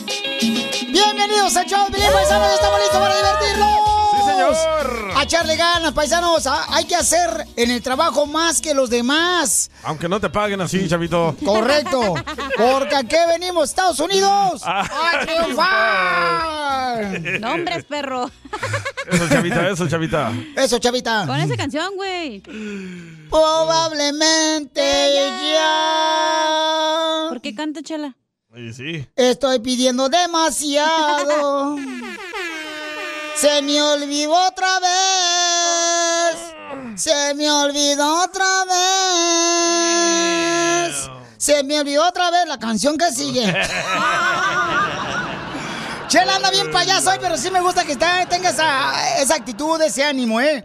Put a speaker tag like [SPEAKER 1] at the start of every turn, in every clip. [SPEAKER 1] Bienvenidos a Show de Piolín, Paisanos, ya estamos listos para divertirnos.
[SPEAKER 2] Sí, señor.
[SPEAKER 1] A echarle ganas, paisanos. A- hay que hacer en el trabajo más que los demás.
[SPEAKER 2] Aunque no te paguen así, chavito.
[SPEAKER 1] Correcto. Porque aquí venimos, Estados Unidos.
[SPEAKER 2] Ah,
[SPEAKER 1] ¡A triunfar!
[SPEAKER 3] Nombres, perro.
[SPEAKER 2] Eso, chavita, eso, chavita.
[SPEAKER 1] Eso, chavita.
[SPEAKER 3] Pon esa canción, güey.
[SPEAKER 1] Probablemente ya.
[SPEAKER 3] ¿Por qué canta, Chela?
[SPEAKER 2] Y sí.
[SPEAKER 1] Estoy pidiendo demasiado. Se me olvidó otra vez. Se me olvidó otra vez. Se me olvidó otra vez la canción que sigue. Chela anda bien payaso, ay, pero sí me gusta que está- tenga esa, esa actitud, ese ánimo, ¿eh?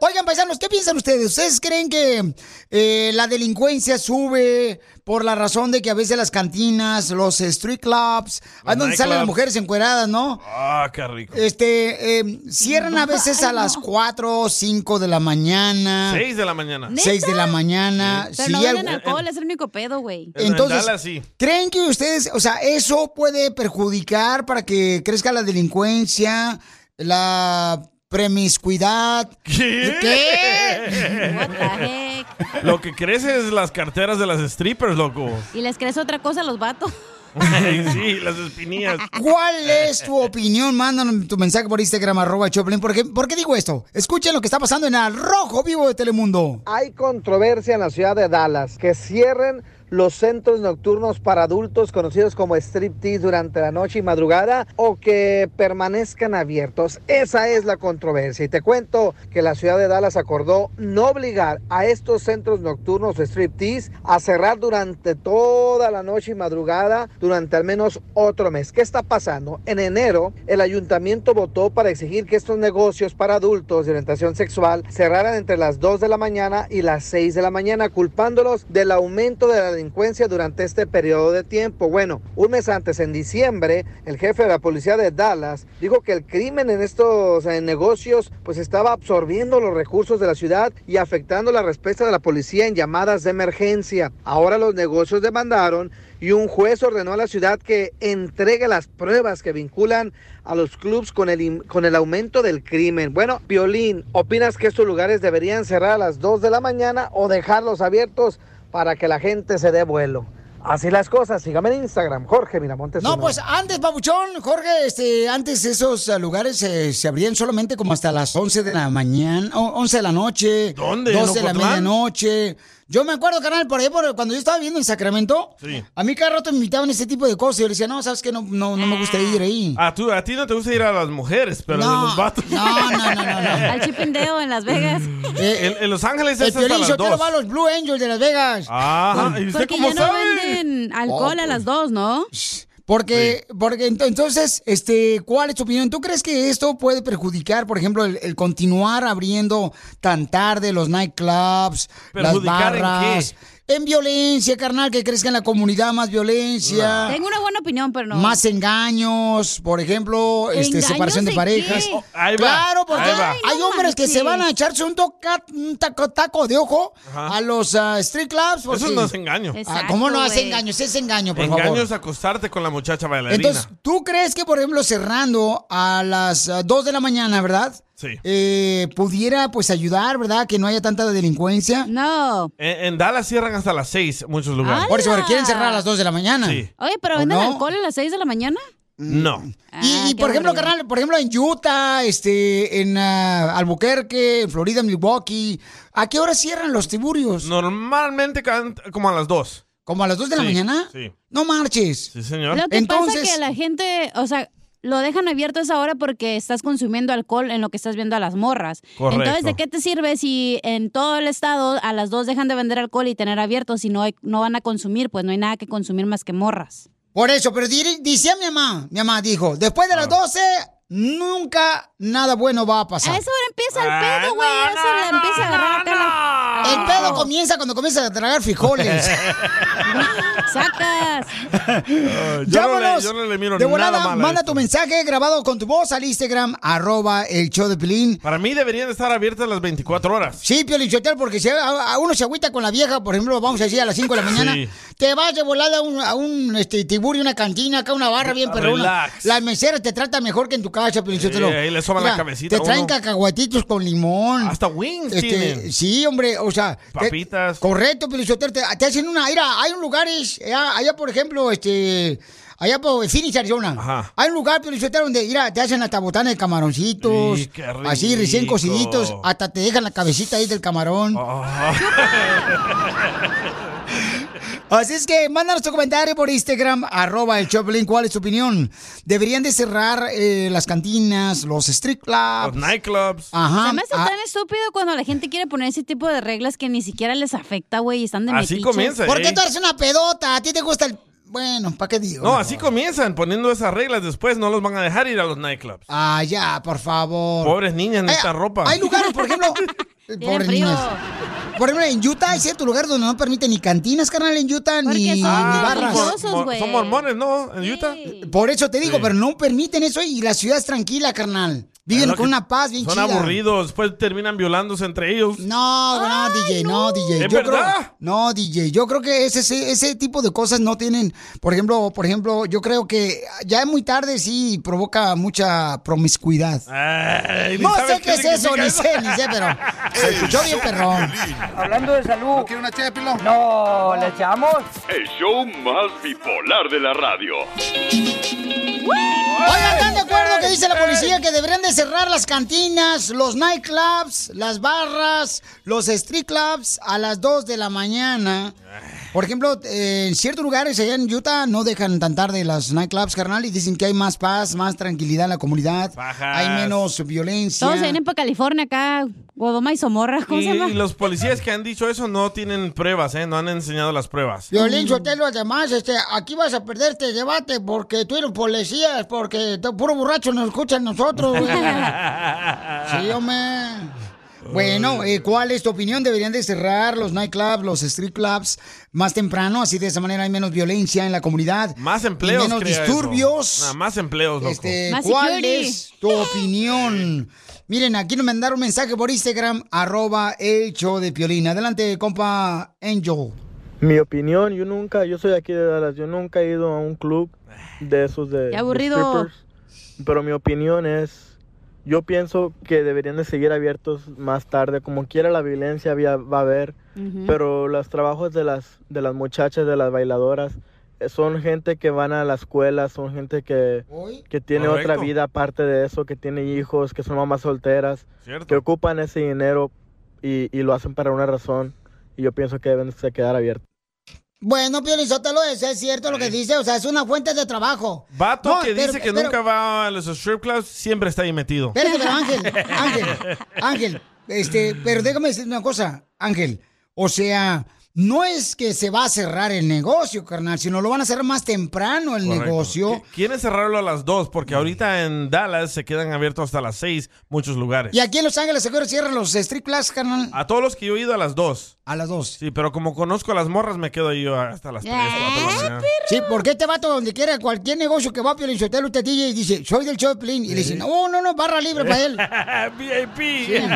[SPEAKER 1] Oigan, paisanos, ¿qué piensan ustedes? ¿Ustedes creen que eh, la delincuencia sube por la razón de que a veces las cantinas, los street clubs, ahí donde salen las
[SPEAKER 2] nightclubs.
[SPEAKER 1] mujeres encueradas, ¿no?
[SPEAKER 2] Ah, qué rico.
[SPEAKER 1] Este, eh, cierran a veces a las 4 o 5 de la mañana.
[SPEAKER 2] Seis de la mañana.
[SPEAKER 3] ¿Neta?
[SPEAKER 1] 6 Ah. de la mañana.
[SPEAKER 3] Eh, Pero
[SPEAKER 1] Sí,
[SPEAKER 3] no venden
[SPEAKER 1] algo-
[SPEAKER 3] alcohol, es el único pedo, güey.
[SPEAKER 2] En
[SPEAKER 1] Entonces-
[SPEAKER 2] Dallas, sí.
[SPEAKER 1] ¿Creen que ustedes, o sea, eso puede perjudicar para que crezca la delincuencia, la promiscuidad?
[SPEAKER 2] ¿Qué?
[SPEAKER 3] What the heck?
[SPEAKER 2] Lo que crece es las carteras de las strippers, loco.
[SPEAKER 3] Y les crees otra cosa a los vatos.
[SPEAKER 2] Y sí, las espinillas.
[SPEAKER 1] ¿Cuál es tu opinión? Mándanos tu mensaje por Instagram, arroba Choplin. ¿Por qué, por qué digo esto? Escuchen lo que está pasando en Al Rojo Vivo de Telemundo.
[SPEAKER 4] Hay controversia en la ciudad de Dallas que cierren los centros nocturnos para adultos conocidos como striptease durante la noche y madrugada o que permanezcan abiertos. Esa es la controversia y te cuento que la ciudad de Dallas acordó no obligar a estos centros nocturnos de striptease a cerrar durante toda la noche y madrugada durante al menos otro mes. ¿Qué está pasando? En enero el ayuntamiento votó para exigir que estos negocios para adultos de orientación sexual cerraran entre las 2 de la mañana y las 6 de la mañana, culpándolos del aumento de la delincuencia durante este periodo de tiempo. Bueno, un mes antes, en diciembre, el jefe de la policía de Dallas dijo que el crimen en estos eh, negocios pues estaba absorbiendo los recursos de la ciudad y afectando la respuesta de la policía en llamadas de emergencia. Ahora los negocios demandaron y un juez ordenó a la ciudad que entregue las pruebas que vinculan a los clubs con el, im- con el aumento del crimen. Bueno, Violín, ¿opinas que estos lugares deberían cerrar a las 2 de la mañana o dejarlos abiertos para que la gente se dé vuelo? Así las cosas, sígame en Instagram, Jorge Miramontes.
[SPEAKER 1] No,
[SPEAKER 4] uno.
[SPEAKER 1] pues antes, Papuchón, Jorge, este, antes esos eh, lugares eh, se abrían solamente como hasta las 11 de la mañana, o- 11 de la noche,
[SPEAKER 2] ¿Dónde?
[SPEAKER 1] 12 de la
[SPEAKER 2] ¿En Ocotlán?
[SPEAKER 1] medianoche. Yo me acuerdo, carnal, por ahí, por- cuando yo estaba viviendo en Sacramento,
[SPEAKER 2] Sí.
[SPEAKER 1] a mí cada rato me invitaban a ese tipo de cosas y yo le decía, no, sabes que no, no, no me gusta ir ahí.
[SPEAKER 2] A, tú, a ti no te gusta ir a las mujeres, Ah. pero de los vatos.
[SPEAKER 1] no, no, no, no, no.
[SPEAKER 3] Al chipendeo en Las Vegas.
[SPEAKER 1] Eh,
[SPEAKER 2] En, en Los Ángeles
[SPEAKER 1] el
[SPEAKER 2] es hasta
[SPEAKER 1] Piolín
[SPEAKER 2] las
[SPEAKER 1] Sotelo
[SPEAKER 2] dos.
[SPEAKER 1] va a los Blue Angels de Las Vegas.
[SPEAKER 2] Ajá. ¿Y usted
[SPEAKER 3] Porque
[SPEAKER 2] cómo
[SPEAKER 3] ya no
[SPEAKER 2] sabe?
[SPEAKER 3] venden alcohol a las dos, ¿no?
[SPEAKER 1] Oh. Porque, porque ento- entonces, este, ¿cuál es tu opinión? ¿Tú crees que esto puede perjudicar, por ejemplo, el, el continuar abriendo tan tarde los nightclubs, las
[SPEAKER 2] ¿Perjudicar en
[SPEAKER 1] barras? En, violencia, carnal, que crezca en la comunidad más violencia,
[SPEAKER 3] Tengo una buena opinión, pero no.
[SPEAKER 1] más engaños, por ejemplo, este,
[SPEAKER 3] ¿Engaños
[SPEAKER 1] separación de
[SPEAKER 3] en
[SPEAKER 1] parejas.
[SPEAKER 3] qué?
[SPEAKER 2] Oh, ahí va,
[SPEAKER 1] claro, porque
[SPEAKER 2] ahí va.
[SPEAKER 1] hay
[SPEAKER 3] Ay, no
[SPEAKER 1] hombres que se van a
[SPEAKER 3] manches.
[SPEAKER 1] echarse un, toca- un taco, taco de ojo
[SPEAKER 2] Ajá.
[SPEAKER 1] a los ah, street clubs.
[SPEAKER 2] Eso
[SPEAKER 1] porque-
[SPEAKER 2] no es engaño.
[SPEAKER 3] Es-
[SPEAKER 1] Ah, ¿Cómo no
[SPEAKER 3] Exacto,
[SPEAKER 1] hace
[SPEAKER 3] güey.
[SPEAKER 1] engaños? Es engaño, por
[SPEAKER 2] Engaño
[SPEAKER 1] favor.
[SPEAKER 2] es acostarte con la muchacha bailarina.
[SPEAKER 1] Entonces, ¿tú crees que, por ejemplo, cerrando a las 2 de la mañana, ¿verdad?
[SPEAKER 2] Sí.
[SPEAKER 1] Eh, pudiera, pues, ayudar, ¿verdad? Que no haya tanta delincuencia.
[SPEAKER 3] No.
[SPEAKER 2] en, en Dallas cierran hasta las seis, muchos lugares.
[SPEAKER 3] Ah,
[SPEAKER 1] Por eso, pero quieren cerrar a
[SPEAKER 3] ¡Hala!
[SPEAKER 1] las 2 de la mañana. Mm.
[SPEAKER 2] Sí.
[SPEAKER 3] Oye, pero
[SPEAKER 1] ¿O
[SPEAKER 3] venden
[SPEAKER 1] no?
[SPEAKER 3] alcohol a las 6 de la mañana. Ah,
[SPEAKER 2] No.
[SPEAKER 1] y, y, por ejemplo, carnal, por ejemplo, en Utah, este, en ah, Albuquerque, en Florida, en Milwaukee, ¿a qué hora cierran los tiburios?
[SPEAKER 2] Normalmente can- como a las 2.
[SPEAKER 1] ¿Como a las 2 de la mañana?
[SPEAKER 2] Sí.
[SPEAKER 1] No marches.
[SPEAKER 2] Sí, señor.
[SPEAKER 3] Lo que pasa es que la gente, o sea, lo dejan abierto a esa hora porque estás consumiendo alcohol en lo que estás viendo a las morras.
[SPEAKER 2] Correcto.
[SPEAKER 3] Entonces, ¿de qué te sirve si en todo el estado a las dos dejan de vender alcohol y tener abierto si no, hay- no van a consumir? Pues no hay nada que consumir más que morras.
[SPEAKER 1] Por eso, pero dir- decía mi mamá, mi mamá dijo, después de las 12, nunca nada bueno va a pasar.
[SPEAKER 3] A esa hora empieza
[SPEAKER 2] Ah,
[SPEAKER 3] el pedo, güey. ya se le empieza a agarrar acá la-
[SPEAKER 1] El pedo comienza cuando comienza a tragar frijoles.
[SPEAKER 3] ¡Sacas!
[SPEAKER 2] yo, no le, yo no le miro
[SPEAKER 1] de
[SPEAKER 2] nada
[SPEAKER 1] volada,
[SPEAKER 2] mal. a
[SPEAKER 1] manda
[SPEAKER 2] esto.
[SPEAKER 1] tu mensaje grabado con tu voz al Instagram, arroba el show de Pilín.
[SPEAKER 2] Para mí deberían estar abiertas las 24 horas.
[SPEAKER 1] Sí, Piolín Sotelo, porque si a, a uno se agüita con la vieja, por ejemplo, vamos a decir a las 5 de la mañana,
[SPEAKER 2] Sí.
[SPEAKER 1] te vas de volada a un, a un, este, tiburio, una cantina, acá una barra bien perrona.
[SPEAKER 2] Relax.
[SPEAKER 1] Las meseras te tratan mejor que en tu casa, Piolín
[SPEAKER 2] Sí,
[SPEAKER 1] Sotelo.
[SPEAKER 2] ahí le soban la
[SPEAKER 1] Mira,
[SPEAKER 2] cabecita
[SPEAKER 1] Te traen
[SPEAKER 2] a uno.
[SPEAKER 1] cacahuatitos con limón.
[SPEAKER 2] Hasta wings
[SPEAKER 1] Este,
[SPEAKER 2] tienen.
[SPEAKER 1] Sí, hombre, o sea. te-
[SPEAKER 2] Papitas.
[SPEAKER 1] correcto, Piolín Sotelo, te, te hacen una... Mira, hay un lugares, eh, allá por ejemplo, este... Allá por Phoenix, Arizona.
[SPEAKER 2] Ajá.
[SPEAKER 1] Hay un lugar, Piolín Sotelo, donde, mira, te hacen hasta botana de camaroncitos.
[SPEAKER 2] Sí, qué
[SPEAKER 1] así, recién
[SPEAKER 2] rico. Oh.
[SPEAKER 1] cociditos. Hasta te dejan la cabecita ahí del camarón. Así es que mándanos tu comentario por Instagram, arroba el Choplin. ¿Cuál es tu opinión? ¿Deberían de cerrar eh, las cantinas, los strip clubs?
[SPEAKER 2] Los nightclubs.
[SPEAKER 1] Ajá.
[SPEAKER 3] Se me hace
[SPEAKER 1] ah,
[SPEAKER 3] tan estúpido cuando la gente quiere poner ese tipo de reglas que ni siquiera les afecta, güey, y están de
[SPEAKER 2] Así
[SPEAKER 3] metiches.
[SPEAKER 2] comienza,
[SPEAKER 1] ¿Por qué
[SPEAKER 2] ¿eh?
[SPEAKER 1] tú eres una pedota? ¿A ti te gusta el...? Bueno, ¿para qué digo?
[SPEAKER 2] No, así comienzan poniendo esas reglas. Después no los van a dejar ir a los nightclubs.
[SPEAKER 1] Ah, ya, por favor.
[SPEAKER 2] Pobres niñas
[SPEAKER 1] Hay-
[SPEAKER 2] necesitan ropa.
[SPEAKER 1] Hay lugares, por ejemplo...
[SPEAKER 3] Tienen
[SPEAKER 1] Pobres
[SPEAKER 3] frío.
[SPEAKER 1] niñas. Por ejemplo, en Utah hay cierto lugar donde no permiten ni cantinas, carnal, en Utah, ni,
[SPEAKER 3] Porque
[SPEAKER 1] ni
[SPEAKER 3] son
[SPEAKER 1] barras.
[SPEAKER 3] religiosos,
[SPEAKER 2] Mo- Ah, mo-
[SPEAKER 3] güey.
[SPEAKER 2] Son mormones, ¿no? En Utah.
[SPEAKER 1] Por eso te digo,
[SPEAKER 2] Sí.
[SPEAKER 1] pero no permiten eso y la ciudad es tranquila, carnal. Viven
[SPEAKER 2] Claro
[SPEAKER 1] con
[SPEAKER 2] que
[SPEAKER 1] una paz bien
[SPEAKER 2] Son
[SPEAKER 1] chida.
[SPEAKER 2] aburridos. Después terminan violándose entre ellos.
[SPEAKER 1] No, no, DJ, no, DJ.
[SPEAKER 2] ¿Es
[SPEAKER 1] Yo creo,
[SPEAKER 2] verdad?
[SPEAKER 1] no, DJ, yo creo que ese, ese, ese tipo de cosas no tienen, por ejemplo, por ejemplo, yo creo que ya es muy tarde sí provoca mucha promiscuidad.
[SPEAKER 2] Ay, ni
[SPEAKER 1] no
[SPEAKER 2] sabes
[SPEAKER 1] sé qué es eso,
[SPEAKER 2] significa
[SPEAKER 1] ni sé, ni sé, pero se escuchó bien perrón.
[SPEAKER 5] Hablando de salud. ¿No quiere una ché de pilón? No, ¿le echamos?
[SPEAKER 6] El show más bipolar de la radio.
[SPEAKER 1] Oigan, ¿están de acuerdo que dice la policía que deberían de cerrar las cantinas, los nightclubs, las barras, los street clubs a las 2 de la mañana? Por ejemplo, eh, en ciertos lugares allá en Utah no dejan tan tarde las nightclubs, carnal, y dicen que hay más paz, más tranquilidad en la comunidad,
[SPEAKER 2] Bajas.
[SPEAKER 1] hay menos violencia.
[SPEAKER 3] Todos se vienen para California acá, Guadoma y Somorra, ¿cómo
[SPEAKER 2] Y,
[SPEAKER 3] se llama?
[SPEAKER 2] y los policías que han dicho eso no tienen pruebas, ¿eh? No han enseñado las pruebas.
[SPEAKER 1] Violín Sotelo, además, este, aquí vas a perder este debate porque tú eres policías, porque t- puro borracho nos escuchan nosotros. Sí, hombre. Bueno, eh, ¿cuál es tu opinión? ¿Deberían de cerrar los nightclubs, los street clubs más temprano? Así de esa manera hay menos violencia en la comunidad.
[SPEAKER 2] Más empleos.
[SPEAKER 1] Y menos
[SPEAKER 2] crea eso.
[SPEAKER 1] disturbios.
[SPEAKER 2] Nah, más empleos, loco.
[SPEAKER 1] Este,
[SPEAKER 3] Más
[SPEAKER 1] ¿Cuál
[SPEAKER 3] security.
[SPEAKER 1] es tu opinión? Miren, aquí nos mandaron un mensaje por Instagram, arroba el show de Piolín. Adelante, compa Angel.
[SPEAKER 7] Mi opinión, yo nunca, yo soy aquí de Dallas, yo nunca he ido a un club de esos de,
[SPEAKER 3] Qué
[SPEAKER 7] de
[SPEAKER 3] aburrido.
[SPEAKER 7] strippers, pero mi opinión es, yo pienso que deberían de seguir abiertos más tarde, como quiera la violencia había- va a haber,
[SPEAKER 3] Ujú.
[SPEAKER 7] pero los trabajos de las, de las muchachas, de las bailadoras, eh, son gente que van a la escuela, son gente que, que tiene otra
[SPEAKER 2] Correcto.
[SPEAKER 7] vida aparte de eso, que tiene hijos, que son mamás solteras,
[SPEAKER 2] Cierto.
[SPEAKER 7] que ocupan ese dinero y, y lo hacen para una razón, y yo pienso que deben de quedar abiertos.
[SPEAKER 1] Bueno, Piolín Sotelo, eso es cierto lo que dice, o sea, es una fuente de trabajo.
[SPEAKER 2] Vato
[SPEAKER 1] No,
[SPEAKER 2] que
[SPEAKER 1] pero-
[SPEAKER 2] dice que
[SPEAKER 1] pero-
[SPEAKER 2] nunca va a los strip clubs siempre está ahí metido.
[SPEAKER 1] Espérate, pero Ángel, Ángel, Ángel, este, pero déjame decirte una cosa, Ángel. O sea, no es que se va a cerrar el negocio, carnal, sino lo van a cerrar más temprano el
[SPEAKER 2] Correcto.
[SPEAKER 1] negocio.
[SPEAKER 2] Que- Quieren cerrarlo a las 2 porque ahorita en Dallas se quedan abiertos hasta las 6 muchos lugares.
[SPEAKER 1] Y aquí en Los Ángeles seguro cierran los street clubs, carnal,
[SPEAKER 2] A todos los que yo he ido a las 2.
[SPEAKER 1] a las dos.
[SPEAKER 2] Sí, pero como conozco a las morras me quedo yo hasta las
[SPEAKER 3] Ah,
[SPEAKER 2] 3, 4 de la mañana.
[SPEAKER 1] Sí, porque este vato donde quiera, cualquier negocio que va a Piolín Sotelo, usted DJ y dice, soy del Choplin. Y le dicen, no, no, no, barra libre para él.
[SPEAKER 2] VIP.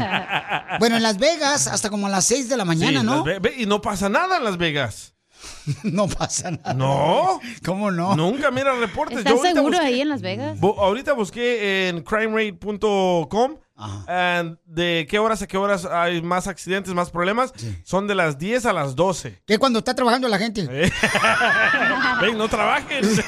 [SPEAKER 1] Bueno, en Las Vegas, hasta como a las seis de la
[SPEAKER 2] Sí,
[SPEAKER 1] mañana,
[SPEAKER 2] Las
[SPEAKER 1] ¿no?
[SPEAKER 2] Ve- ve- y no pasa nada en Las Vegas.
[SPEAKER 1] No pasa nada.
[SPEAKER 2] No.
[SPEAKER 1] ¿Cómo no?
[SPEAKER 2] Nunca mira reportes.
[SPEAKER 3] ¿Estás
[SPEAKER 2] Yo ahorita
[SPEAKER 3] seguro
[SPEAKER 2] busqué-
[SPEAKER 3] ahí en Las Vegas?
[SPEAKER 2] Bu- ahorita busqué en crimerate.com
[SPEAKER 1] Ajá.
[SPEAKER 2] and de qué horas a qué horas hay más accidentes, más problemas. Son de las 10 a las 12.
[SPEAKER 1] Que cuando está trabajando la gente.
[SPEAKER 2] Ven, no trabajes.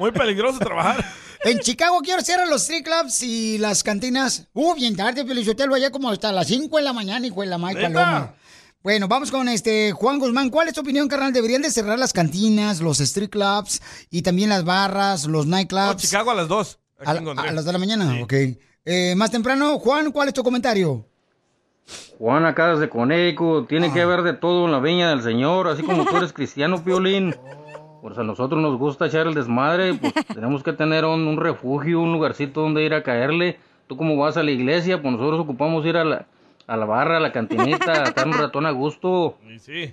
[SPEAKER 2] Muy peligroso trabajar.
[SPEAKER 1] En Chicago quiero cerrar los street clubs y las cantinas. Uh, bien tarde, Felicitelo, allá como hasta las 5 de la mañana, hijo de la Mike
[SPEAKER 4] ¿Neta?
[SPEAKER 1] Paloma. Bueno, vamos con este Juan Guzmán. ¿Cuál es tu opinión, carnal? ¿Deberían de cerrar las cantinas, los street clubs y también las barras, los nightclubs?
[SPEAKER 2] Chicago a las 2.
[SPEAKER 1] A, a las de la mañana, ok. Eh, más temprano, Juan, ¿cuál es tu comentario?
[SPEAKER 8] Juan, acá desde Coneco, tiene que haber de todo en la viña del Señor, así como tú eres cristiano, Piolín. Pues a nosotros nos gusta echar el desmadre, pues tenemos que tener un, un refugio, un lugarcito donde ir a caerle. Tú como vas a la iglesia, pues nosotros ocupamos ir a la, a la barra, a la cantinita, a estar un ratón a gusto.
[SPEAKER 2] Sí.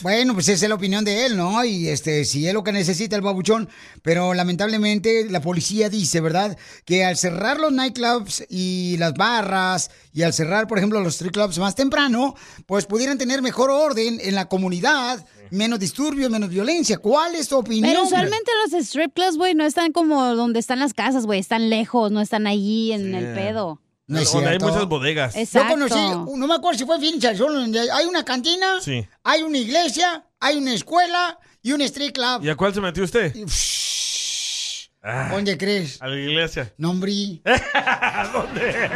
[SPEAKER 1] Bueno, pues esa es la opinión de él, ¿no? Y este, si es lo que necesita el babuchón, pero lamentablemente la policía dice, ¿verdad? Que al cerrar los nightclubs y las barras y al cerrar, por ejemplo, los street clubs más temprano, pues pudieran tener mejor orden en la comunidad, menos disturbios, menos violencia. ¿Cuál es tu opinión?
[SPEAKER 3] Pero usualmente los strip clubs, güey, no están como donde están las casas, güey. Están lejos, no están allí en el pedo.
[SPEAKER 1] No es
[SPEAKER 2] Donde hay
[SPEAKER 1] cierto.
[SPEAKER 2] muchas bodegas.
[SPEAKER 3] Exacto.
[SPEAKER 1] Yo conocí, no me acuerdo si fue Phoenix, Arizona, donde hay una cantina,
[SPEAKER 2] Sí.
[SPEAKER 1] hay una iglesia, hay una escuela y un street club.
[SPEAKER 2] ¿Y a cuál se metió usted? Ah,
[SPEAKER 1] ¿Dónde crees?
[SPEAKER 2] a la iglesia.
[SPEAKER 1] Nombre.
[SPEAKER 2] ¿Dónde?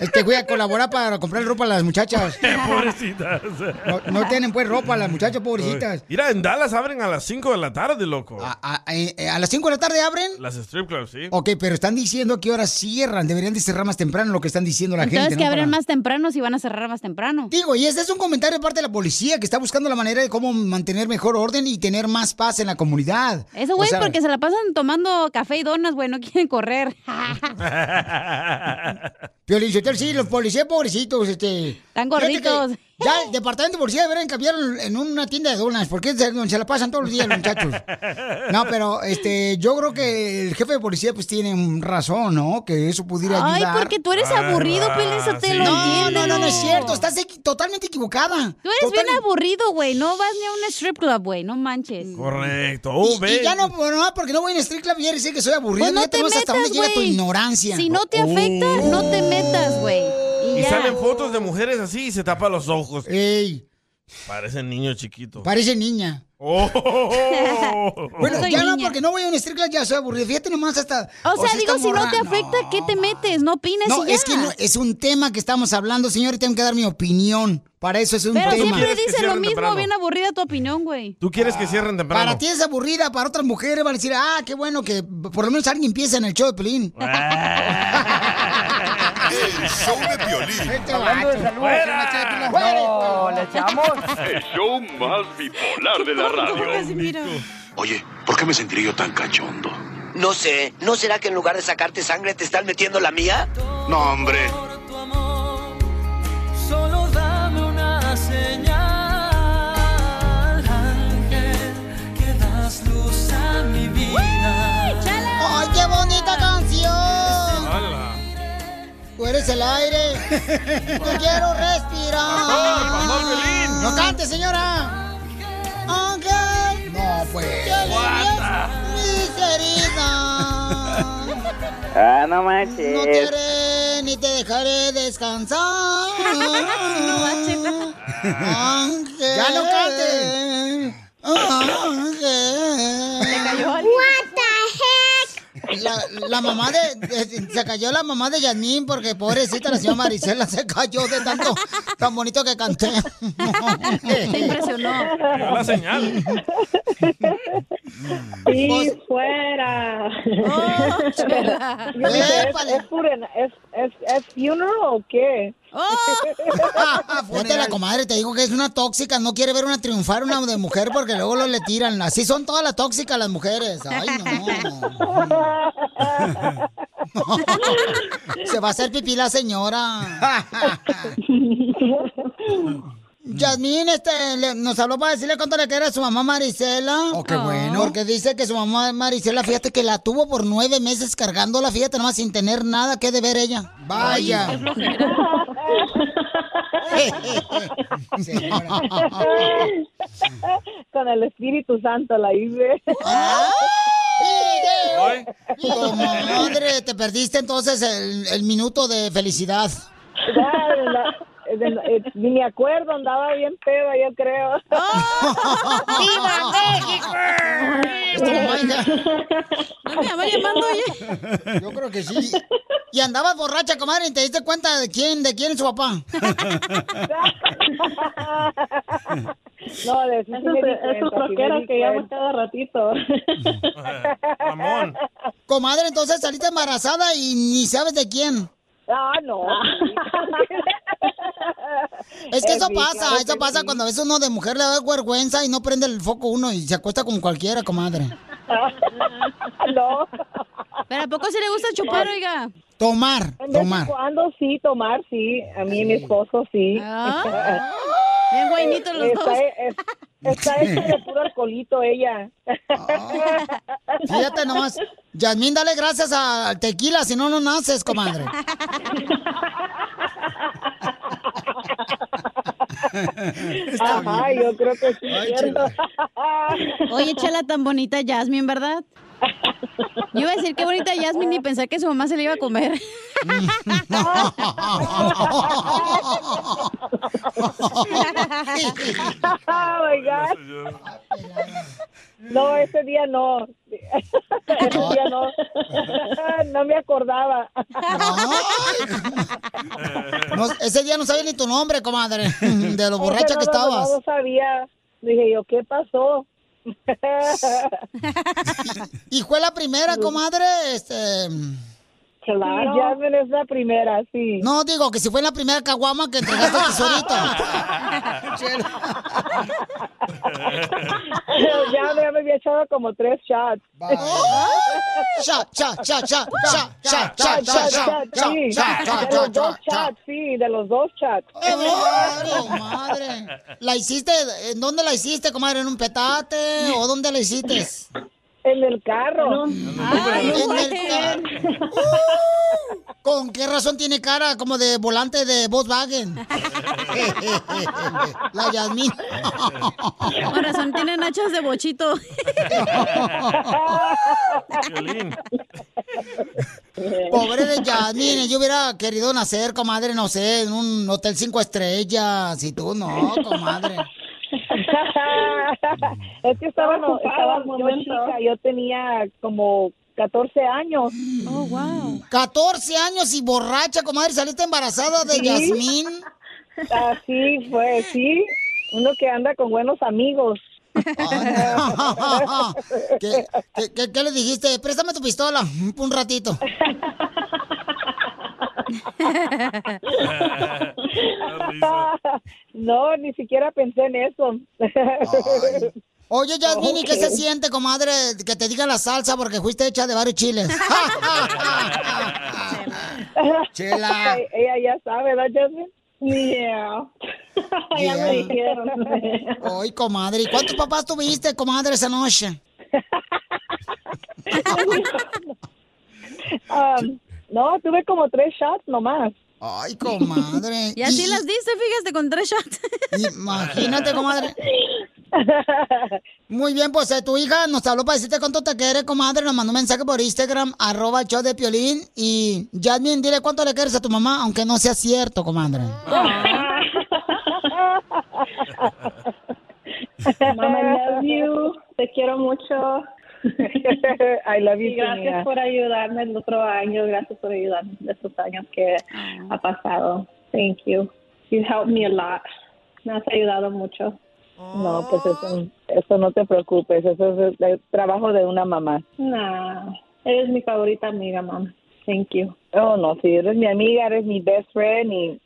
[SPEAKER 1] Es que Este, voy a colaborar para comprar ropa a las muchachas.
[SPEAKER 2] Pobrecitas.
[SPEAKER 1] No, no tienen pues ropa las muchachas pobrecitas.
[SPEAKER 2] Mira, en Dallas abren a las 5 de la tarde, loco.
[SPEAKER 1] A, eh, eh, a las 5 de la tarde abren.
[SPEAKER 2] Las strip clubs, sí.
[SPEAKER 1] Ok, pero están diciendo que horas cierran. Deberían de cerrar más temprano lo que están diciendo la
[SPEAKER 3] Entonces
[SPEAKER 1] gente.
[SPEAKER 3] que
[SPEAKER 1] ¿no?
[SPEAKER 3] abren
[SPEAKER 1] Para-
[SPEAKER 3] más temprano si van a cerrar más temprano.
[SPEAKER 1] Digo, y este es un comentario de parte de la policía que está buscando la manera de cómo mantener mejor orden y tener más paz en la comunidad.
[SPEAKER 3] Eso, güey,
[SPEAKER 1] O sea,
[SPEAKER 3] porque se la pasan tomando café y donas, güey, no quieren correr.
[SPEAKER 1] Piolín Sotelo, sí, los policías pobrecitos, este... Tan
[SPEAKER 3] gorditos.
[SPEAKER 1] Ya el departamento de policía deberían cambiarlo en una tienda de donas, porque se, se la pasan todos los días los muchachos. No, pero este, yo creo que el jefe de policía pues tiene un razón, ¿no? Que eso pudiera
[SPEAKER 3] Ay,
[SPEAKER 1] ayudar.
[SPEAKER 3] porque tú eres Ah, aburrido, Piolín Sotelo,
[SPEAKER 1] No, no, no, no es
[SPEAKER 3] entiéndelo.
[SPEAKER 1] cierto, estás equi- totalmente equivocada.
[SPEAKER 3] Tú eres bien aburrido, güey. No vas ni a un strip club, güey. No manches.
[SPEAKER 2] Correcto. Oh, ve.
[SPEAKER 1] Mm. Y ya no, bueno, no, porque no voy en street club y decir que soy aburrido.
[SPEAKER 3] Pues no
[SPEAKER 1] ya
[SPEAKER 3] te
[SPEAKER 1] te vas
[SPEAKER 3] metas,
[SPEAKER 1] hasta dónde llega tu
[SPEAKER 3] güey.
[SPEAKER 1] ignorancia.
[SPEAKER 3] Si no te afecta, no te metas, güey. Y,
[SPEAKER 2] Y
[SPEAKER 3] ya.
[SPEAKER 2] salen fotos de mujeres así y se tapa los ojos.
[SPEAKER 1] Ey.
[SPEAKER 2] Parece niño chiquito.
[SPEAKER 1] Parece niña.
[SPEAKER 9] Oh.
[SPEAKER 1] bueno,
[SPEAKER 3] Soy
[SPEAKER 1] ya no,
[SPEAKER 3] niña.
[SPEAKER 1] porque no voy a un strip club, ya soy aburrido. Fíjate nomás hasta...
[SPEAKER 3] O sea,
[SPEAKER 1] esta
[SPEAKER 3] digo, si no
[SPEAKER 1] morra-
[SPEAKER 3] te afecta, ¿qué te metes? No opines
[SPEAKER 1] No,
[SPEAKER 3] y ya.
[SPEAKER 1] es que no- es un tema que estamos hablando, señor, y tengo que dar mi opinión. Para eso es un
[SPEAKER 3] Pero
[SPEAKER 1] tema.
[SPEAKER 3] siempre dice lo
[SPEAKER 2] cierren
[SPEAKER 3] mismo,
[SPEAKER 2] temprano?
[SPEAKER 3] bien aburrida tu opinión, güey.
[SPEAKER 2] ¿Tú quieres que cierren temprano?
[SPEAKER 1] Ah, Para ti es aburrida, para otras mujeres van a decir, ah, qué bueno que por lo menos alguien piensa en el show de Pelín.
[SPEAKER 6] El show de violín.
[SPEAKER 1] Este
[SPEAKER 5] Hablando de salud, ¿quiere una ché de pilón? No, ¿le echamos?
[SPEAKER 6] El show más bipolar de la radio.
[SPEAKER 10] Oye, ¿por qué me sentiré yo tan cachondo?
[SPEAKER 11] No sé, ¿no será que en lugar de sacarte sangre te están metiendo la mía?
[SPEAKER 10] No, hombre.
[SPEAKER 12] Solo dame una señal, ángel, que das luz a mi vida.
[SPEAKER 1] ¡Ay, qué bonita canción!
[SPEAKER 2] Hola.
[SPEAKER 1] Tú eres el aire. Yo quiero respirar. ¡No cante, señora! ¡Ángel! No, pues. ¡Mis heridas!
[SPEAKER 13] Ah, no manches.
[SPEAKER 1] No te haré ni te dejaré descansar. no Ángel.
[SPEAKER 4] Ya no
[SPEAKER 1] cante. Ángel. Se
[SPEAKER 4] cayó alguien.
[SPEAKER 1] What the heck. La, la mamá de, de- Se cayó la mamá de Yasmín porque pobrecita la señora Marisela se cayó de tanto. Tan bonito que canté.
[SPEAKER 4] Te impresionó. Llegó la señal.
[SPEAKER 14] Sí, fuera. Yo dije, ¿es, es, furen- es, es- es funeral o qué?
[SPEAKER 1] Vete la comadre, te digo que es una tóxica, no quiere ver una triunfar una de mujer porque luego lo le tiran. Así son todas las tóxicas las mujeres. Ay, no. Se va a hacer pipí la señora. Yasmín este, le- nos habló para decirle cuánto le quiere a su mamá Marisela. Oh, qué bueno. Porque dice que su mamá Marisela, fíjate que la tuvo por nueve meses cargándola, fíjate nomás sin tener nada que deber ella. Vaya.
[SPEAKER 4] Ay, qué flojera.
[SPEAKER 14] Con el Espíritu Santo la hice.
[SPEAKER 1] Madre, te perdiste entonces el, el minuto de felicidad.
[SPEAKER 14] Ya, de la- de- eh, ni me acuerdo, andaba bien peda, yo creo.
[SPEAKER 4] ¡Viva México!
[SPEAKER 1] ¿No me andaba llamando oye? Yo creo que sí. Y andabas borracha, comadre, y te diste cuenta de quién, de quién es su papá.
[SPEAKER 14] No, de eso sí
[SPEAKER 4] Esos-
[SPEAKER 14] me di cuenta,
[SPEAKER 4] esos
[SPEAKER 14] sí me
[SPEAKER 4] troqueros
[SPEAKER 14] di
[SPEAKER 4] que llaman
[SPEAKER 14] cuenta. cada ratito.
[SPEAKER 1] Comadre, entonces saliste embarazada y ni sabes de quién.
[SPEAKER 14] Ah, no.
[SPEAKER 1] Es que
[SPEAKER 14] Eh,
[SPEAKER 1] eso
[SPEAKER 14] sí,
[SPEAKER 1] pasa,
[SPEAKER 14] claro
[SPEAKER 1] eso
[SPEAKER 14] que
[SPEAKER 1] pasa
[SPEAKER 14] sí.
[SPEAKER 1] cuando a veces uno de mujer le da vergüenza y no prende el foco uno y se acuesta con cualquiera, comadre.
[SPEAKER 14] No.
[SPEAKER 3] ¿Pero a poco se le gusta chupar, oiga?
[SPEAKER 1] Tomar,
[SPEAKER 14] En vez
[SPEAKER 1] tomar.
[SPEAKER 14] de cuando sí, tomar sí. A mí y mi esposo sí.
[SPEAKER 1] Ah,
[SPEAKER 3] Bien guainitos los
[SPEAKER 14] está, e,
[SPEAKER 3] dos.
[SPEAKER 14] es- está hecha de puro alcoholito ella.
[SPEAKER 1] Ah, Fíjate nomás. Yasmín, dale gracias a- al tequila, si no, no naces, comadre.
[SPEAKER 14] Ajá, yo creo que sí.
[SPEAKER 3] Ay,
[SPEAKER 14] cierto.
[SPEAKER 3] Oye, chela, tan bonita Jasmine, ¿verdad? Yo iba a decir qué bonita Jasmine y pensar que su mamá se le iba a comer.
[SPEAKER 14] Oh my God. No, ese día no. Ese día no. No me acordaba.
[SPEAKER 1] No, ese día no sabía ni tu nombre, comadre, de lo
[SPEAKER 14] Ese
[SPEAKER 1] borracha
[SPEAKER 14] no,
[SPEAKER 1] que
[SPEAKER 14] no, no,
[SPEAKER 1] estabas.
[SPEAKER 14] No, sabía. Dije yo, ¿qué pasó?
[SPEAKER 1] Y fue la primera, comadre, este...
[SPEAKER 14] Claro. Jasmine es la primera, sí.
[SPEAKER 1] No, digo, que si fue la primera caguama que entregaste al tesorito.
[SPEAKER 14] ya, ya me había echado como tres shots.
[SPEAKER 1] Shot, shot, shot, shot, shot, shot,
[SPEAKER 14] Ah,
[SPEAKER 1] shot, shot, shot,
[SPEAKER 14] sí.
[SPEAKER 1] shot, shot, shot,
[SPEAKER 14] De los dos
[SPEAKER 1] shot,
[SPEAKER 14] shots, sí, de los dos shots.
[SPEAKER 1] Claro, madre. ¿La hiciste? ¿En dónde la hiciste, comadre? ¿En un petate? ¿O dónde la hiciste?
[SPEAKER 14] En el carro.
[SPEAKER 1] Ay, en el carro. Uh, ¿Con qué razón tiene cara como de volante de Volkswagen? La Yasmín.
[SPEAKER 3] Con razón tienen hachas de bochito.
[SPEAKER 1] Pobre de Yasmín, yo hubiera querido nacer, comadre, no sé, en un hotel cinco estrellas y tú no, comadre.
[SPEAKER 14] Es que estaba,
[SPEAKER 1] Estaba ocupada
[SPEAKER 14] estaba
[SPEAKER 1] al
[SPEAKER 14] yo
[SPEAKER 1] momento.
[SPEAKER 14] chica, yo tenía como 14 años.
[SPEAKER 3] Oh, wow.
[SPEAKER 1] 14 años y borracha, comadre, saliste embarazada de
[SPEAKER 14] Sí.
[SPEAKER 1] Yasmín.
[SPEAKER 14] Así fue, sí. Uno que anda con buenos amigos.
[SPEAKER 1] ¿Qué, qué, qué- qué le dijiste? Préstame tu pistola, un ratito.
[SPEAKER 14] no, ni siquiera pensé en eso.
[SPEAKER 1] Oye, Yasmín, ¿y qué
[SPEAKER 14] Ok.
[SPEAKER 1] se siente, comadre, que te diga la salsa porque fuiste hecha de varios chiles? Chela.
[SPEAKER 14] Ella ya sabe, ¿verdad, Jasmine? Yeah.
[SPEAKER 1] Ya me
[SPEAKER 14] dijeron.
[SPEAKER 1] Ay, comadre, ¿y cuántos papás tuviste, comadre, esa noche?
[SPEAKER 14] Um, no, tuve como tres shots nomás.
[SPEAKER 1] Ay, comadre.
[SPEAKER 3] Y así las diste, fíjate, con tres shots.
[SPEAKER 1] Imagínate, comadre. Muy bien, pues eh, tu hija nos habló para decirte cuánto te quiere, comadre. Nos mandó un mensaje por Instagram, arroba el show de Piolín. Y Jasmine, dile cuánto le quieres a tu mamá, aunque no sea cierto, comadre.
[SPEAKER 15] Mamá, I love you. Te quiero mucho.
[SPEAKER 14] I love you
[SPEAKER 15] Y
[SPEAKER 14] too,
[SPEAKER 15] gracias
[SPEAKER 14] mija.
[SPEAKER 15] por ayudarme el otro año. Gracias por ayudarme de estos años que
[SPEAKER 14] Ah.
[SPEAKER 15] ha pasado. Thank you. You've helped me a lot. Me has ayudado mucho.
[SPEAKER 14] No, pues
[SPEAKER 15] Oh.
[SPEAKER 14] eso, eso no te preocupes, eso es el, el trabajo de una mamá.
[SPEAKER 15] Nah, eres mi favorita amiga, mamá.
[SPEAKER 14] Thank you. Oh, no, sí, eres mi amiga, eres mi best friend y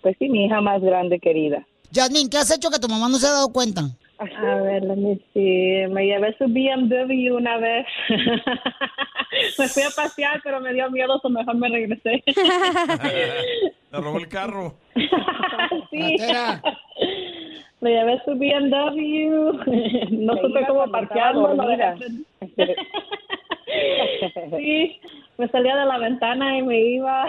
[SPEAKER 14] pues sí, mi hija más grande querida.
[SPEAKER 1] Jasmine, ¿qué has hecho que tu mamá no se ha dado cuenta?
[SPEAKER 15] A ver, let me see. Me llevé su BMW una vez. me fui a pasear, pero me dio miedo, o mejor me regresé.
[SPEAKER 2] Le robó el carro.
[SPEAKER 15] sí. Me llevé su BMW. No supe cómo parquearlo. lo
[SPEAKER 14] dormida.
[SPEAKER 15] dejé- Sí, me salía de la ventana y me iba.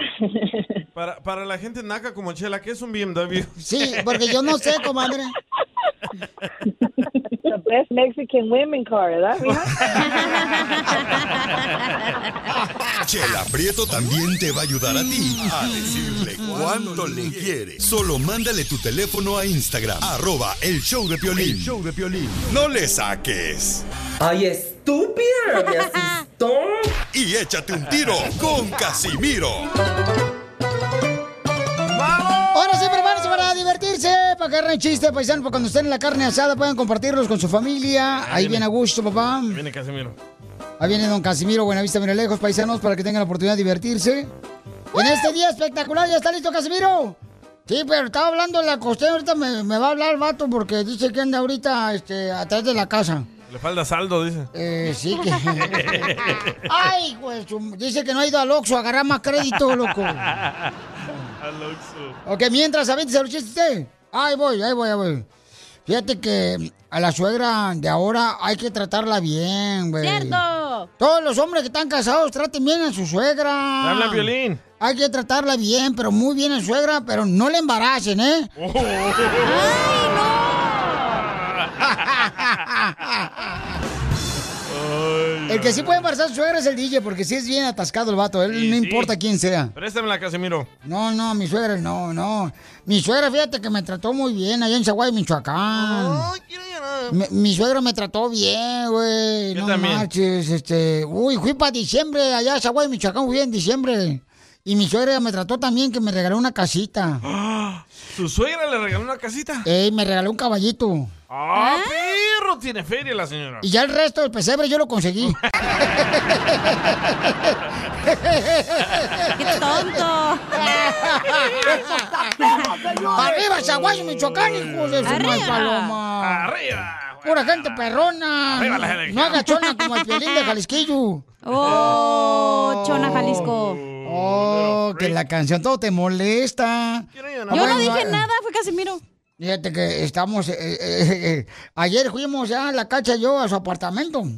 [SPEAKER 2] Para, para la gente naca como Chela, ¿qué es un BMW?
[SPEAKER 1] Sí, porque yo no sé, comadre.
[SPEAKER 14] The best Mexican women car, ¿verdad, mija?
[SPEAKER 16] Chela Prieto también te va a ayudar a ti a decirle cuánto Mm. le quiere. Solo mándale tu teléfono a Instagram, arroba el show de Piolín. show de Piolín. No le saques.
[SPEAKER 17] ¡Ay, estúpida! ¡Me asustó!
[SPEAKER 16] Y échate un tiro con Casimiro.
[SPEAKER 1] Ahora sí, prepárense para divertirse, para que hagan chistes, paisano, para cuando estén en la carne asada puedan compartirlos con su familia. Ahí viene a gusto, papá.
[SPEAKER 2] Viene Casimiro.
[SPEAKER 1] Ahí viene don Casimiro, Buenavista, Miralejos, paisanos, para que tengan la oportunidad de divertirse. En este día espectacular, ¿ya está listo Casimiro? Sí, pero estaba hablando la costeña, ahorita me, me va a hablar el vato porque dice que anda ahorita este, atrás de la casa.
[SPEAKER 2] Le falta saldo, dice.
[SPEAKER 1] Eh, sí que... Ay, pues, dice que no ha ido al Oxxo a agarrar más crédito, loco.
[SPEAKER 2] Al Oxxo.
[SPEAKER 1] Ok, mientras, a ver, ¿se lo chiste usted? ¿eh? Ahí voy, ahí voy, ahí voy. Fíjate que a la suegra de ahora hay que tratarla bien, güey.
[SPEAKER 3] ¡Cierto!
[SPEAKER 1] Todos los hombres que están casados traten bien a su suegra.
[SPEAKER 2] Habla violín.
[SPEAKER 1] Hay que tratarla bien, pero muy bien a su suegra, pero no le embaracen, ¿eh?
[SPEAKER 2] Oh.
[SPEAKER 12] ¡Ay,
[SPEAKER 1] El que sí puede embarazar a su suegra es el DJ, porque sí es bien atascado el vato. Él
[SPEAKER 2] Sí,
[SPEAKER 1] no
[SPEAKER 2] sí.
[SPEAKER 1] importa quién sea.
[SPEAKER 2] Préstamela, Casimiro.
[SPEAKER 1] No, no, mi suegra, no, no. Mi suegra, fíjate que me trató muy bien allá en Chihuahua, Michoacán. Mi, mi suegra me trató bien, güey.
[SPEAKER 12] Yo
[SPEAKER 1] No
[SPEAKER 12] también.
[SPEAKER 1] marches, este. Uy, fui para diciembre allá a Chihuahua, Michoacán, fui en diciembre. Y mi suegra me trató también que me regaló una casita.
[SPEAKER 2] ¿Tu suegra le regaló una casita?
[SPEAKER 1] Ey, me regaló un caballito.
[SPEAKER 2] ¡Ah, perro! Tiene feria la señora.
[SPEAKER 1] Y ya el resto del pesebre yo lo conseguí. ¡Qué
[SPEAKER 12] tonto!
[SPEAKER 1] ¡Arriba, Chaguayo, Michoacán, hijo de su
[SPEAKER 12] Arriba.
[SPEAKER 1] mal paloma! ¡Arriba! ¡Pura gente perrona!
[SPEAKER 12] Arriba la
[SPEAKER 1] No-
[SPEAKER 12] gente.
[SPEAKER 1] No haga chona como el piolín de Jalisquillo.
[SPEAKER 3] ¡Oh, chona Jalisco!
[SPEAKER 1] ¡Oh, que la canción todo te molesta!
[SPEAKER 3] Yo no
[SPEAKER 1] Bueno,
[SPEAKER 3] dije
[SPEAKER 1] ah,
[SPEAKER 3] nada, fue Casimiro.
[SPEAKER 1] Fíjate que estamos... eh, eh, eh, eh, ayer fuimos ya a la cacha y yo a su apartamento.
[SPEAKER 3] No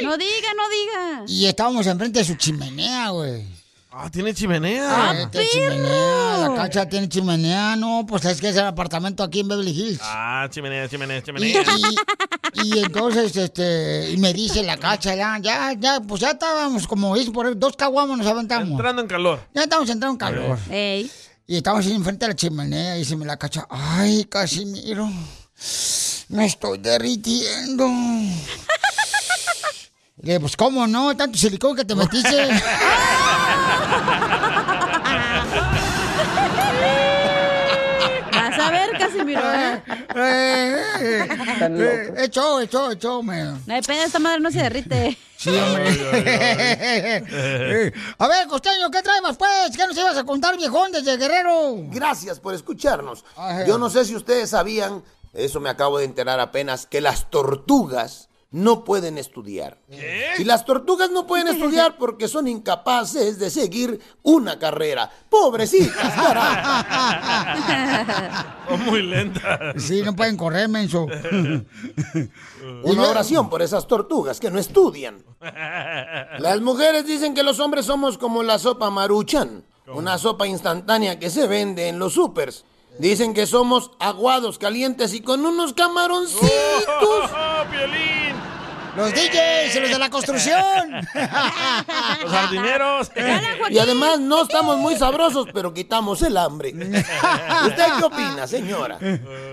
[SPEAKER 3] diga, no diga.
[SPEAKER 1] Y estábamos enfrente de su chimenea, güey.
[SPEAKER 2] Ah, tiene chimenea.
[SPEAKER 1] Ah, tiene chimenea, la cacha tiene chimenea, no, pues es que es el apartamento aquí en Beverly Hills.
[SPEAKER 2] Ah, chimenea, chimenea,
[SPEAKER 1] Y,
[SPEAKER 2] chimenea.
[SPEAKER 1] y- y entonces, este, y me dice la cacha, ya, ya, ya, pues ya estábamos, como dice por ahí, dos caguamos nos aventamos.
[SPEAKER 2] Entrando en calor.
[SPEAKER 1] Ya estábamos entrando en calor. Y estábamos ahí enfrente de la chimenea y se me la cacha, ay, Casimiro, me estoy derritiendo. Le digo, pues, ¿cómo no? Tanto silicón que te metiste.
[SPEAKER 3] Vas a ver, Casimiro. ¿eh?
[SPEAKER 1] Eh, Echó, echó, echó, me.
[SPEAKER 3] No hay pedo, esta madre no se derrite.
[SPEAKER 1] Sí, hombre. Eh, A ver, Costeño, ¿qué trae más, pues? ¿Qué nos ibas a contar, viejón, desde Guerrero?
[SPEAKER 18] Gracias por escucharnos. Yo no sé si ustedes sabían, eso me acabo de enterar apenas, que las tortugas no pueden estudiar. Y las tortugas no pueden estudiar porque son incapaces de seguir una carrera. Pobrecitas, carajo.
[SPEAKER 2] Son muy lenta.
[SPEAKER 1] Sí, no pueden correr, menso.
[SPEAKER 18] Una oración pues. por esas tortugas que no estudian. Las mujeres dicen que los hombres somos como la sopa maruchan, una sopa instantánea que se vende en los supers. Dicen que somos aguados, calientes y con unos camaroncitos.
[SPEAKER 1] Los DJs, los de la construcción.
[SPEAKER 18] Los
[SPEAKER 2] jardineros.
[SPEAKER 18] Y además no estamos muy sabrosos, pero quitamos el hambre. ¿Usted qué opina, señora?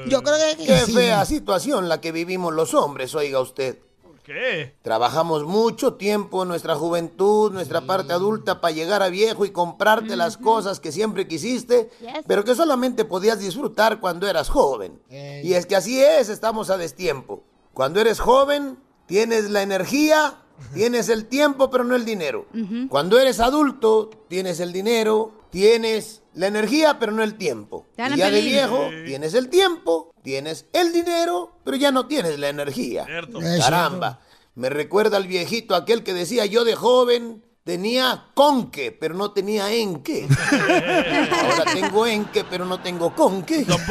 [SPEAKER 1] Yo creo
[SPEAKER 18] Qué fea situación la que vivimos los hombres, oiga usted.
[SPEAKER 2] ¿Qué?
[SPEAKER 18] Trabajamos mucho tiempo, nuestra juventud, nuestra parte adulta, para llegar a viejo y comprarte las cosas que siempre quisiste,
[SPEAKER 19] Yes.
[SPEAKER 18] pero que solamente podías disfrutar cuando eras joven. Y es que así es, estamos a destiempo. Cuando eres joven, tienes la energía, tienes el tiempo, pero no el dinero. Cuando eres adulto, tienes el dinero, tienes la energía, pero no el tiempo.
[SPEAKER 19] Te dan
[SPEAKER 18] Y ya de
[SPEAKER 19] pelín.
[SPEAKER 18] viejo,
[SPEAKER 19] Sí.
[SPEAKER 18] tienes el tiempo, tienes el dinero, pero ya no tienes la energía.
[SPEAKER 19] Es
[SPEAKER 18] Caramba, me recuerda al viejito aquel que decía, yo de joven tenía con qué, pero no tenía en qué. Ahora tengo en qué, pero no tengo con qué.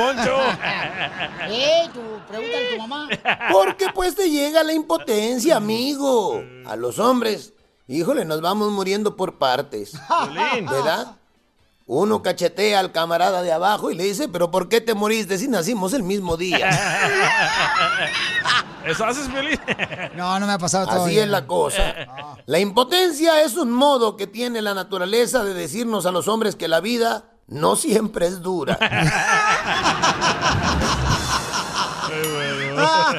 [SPEAKER 1] Eh, tú, pregúntale a tu mamá.
[SPEAKER 18] Porque pues te llega la impotencia, amigo. A los hombres, híjole, nos vamos muriendo por partes. ¿Verdad? Uno cachetea al camarada de abajo y le dice, pero ¿por qué te moriste si nacimos el mismo día?
[SPEAKER 2] ¿Eso haces, Piolín?
[SPEAKER 1] No, no me ha pasado
[SPEAKER 18] Así
[SPEAKER 1] todavía.
[SPEAKER 18] es la cosa. La impotencia es un modo que tiene la naturaleza de decirnos a los hombres que la vida no siempre es dura.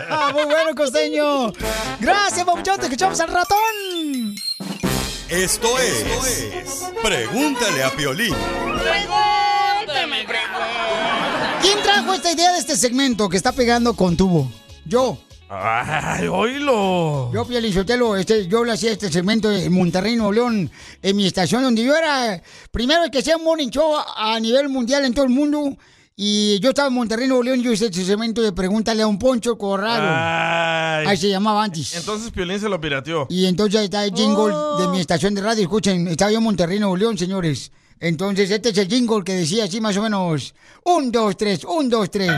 [SPEAKER 1] Ah, muy bueno, costeño. Gracias, papuchón. Te escuchamos al ratón.
[SPEAKER 16] Esto es Pregúntale a Piolín.
[SPEAKER 1] Pregúntame, ¿Quién trajo esta idea de este segmento que está pegando con tubo? Yo.
[SPEAKER 2] ¡Ay, oílo!
[SPEAKER 1] Yo, Piolín Sotelo, este, yo le hacía este segmento en Monterrey, Nuevo León, en mi estación, donde yo era eh, primero el que hacía un morning show a a nivel mundial en todo el mundo. Y yo estaba en Monterrey, Nuevo León, y yo hice este segmento de Pregúntale a un Poncho Corrado.
[SPEAKER 2] Ay.
[SPEAKER 1] Ahí se llamaba antes.
[SPEAKER 2] Entonces Piolín se lo pirateó.
[SPEAKER 1] Y entonces ahí está el jingle de mi estación de radio. Escuchen, estaba yo en Monterrey, Nuevo León, señores. Entonces este es el jingle que decía así más o menos. Un, dos, tres, un, dos, tres.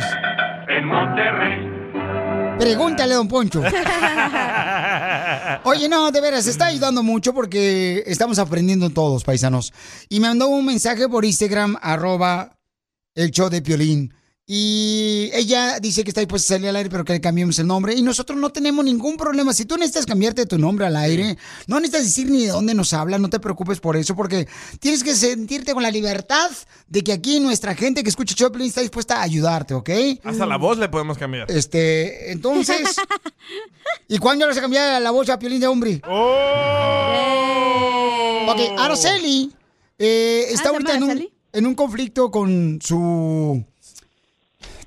[SPEAKER 12] En Monterrey.
[SPEAKER 1] Pregúntale a don Poncho. Oye, no, de veras, está ayudando mucho porque estamos aprendiendo todos, paisanos. Y me mandó un mensaje por Instagram, arroba el show de Piolín. Y ella dice que está dispuesta a salir al aire, pero que le cambiemos el nombre. Y nosotros no tenemos ningún problema. Si tú necesitas cambiarte tu nombre al aire, no necesitas decir ni de dónde nos habla, no te preocupes por eso, porque tienes que sentirte con la libertad de que aquí nuestra gente que escucha el show de Piolín está dispuesta a ayudarte, ¿ok?
[SPEAKER 2] Hasta la voz le podemos cambiar.
[SPEAKER 1] Mm. Este, entonces. ¿Y cuándo le vas a cambiar la voz a Piolín de Hombre? Ok, Araceli eh, está ahorita en un, en un conflicto con su.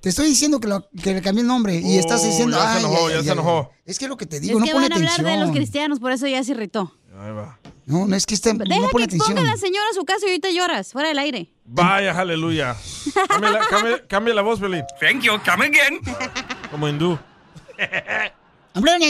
[SPEAKER 1] Te estoy diciendo que, lo- que le cambié el nombre y
[SPEAKER 2] Oh,
[SPEAKER 1] estás diciendo.
[SPEAKER 2] ya se
[SPEAKER 1] "Ay,
[SPEAKER 2] enojó,
[SPEAKER 1] ay,
[SPEAKER 2] ya
[SPEAKER 1] ay,
[SPEAKER 2] se
[SPEAKER 1] ay".
[SPEAKER 2] enojó.
[SPEAKER 1] Es que lo que te
[SPEAKER 3] Es
[SPEAKER 1] digo,
[SPEAKER 3] que
[SPEAKER 1] no pone
[SPEAKER 3] van a hablar
[SPEAKER 1] atención.
[SPEAKER 3] de los cristianos, por eso ya se irritó.
[SPEAKER 2] Ahí va.
[SPEAKER 1] No, no es que esté.
[SPEAKER 3] Deja
[SPEAKER 1] no
[SPEAKER 3] que
[SPEAKER 1] pone atención.
[SPEAKER 3] exponga a la señora a su caso y ahorita lloras, fuera del aire.
[SPEAKER 2] Vaya, aleluya. Cambia la, cambia- cambia la voz, Piolín. Thank you, come again. Como hindú. Hablando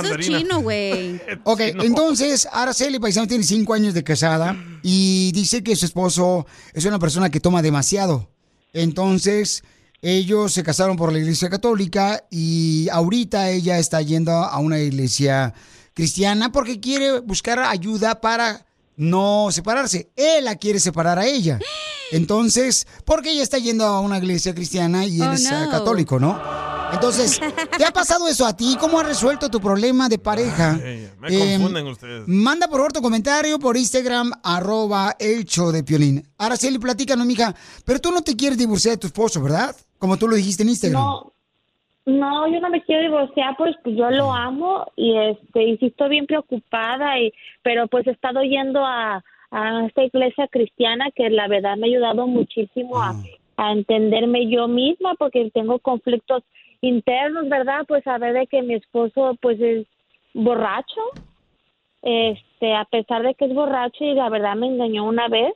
[SPEAKER 3] Eso es chino, güey.
[SPEAKER 1] Ok, entonces Araceli Paisano tiene cinco años de casada y dice que su esposo es una persona que toma demasiado. Entonces, ellos se casaron por la iglesia católica y ahorita ella está yendo a una iglesia cristiana porque quiere buscar ayuda para no separarse. Él la quiere separar a ella. Entonces, porque ella está yendo a una iglesia cristiana y él
[SPEAKER 3] Oh,
[SPEAKER 1] es eh,
[SPEAKER 3] no.
[SPEAKER 1] católico, ¿no? Entonces, ¿te ha pasado eso a ti? ¿Cómo has resuelto tu problema de pareja?
[SPEAKER 2] Me
[SPEAKER 1] Eh,
[SPEAKER 2] confunden ustedes.
[SPEAKER 1] Manda por favor tu comentario por Instagram, arroba el show de Piolín. Araceli, platícanos, mija, pero tú no te quieres divorciar de tu esposo, ¿verdad? Como tú lo dijiste en Instagram.
[SPEAKER 15] No, pues no, yo no me quiero divorciar, pues, pues yo lo amo y este y sí estoy bien preocupada y pero pues he estado yendo a, a esta iglesia cristiana que la verdad me ha ayudado muchísimo a, a entenderme yo misma porque tengo conflictos internos, ¿verdad? Pues a ver de que mi esposo pues es borracho, este a pesar de que es borracho y la verdad me engañó una vez,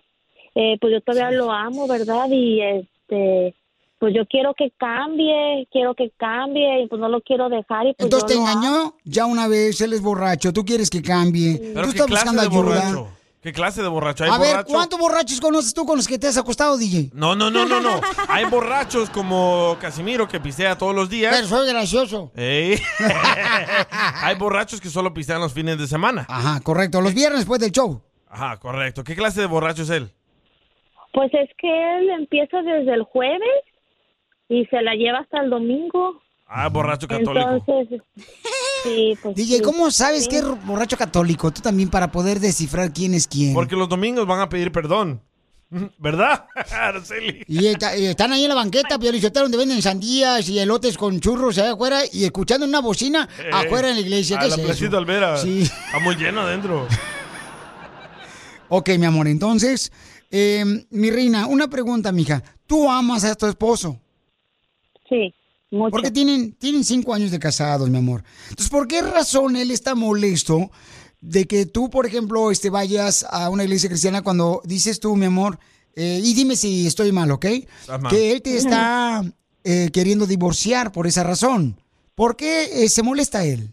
[SPEAKER 15] eh, pues yo todavía lo amo, ¿verdad? Y este pues yo quiero que cambie, quiero que cambie y pues no lo quiero dejar y pues
[SPEAKER 1] Entonces te
[SPEAKER 15] yo lo amo.
[SPEAKER 1] engañó, ya una vez, él es borracho, tú quieres que cambie,
[SPEAKER 2] Pero
[SPEAKER 1] tú
[SPEAKER 2] ¿qué
[SPEAKER 1] estás
[SPEAKER 2] clase
[SPEAKER 1] buscando
[SPEAKER 2] de
[SPEAKER 1] ayuda.
[SPEAKER 2] borracho? ¿Qué clase de borracho? ¿Hay
[SPEAKER 1] A ver,
[SPEAKER 2] borracho?
[SPEAKER 1] ¿cuántos borrachos conoces tú con los que te has acostado, DJ?
[SPEAKER 2] No, no, no, no, no. Hay borrachos como Casimiro que pistea todos los días.
[SPEAKER 1] Pero soy gracioso.
[SPEAKER 2] Ey. Hay borrachos que solo pistean los fines de semana.
[SPEAKER 1] Ajá, correcto. Los viernes después del show.
[SPEAKER 2] Ajá, correcto. ¿Qué clase de borracho es él?
[SPEAKER 15] Pues es que él empieza desde el jueves y se la lleva hasta el domingo.
[SPEAKER 2] Ah, borracho católico.
[SPEAKER 15] Entonces, sí, pues
[SPEAKER 1] DJ,
[SPEAKER 15] sí.
[SPEAKER 1] ¿cómo sabes
[SPEAKER 15] Sí.
[SPEAKER 1] que es borracho católico? Tú también para poder descifrar quién es quién.
[SPEAKER 2] Porque los domingos van a pedir perdón. ¿Verdad, Araceli?
[SPEAKER 1] Y, está- y están ahí en la banqueta, Piolichotero, donde venden sandías y elotes con churros allá afuera y escuchando una bocina afuera en la iglesia.
[SPEAKER 2] Eh, A
[SPEAKER 1] ¿Qué
[SPEAKER 2] la
[SPEAKER 1] es eso?
[SPEAKER 2] Plácido Alvera.
[SPEAKER 1] Sí.
[SPEAKER 2] Está muy lleno adentro.
[SPEAKER 1] Ok, mi amor, entonces, eh, mi reina, una pregunta, mija. ¿Tú amas a tu esposo?
[SPEAKER 15] Sí, mucho.
[SPEAKER 1] Porque tienen, tienen cinco años de casados, mi amor. Entonces, ¿por qué razón él está molesto de que tú, por ejemplo, este, vayas a una iglesia cristiana cuando dices tú, mi amor, eh, y dime si estoy mal, ¿ok?
[SPEAKER 12] mal.
[SPEAKER 1] Que él te está eh, queriendo divorciar por esa razón. ¿Por qué eh, se molesta él?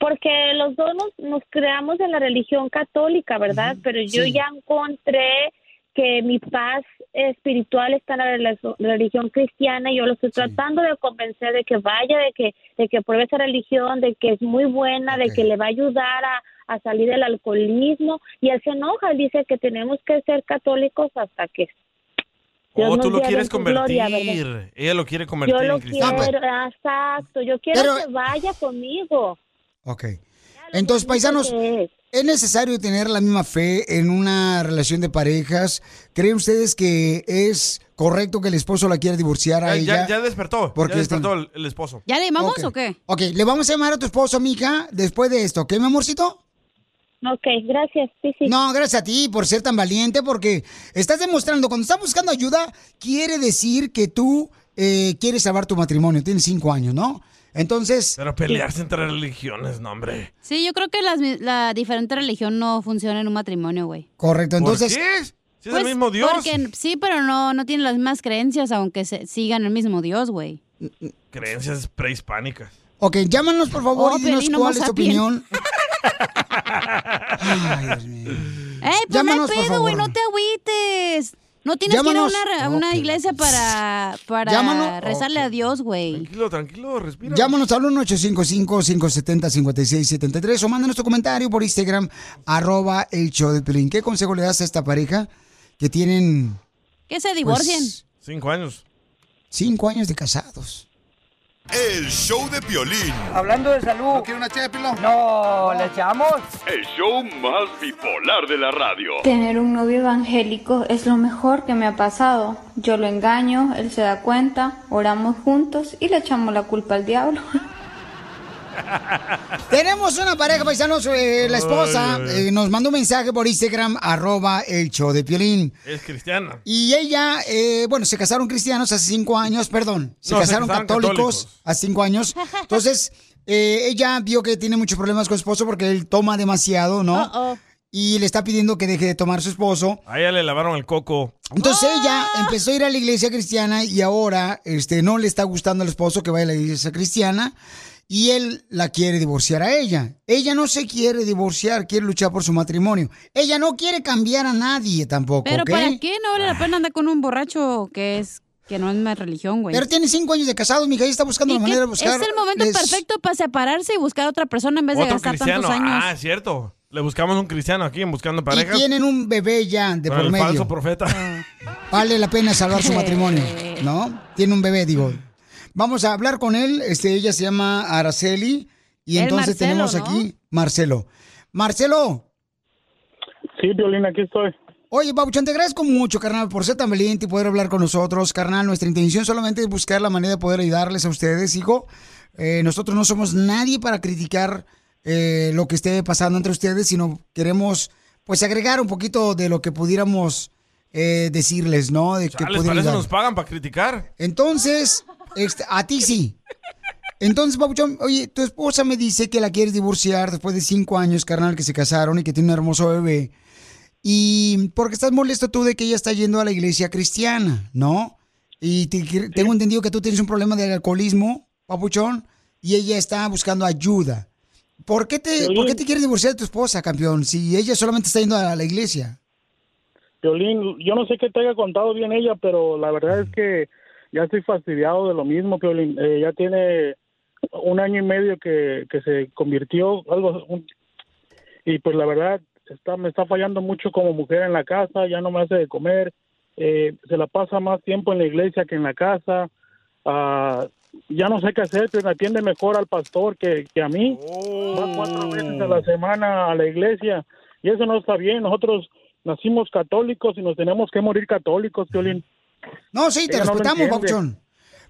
[SPEAKER 15] Porque los dos nos, nos creamos en la religión católica, ¿verdad? Pero yo
[SPEAKER 1] sí.
[SPEAKER 15] ya encontré que mi paz espiritual está en la rela- religión cristiana y yo lo estoy tratando de convencer de que vaya, de que, de que pruebe esa religión, de que es muy buena, de que le va a ayudar a, a salir del alcoholismo y él se enoja, él dice que tenemos que ser católicos hasta que... Dios
[SPEAKER 2] Oh,
[SPEAKER 15] nos
[SPEAKER 2] tú lo
[SPEAKER 15] lleve
[SPEAKER 2] quieres
[SPEAKER 15] en su gloria,
[SPEAKER 2] convertir.
[SPEAKER 15] ¿verdad?
[SPEAKER 2] Ella lo quiere convertir
[SPEAKER 15] Yo lo
[SPEAKER 2] en cristiano.
[SPEAKER 15] quiero, exacto, yo quiero que vaya conmigo.
[SPEAKER 1] Ok. Entonces, paisanos, ¿es necesario tener la misma fe en una relación de parejas? ¿Creen ustedes que es correcto que el esposo la quiera divorciar a
[SPEAKER 2] Ya,
[SPEAKER 1] ella?
[SPEAKER 2] ya- ya despertó.
[SPEAKER 1] Porque
[SPEAKER 2] ya
[SPEAKER 1] están-
[SPEAKER 2] despertó el, el esposo.
[SPEAKER 1] ¿Ya
[SPEAKER 3] le llamamos o qué?
[SPEAKER 1] Ok, le vamos a llamar a tu esposo, mija, después de esto, ¿ok, mi amorcito?
[SPEAKER 15] Ok, gracias, sí, sí.
[SPEAKER 1] No, gracias a ti por ser tan valiente, porque estás demostrando, cuando estás buscando ayuda, quiere decir que tú eh, quieres salvar tu matrimonio, tienes cinco años, ¿no? Entonces...
[SPEAKER 2] Pero pelearse entre religiones, no, hombre.
[SPEAKER 3] Sí, yo creo que las mi- la diferente religión no funciona en un matrimonio, güey.
[SPEAKER 1] Correcto,
[SPEAKER 2] ¿Por
[SPEAKER 1] entonces...
[SPEAKER 2] qué? Si es
[SPEAKER 3] Pues,
[SPEAKER 2] el mismo Dios.
[SPEAKER 3] porque- sí, pero no, no tienen las mismas creencias, aunque se- sigan el mismo Dios, güey.
[SPEAKER 2] Creencias prehispánicas.
[SPEAKER 1] Ok, llámanos por favor
[SPEAKER 3] Oh,
[SPEAKER 1] y dinos
[SPEAKER 3] Piolín, no
[SPEAKER 1] cuál es
[SPEAKER 3] más
[SPEAKER 1] tu
[SPEAKER 3] sapien.
[SPEAKER 1] opinión.
[SPEAKER 3] ¡Ey, pues
[SPEAKER 1] Llámanos,
[SPEAKER 3] no
[SPEAKER 1] por
[SPEAKER 3] hay pedo, güey!
[SPEAKER 1] favor.
[SPEAKER 3] ¡No te agüites! No tienes
[SPEAKER 2] Llámanos.
[SPEAKER 3] que ir a una, a una iglesia para, para
[SPEAKER 2] Llámanos.
[SPEAKER 3] rezarle a Dios, güey.
[SPEAKER 2] Tranquilo, tranquilo, respira.
[SPEAKER 1] Llámanos al 1-855-570-5673 o mándanos tu comentario por Instagram, arroba el show de Piolín. ¿Qué consejo le das a esta pareja que tienen pues,
[SPEAKER 3] Que se divorcien.
[SPEAKER 20] Pues,
[SPEAKER 2] Cinco años.
[SPEAKER 1] cinco años de casados?
[SPEAKER 16] El show de Piolín.
[SPEAKER 5] Hablando de salud. ¿No quiere una ché No, ¿le echamos?
[SPEAKER 6] El show más bipolar de la radio.
[SPEAKER 20] Tener un novio evangélico es lo mejor que me ha pasado. Yo lo engaño, él se da cuenta, oramos juntos y le echamos la culpa al diablo.
[SPEAKER 1] Tenemos una pareja, paisanos, eh, la esposa
[SPEAKER 2] Ay, ay, ay.
[SPEAKER 1] eh, nos mandó un mensaje por Instagram, arroba el show de Piolín.
[SPEAKER 2] Es cristiana.
[SPEAKER 1] Y ella, eh, bueno, se casaron cristianos hace cinco años, perdón, se
[SPEAKER 2] No, se
[SPEAKER 1] casaron
[SPEAKER 2] casaron
[SPEAKER 1] católicos,
[SPEAKER 2] católicos.
[SPEAKER 1] hace cinco años. Entonces, eh, ella vio que tiene muchos problemas con su esposo porque él toma demasiado, ¿no? Y le está pidiendo que deje de tomar su esposo.
[SPEAKER 2] A ella le lavaron el coco.
[SPEAKER 1] Entonces ella
[SPEAKER 3] ¡Ah!
[SPEAKER 1] empezó a ir a la iglesia cristiana y ahora este, no le está gustando al esposo que vaya a la iglesia cristiana y él la quiere divorciar a ella. Ella no se quiere divorciar, quiere luchar por su matrimonio. Ella no quiere cambiar a nadie tampoco,
[SPEAKER 3] Pero
[SPEAKER 1] ¿ok?
[SPEAKER 3] ¿para qué no vale la pena andar con un borracho que es que no es mi religión, güey?
[SPEAKER 1] Pero tiene cinco años de casado, mija, y está buscando
[SPEAKER 3] pues. ¿Y
[SPEAKER 1] la
[SPEAKER 3] qué?
[SPEAKER 1] manera de buscar...
[SPEAKER 3] Es el momento
[SPEAKER 1] les-
[SPEAKER 3] perfecto para separarse y buscar a otra persona en vez de
[SPEAKER 2] Otro
[SPEAKER 3] gastar
[SPEAKER 2] cristiano.
[SPEAKER 3] tantos años.
[SPEAKER 2] Ah, cierto. Le buscamos un cristiano aquí en Buscando
[SPEAKER 1] Y
[SPEAKER 2] Parejas.
[SPEAKER 1] tienen un bebé ya de
[SPEAKER 2] Con
[SPEAKER 1] por
[SPEAKER 2] el falso
[SPEAKER 1] medio. Ah.
[SPEAKER 2] profeta.
[SPEAKER 1] Vale la pena salvar su matrimonio, ¿no? Tiene un bebé, digo. Vamos a hablar con él. Este, ella se llama Araceli. Y
[SPEAKER 21] El
[SPEAKER 1] entonces
[SPEAKER 21] Marcelo,
[SPEAKER 1] tenemos
[SPEAKER 21] ¿no?
[SPEAKER 1] aquí Marcelo. Marcelo.
[SPEAKER 21] Sí, Violina, aquí estoy.
[SPEAKER 1] Oye, Pabuchón, te agradezco mucho, carnal, por ser tan valiente y poder hablar con nosotros, carnal. Nuestra intención solamente es buscar la manera de poder ayudarles a ustedes, hijo. Eh, nosotros no somos nadie para criticar eh, lo que esté pasando entre ustedes, sino queremos, pues, agregar un poquito de lo que pudiéramos eh, decirles, ¿no? De que
[SPEAKER 2] Ah, ¿Les
[SPEAKER 1] pudiera
[SPEAKER 2] parece
[SPEAKER 1] ayudar.
[SPEAKER 2] nos pagan para criticar?
[SPEAKER 1] Entonces, este, a ti sí. Entonces, Pabuchón, oye, tu esposa me dice que la quieres divorciar después de cinco años, carnal, que se casaron y que tiene un hermoso bebé. Y porque estás molesto tú de que ella está yendo a la iglesia cristiana, ¿no? Y te- tengo entendido que tú tienes un problema de alcoholismo, Pabuchón, y ella está buscando ayuda. ¿Por qué te, ¿por qué te quieres divorciar de tu esposa, campeón, si ella solamente está yendo a la iglesia?
[SPEAKER 21] Piolín, yo no sé qué te haya contado bien ella, pero la verdad es que ya estoy fastidiado de lo mismo, Piolín. Eh, ya tiene un año y medio que, que se convirtió, algo un- y pues la verdad está me está fallando mucho como mujer en la casa, ya no me hace de comer, eh, se la pasa más tiempo en la iglesia que en la casa, Ah, ya no sé qué hacer, pues me atiende mejor al pastor que, que a mí, va cuatro veces a la semana a la iglesia y eso no está bien, nosotros nacimos católicos y nos tenemos que morir católicos, Violín.
[SPEAKER 1] No, sí, te
[SPEAKER 21] Ella no lo
[SPEAKER 1] respetamos,
[SPEAKER 21] entiende.
[SPEAKER 1] Pabuchón.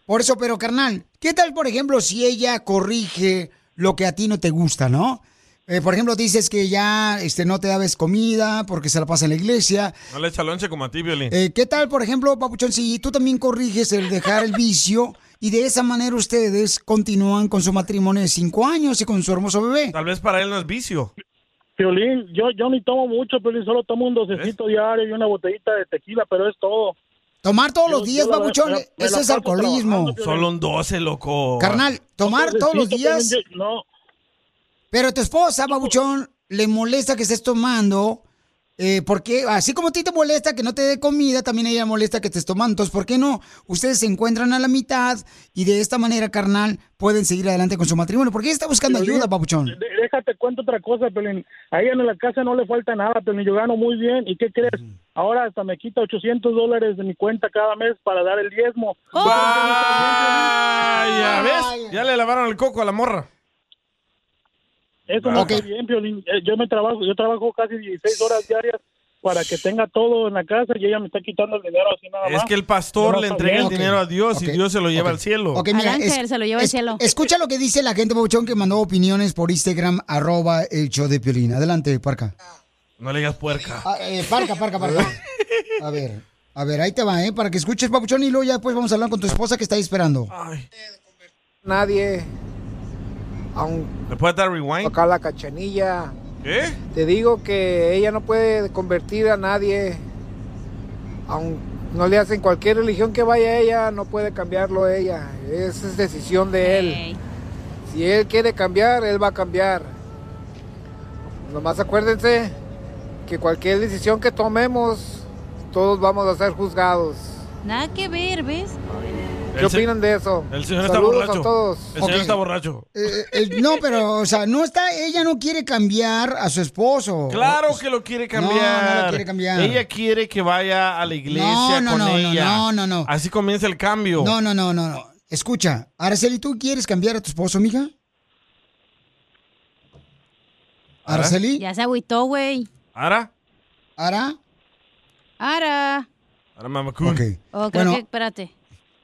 [SPEAKER 1] Por eso, pero carnal, ¿qué tal, por ejemplo, si ella corrige lo que a ti no te gusta, no? Eh, por ejemplo, dices que ya este, no te dabes comida porque se la pasa en la iglesia.
[SPEAKER 2] No le echa lonche como a ti, Violín.
[SPEAKER 1] Eh, ¿Qué tal, por ejemplo, Papuchón, si tú también corriges el dejar el vicio y de esa manera ustedes continúan con su matrimonio de cinco años y con su hermoso bebé?
[SPEAKER 2] Tal vez para él no es vicio.
[SPEAKER 21] Piolín, yo, yo ni tomo mucho, Piolín, solo tomo un docecito diario y una botellita de tequila, pero es todo.
[SPEAKER 1] Tomar todos
[SPEAKER 21] Yo-
[SPEAKER 1] los días, eh,
[SPEAKER 21] yo la-
[SPEAKER 1] Papuchón,
[SPEAKER 21] me la- me
[SPEAKER 1] eso
[SPEAKER 21] la
[SPEAKER 1] es
[SPEAKER 21] paso
[SPEAKER 1] alcoholismo.
[SPEAKER 2] Solo un 12, loco.
[SPEAKER 1] Carnal, tomar todos los días. Pero a tu esposa, babuchón, le molesta que estés tomando eh, porque así como a ti te molesta que no te dé comida, también a ella molesta que te tomando. Entonces, ¿por qué no? Ustedes se encuentran a la mitad y de esta manera, carnal, pueden seguir adelante con su matrimonio. Porque ella está buscando
[SPEAKER 21] Piolín,
[SPEAKER 1] ayuda, papuchón.
[SPEAKER 21] de- Déjate cuento otra cosa, Pelín. A ella en la casa no le falta nada, Pelín. Yo gano muy bien. ¿Y qué crees? Ahora hasta me quita 800 dólares de mi cuenta cada mes para dar el diezmo.
[SPEAKER 2] Ah, ya ves, ya le lavaron el coco a la morra.
[SPEAKER 21] Eso no
[SPEAKER 2] Ok.
[SPEAKER 21] está bien, Piolín. Eh, Yo me trabajo, yo trabajo casi 16 horas diarias para que tenga todo en la casa y ella me está quitando el dinero así nada más.
[SPEAKER 2] Es que el pastor
[SPEAKER 21] No
[SPEAKER 2] le
[SPEAKER 21] está
[SPEAKER 2] entrega el
[SPEAKER 21] bien.
[SPEAKER 2] dinero a Dios y Dios se lo lleva
[SPEAKER 1] ok.
[SPEAKER 2] al cielo.
[SPEAKER 1] Ok, mira, es- es- Escucha lo que dice la gente, papuchón, que mandó opiniones por Instagram, arroba el show de Piolín. Adelante, Parca.
[SPEAKER 2] No le digas puerca.
[SPEAKER 1] Ah, eh, parca, parca, parca. A ver, a ver, ahí te va, ¿eh? Para que escuches, papuchón, y luego ya después vamos a hablar con tu esposa que está ahí esperando.
[SPEAKER 22] Nadie. Aunque
[SPEAKER 2] ¿Le puedes dar rewind?
[SPEAKER 22] acá la cachanilla.
[SPEAKER 2] ¿Qué?
[SPEAKER 22] Te digo que ella no puede convertir a nadie. Aun no le hacen cualquier religión que vaya ella, no puede cambiarlo ella. Esa es decisión de él. Si él quiere cambiar, él va a cambiar. Nomás acuérdense que cualquier decisión que tomemos, todos vamos a ser juzgados.
[SPEAKER 2] Ah.
[SPEAKER 3] Nada que ver, ¿ves?
[SPEAKER 22] ¿Qué opinan de eso?
[SPEAKER 2] El señor está
[SPEAKER 22] Saludos
[SPEAKER 2] borracho.
[SPEAKER 22] a todos.
[SPEAKER 2] El señor está borracho.
[SPEAKER 1] Eh, eh, no, pero, o sea, no está, ella no quiere cambiar a su esposo.
[SPEAKER 2] Claro que lo quiere
[SPEAKER 1] Oh, pues, no lo
[SPEAKER 2] cambiar.
[SPEAKER 1] quiere cambiar.
[SPEAKER 2] Ella quiere que vaya a la
[SPEAKER 1] No,
[SPEAKER 2] iglesia
[SPEAKER 1] no,
[SPEAKER 2] con
[SPEAKER 1] no, no,
[SPEAKER 2] ella.
[SPEAKER 1] no, no, no.
[SPEAKER 2] Así comienza el cambio.
[SPEAKER 1] No, no, no, no, no. Escucha, Araceli, ¿tú quieres cambiar a tu esposo, mija? Araceli.
[SPEAKER 3] Ya se agüitó, güey.
[SPEAKER 2] ¿Ara?
[SPEAKER 1] ¿Ara?
[SPEAKER 3] Ara.
[SPEAKER 2] ¿Ara mamacún?
[SPEAKER 3] Oh, creo
[SPEAKER 1] Bueno.
[SPEAKER 3] que, espérate.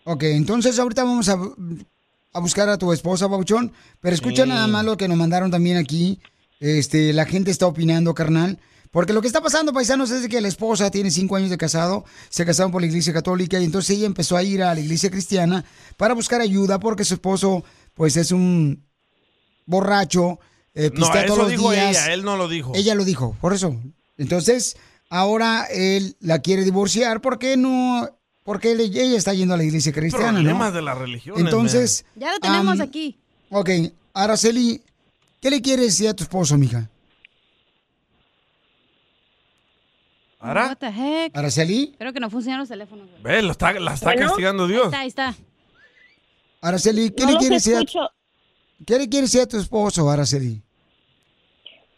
[SPEAKER 1] Ok, entonces ahorita vamos a, a buscar a tu esposa, Babuchón. Pero escucha
[SPEAKER 3] Sí.
[SPEAKER 1] nada más lo que nos mandaron también aquí. Este, la gente está opinando, carnal. Porque lo que está pasando, paisanos, es de que la esposa tiene cinco años de casado, se casaron por la iglesia católica y entonces ella empezó a ir a la iglesia cristiana para buscar ayuda porque su esposo, pues, es un borracho, eh,
[SPEAKER 2] No,
[SPEAKER 1] pistea
[SPEAKER 2] eso
[SPEAKER 1] todos los
[SPEAKER 2] dijo
[SPEAKER 1] días.
[SPEAKER 2] ella, él no lo dijo.
[SPEAKER 1] Ella lo dijo, por eso. Entonces, ahora él la quiere divorciar porque no, porque él- ella está yendo a la iglesia cristiana,
[SPEAKER 2] Problemas
[SPEAKER 1] ¿no?
[SPEAKER 2] de las religiones.
[SPEAKER 1] Entonces, ah,
[SPEAKER 3] Ya lo tenemos
[SPEAKER 1] am,
[SPEAKER 3] aquí.
[SPEAKER 1] Ok, Araceli, ¿qué le quieres decir a tu esposo, mija?
[SPEAKER 3] What the heck?
[SPEAKER 1] Araceli,
[SPEAKER 3] Creo que no funcionan los teléfonos, güey.
[SPEAKER 2] Ve, lo está, la está
[SPEAKER 3] Bueno.
[SPEAKER 2] castigando Dios.
[SPEAKER 3] Ahí está, ahí está.
[SPEAKER 1] Araceli, ¿qué
[SPEAKER 3] No
[SPEAKER 1] le
[SPEAKER 3] los
[SPEAKER 1] quieres decir? a-
[SPEAKER 3] escucho.
[SPEAKER 1] ¿Qué le quieres decir a tu esposo, Araceli?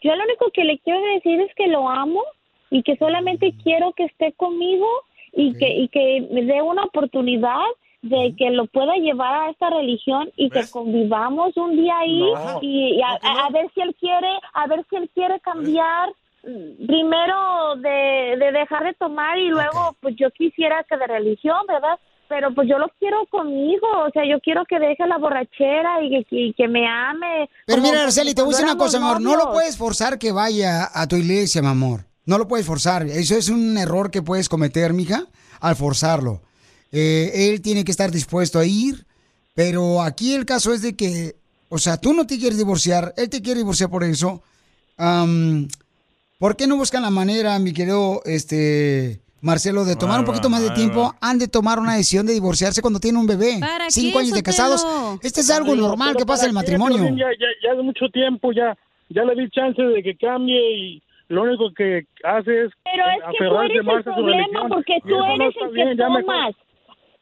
[SPEAKER 15] Yo lo único que le quiero decir es que lo amo y que solamente quiero que esté conmigo y que y que me dé una oportunidad de que lo pueda llevar a esta religión y que convivamos un día ahí
[SPEAKER 23] No.
[SPEAKER 15] y, y a, a- a ver si él quiere, a ver si él quiere cambiar mm, primero de, de dejar de tomar y luego pues yo quisiera que de religión, ¿verdad? Pero pues yo lo quiero conmigo, o sea, yo quiero que deje la borrachera y que, y que me ame.
[SPEAKER 1] Pero
[SPEAKER 15] como-
[SPEAKER 1] mira, Araceli, te voy a decir
[SPEAKER 15] cuando
[SPEAKER 1] una cosa,
[SPEAKER 15] éramos
[SPEAKER 1] amor. No lo
[SPEAKER 15] novios.
[SPEAKER 1] puedes forzar que vaya a tu iglesia, mi amor. No lo puedes forzar. Eso es un error que puedes cometer, mija, al forzarlo. Eh, él tiene que estar dispuesto a ir, pero aquí el caso es de que, o sea, tú no te quieres divorciar, él te quiere divorciar por eso. Am, ¿Por qué no buscan la manera, mi querido este, Marcelo, de tomar
[SPEAKER 19] Ahí
[SPEAKER 1] un poquito
[SPEAKER 19] va,
[SPEAKER 1] más de
[SPEAKER 19] ahí
[SPEAKER 1] tiempo?
[SPEAKER 19] va.
[SPEAKER 1] Han de tomar una decisión de divorciarse cuando tienen un bebé.
[SPEAKER 19] ¿Para
[SPEAKER 1] Cinco
[SPEAKER 19] qué,
[SPEAKER 1] años de
[SPEAKER 19] Sotelo?
[SPEAKER 1] casados. Este es algo
[SPEAKER 21] Pero-
[SPEAKER 1] normal
[SPEAKER 21] pero
[SPEAKER 1] que pasa en el
[SPEAKER 21] ¿para qué,
[SPEAKER 1] matrimonio.
[SPEAKER 21] Piolín? Ya, ya, ya hace mucho tiempo, ya, ya le di chance de que cambie y lo único que hace es,
[SPEAKER 15] Pero es que tú eres el problema porque tú eres el que tomas.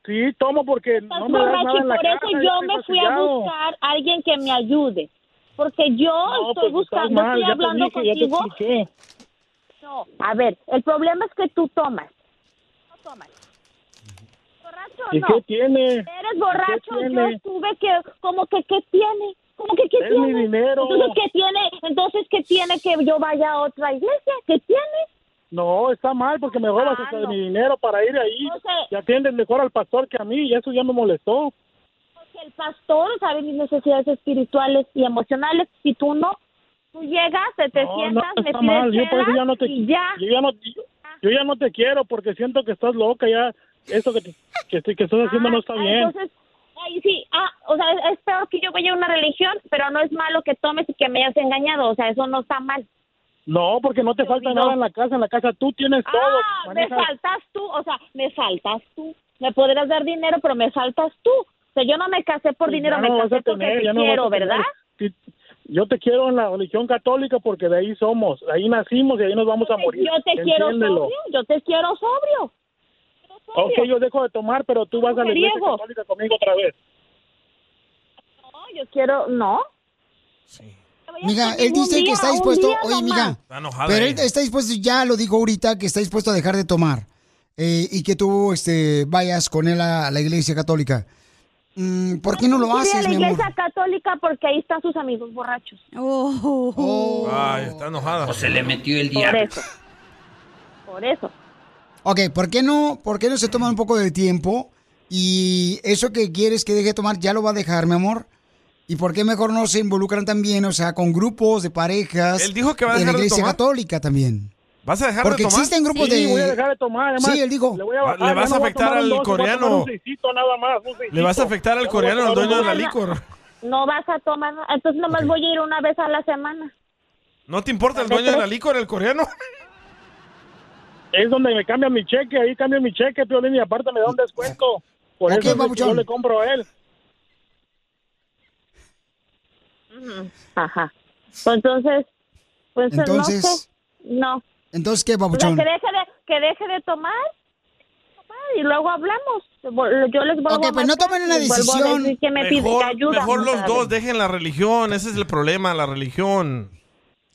[SPEAKER 21] Sí, tomo porque no
[SPEAKER 15] Estás
[SPEAKER 21] me das
[SPEAKER 15] borracho
[SPEAKER 21] nada
[SPEAKER 15] y
[SPEAKER 21] en la
[SPEAKER 15] por
[SPEAKER 21] cara.
[SPEAKER 15] eso yo me fui a buscar a alguien que me ayude. Porque yo estoy
[SPEAKER 21] pues, estás
[SPEAKER 15] buscando,
[SPEAKER 21] mal,
[SPEAKER 15] estoy
[SPEAKER 21] ya te
[SPEAKER 15] hablando
[SPEAKER 21] dije, ya te
[SPEAKER 15] contigo. No, a ver, el problema es que tú tomas. No tomas. ¿Borracho o
[SPEAKER 21] ¿Y
[SPEAKER 15] no?
[SPEAKER 21] qué tiene?
[SPEAKER 15] Eres borracho,
[SPEAKER 21] ¿Qué
[SPEAKER 15] yo
[SPEAKER 21] tiene?
[SPEAKER 15] tuve que, como que, ¿qué tiene? Como que, ¿qué
[SPEAKER 21] Es
[SPEAKER 15] tiene?
[SPEAKER 21] mi dinero.
[SPEAKER 15] Entonces, ¿qué tiene? Entonces, ¿qué tiene que yo vaya a otra iglesia? ¿Qué tiene?
[SPEAKER 21] No, está mal porque me robas
[SPEAKER 15] Ah,
[SPEAKER 21] hasta de mi dinero para ir ahí y atiendes mejor al pastor que a mí y eso ya me molestó.
[SPEAKER 15] que el pastor sabe mis necesidades espirituales y emocionales. Si tú no, tú llegas, te, te
[SPEAKER 21] No,
[SPEAKER 15] sientas,
[SPEAKER 21] no,
[SPEAKER 15] me
[SPEAKER 21] está
[SPEAKER 15] pides
[SPEAKER 21] mal. Yo por eso
[SPEAKER 15] chelas
[SPEAKER 21] ya no te,
[SPEAKER 15] y ya.
[SPEAKER 21] Yo ya no, yo ya no te quiero porque siento que estás loca ya. Eso que, te- que, estoy- que estás haciendo no está
[SPEAKER 15] Ah,
[SPEAKER 21] bien.
[SPEAKER 15] Entonces, ahí sí, ah, o sea, es, es peor que yo vaya a una religión, pero no es malo que tomes y que me hayas engañado, o sea, eso no está mal.
[SPEAKER 21] No, porque no te falta nada en la casa. En la casa tú tienes todo.
[SPEAKER 15] Ah, me
[SPEAKER 21] manejas-
[SPEAKER 15] faltas tú, o sea, me faltas tú. Me podrás dar dinero, pero me faltas tú. O sea, yo no me casé por
[SPEAKER 21] Pues
[SPEAKER 15] dinero,
[SPEAKER 21] ya
[SPEAKER 15] me
[SPEAKER 21] no vas
[SPEAKER 15] casé
[SPEAKER 21] a tener,
[SPEAKER 15] porque te
[SPEAKER 21] ya no vas a
[SPEAKER 15] quiero,
[SPEAKER 21] tener.
[SPEAKER 15] ¿verdad?
[SPEAKER 21] yo te quiero en la religión católica porque de ahí somos, de ahí nacimos y ahí nos vamos a morir.
[SPEAKER 15] Yo te quiero
[SPEAKER 21] Entiéndelo.
[SPEAKER 15] sobrio, yo te quiero sobrio.
[SPEAKER 21] Ok, yo dejo de tomar, pero tú vas a la iglesia
[SPEAKER 15] Mujeriego.
[SPEAKER 21] católica conmigo otra vez.
[SPEAKER 15] No, yo quiero, no.
[SPEAKER 1] Mija, él
[SPEAKER 15] Un
[SPEAKER 1] dice
[SPEAKER 15] día,
[SPEAKER 1] que está
[SPEAKER 15] un
[SPEAKER 1] dispuesto,
[SPEAKER 15] día
[SPEAKER 1] oye,
[SPEAKER 15] nomás.
[SPEAKER 1] mija,
[SPEAKER 2] Está enojada,
[SPEAKER 1] pero él
[SPEAKER 2] eh.
[SPEAKER 1] está dispuesto, ya lo dijo ahorita, que está dispuesto a dejar de tomar eh, y que tú este, vayas con él a la iglesia católica. Mm, ¿Por qué no lo
[SPEAKER 15] Quiere ir
[SPEAKER 1] haces,
[SPEAKER 15] a la
[SPEAKER 1] mi amor?
[SPEAKER 15] iglesia católica porque ahí están sus amigos borrachos.
[SPEAKER 1] Oh.
[SPEAKER 21] Oh.
[SPEAKER 2] Ay, está enojada.
[SPEAKER 23] O se le metió el
[SPEAKER 15] Por
[SPEAKER 23] diablo.
[SPEAKER 15] eso. Por eso.
[SPEAKER 1] Ok, ¿por qué no, por qué no se toma un poco de tiempo? Y eso que quieres que deje de tomar ya lo va a dejar, mi amor. ¿Y por qué mejor no se involucran también, o sea, con grupos de parejas?
[SPEAKER 2] Él dijo que va a
[SPEAKER 1] de
[SPEAKER 2] dejar
[SPEAKER 1] la
[SPEAKER 2] de
[SPEAKER 1] iglesia
[SPEAKER 2] tomar.
[SPEAKER 1] católica también.
[SPEAKER 2] ¿Vas a dejar
[SPEAKER 1] Porque
[SPEAKER 2] de tomar?
[SPEAKER 1] existen grupos de...
[SPEAKER 21] voy a dejar de tomar, además.
[SPEAKER 1] Sí, él dijo.
[SPEAKER 21] Le, voy a bajar,
[SPEAKER 2] Le vas
[SPEAKER 21] ya
[SPEAKER 2] a
[SPEAKER 21] no voy
[SPEAKER 2] afectar
[SPEAKER 21] tomar un
[SPEAKER 2] al
[SPEAKER 21] dos, voy a tomar
[SPEAKER 2] coreano.
[SPEAKER 21] un seisito nada más, un seisito.
[SPEAKER 2] Le vas a afectar al
[SPEAKER 21] Ya no voy
[SPEAKER 2] coreano, al
[SPEAKER 21] tomar
[SPEAKER 2] dueño de
[SPEAKER 21] un-
[SPEAKER 2] la licor.
[SPEAKER 15] No vas a tomar, nada. entonces nomás voy a ir una vez a la semana.
[SPEAKER 2] ¿No te importa el dueño de la licor, el coreano?
[SPEAKER 21] Es donde me cambia mi cheque, ahí cambia mi cheque, Piolín, y aparte me da un descuento. Por
[SPEAKER 1] Ok,
[SPEAKER 21] eso es que
[SPEAKER 1] papuchón.
[SPEAKER 21] yo le compro a él.
[SPEAKER 15] Ajá. Entonces, pues
[SPEAKER 1] Entonces-
[SPEAKER 15] no sé. No.
[SPEAKER 1] Entonces, ¿qué,
[SPEAKER 15] O sea,
[SPEAKER 1] papuchón?
[SPEAKER 15] que deje de, que deje de tomar tomar, y luego hablamos. Vol- Yo les vuelvo
[SPEAKER 1] Ok,
[SPEAKER 15] a
[SPEAKER 1] pues no
[SPEAKER 15] marcar
[SPEAKER 1] tomen una
[SPEAKER 15] y vuelvo a
[SPEAKER 1] decisión.
[SPEAKER 15] decir que me pide
[SPEAKER 2] Mejor,
[SPEAKER 15] ayuda,
[SPEAKER 2] mejor los
[SPEAKER 15] ¿sabes?
[SPEAKER 2] dos dejen la religión. Ese es el problema, la religión.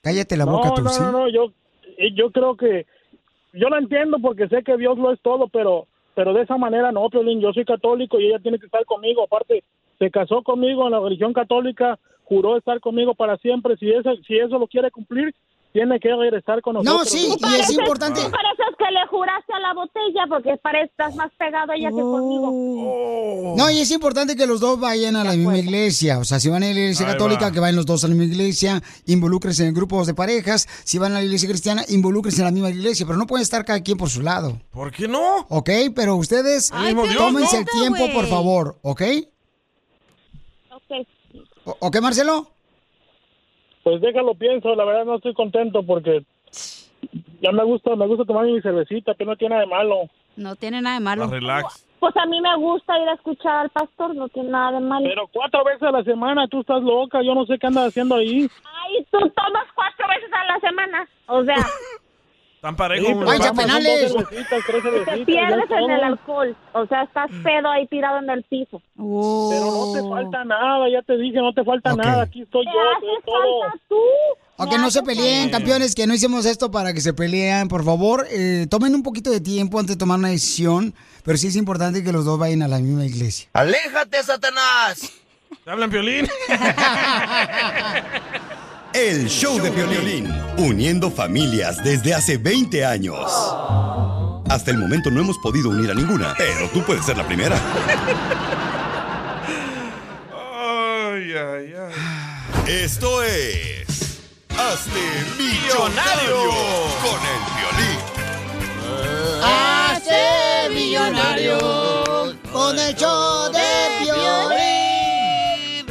[SPEAKER 1] Cállate la
[SPEAKER 21] no, no, no, no, yo, eh, yo creo que, yo la entiendo porque sé que Dios lo es todo, pero, pero de esa manera no, Piolín, yo soy católico y ella tiene que estar conmigo, aparte, se casó conmigo en la religión católica, juró estar congo para siempre, si eso, si eso lo quiere cumplir, tiene que regresar con nosotros.
[SPEAKER 15] Tú pareces- Tú pareces que le juraste a la botella porque pareces estás más pegado a ella que
[SPEAKER 2] Oh.
[SPEAKER 15] conmigo.
[SPEAKER 1] No, y es importante que los dos vayan a la misma iglesia. O sea, si van a la iglesia
[SPEAKER 24] Ahí
[SPEAKER 1] católica,
[SPEAKER 24] va.
[SPEAKER 1] que vayan los dos a la misma iglesia, involúcrense en grupos de parejas. Si van a la iglesia cristiana, involúcrense en la misma iglesia. Pero no pueden estar cada quien por su lado.
[SPEAKER 2] ¿Por qué no?
[SPEAKER 1] Ok, pero ustedes
[SPEAKER 2] Ay, mismo Dios,
[SPEAKER 1] tómense
[SPEAKER 2] ¿no?
[SPEAKER 1] el tiempo, por
[SPEAKER 2] güey.
[SPEAKER 1] favor, ¿ok?
[SPEAKER 15] Ok.
[SPEAKER 1] O- ¿Ok, Marcelo?
[SPEAKER 21] Pues déjalo pienso, la verdad no estoy contento porque ya me gusta, me gusta tomar mi cervecita, que no tiene nada de malo.
[SPEAKER 3] No tiene nada de malo.
[SPEAKER 15] Pues a mí me gusta ir a escuchar al pastor, no tiene nada de malo.
[SPEAKER 21] Pero cuatro veces a la semana, tú estás loca, yo no sé qué andas haciendo ahí.
[SPEAKER 15] Ay, tú tomas cuatro veces a la semana. O sea,
[SPEAKER 2] Tan parejo.
[SPEAKER 21] Sí, pues,
[SPEAKER 2] uno.
[SPEAKER 21] pero Vamos, son dos
[SPEAKER 2] Son
[SPEAKER 21] cervecitas, tres cervecitas,
[SPEAKER 15] te
[SPEAKER 21] ya
[SPEAKER 15] pierdes
[SPEAKER 21] es
[SPEAKER 15] en el
[SPEAKER 21] todo. Mm.
[SPEAKER 15] alcohol. O sea, estás pedo ahí tirado en el piso.
[SPEAKER 21] Pero no te falta nada, ya te dije, no te falta nada, aquí estoy yo, te doy todo.
[SPEAKER 1] Ok, no se peleen,
[SPEAKER 21] Sí.
[SPEAKER 1] campeones, que no hicimos esto para que se peleen. Por favor, eh, tomen un poquito de tiempo antes de tomar una decisión. Pero sí es importante que los dos vayan a la misma iglesia.
[SPEAKER 5] ¡Aléjate, Satanás!
[SPEAKER 2] ¿Te hablan violín?
[SPEAKER 16] El show de violín, uniendo familias desde hace 20 años. Hasta el momento no hemos podido unir a ninguna, pero tú puedes ser la primera.
[SPEAKER 2] Ay, ay, ay.
[SPEAKER 16] Esto es. Hazte millonario con el violín.
[SPEAKER 1] ¡Hace
[SPEAKER 5] millonario
[SPEAKER 1] con el show de violín!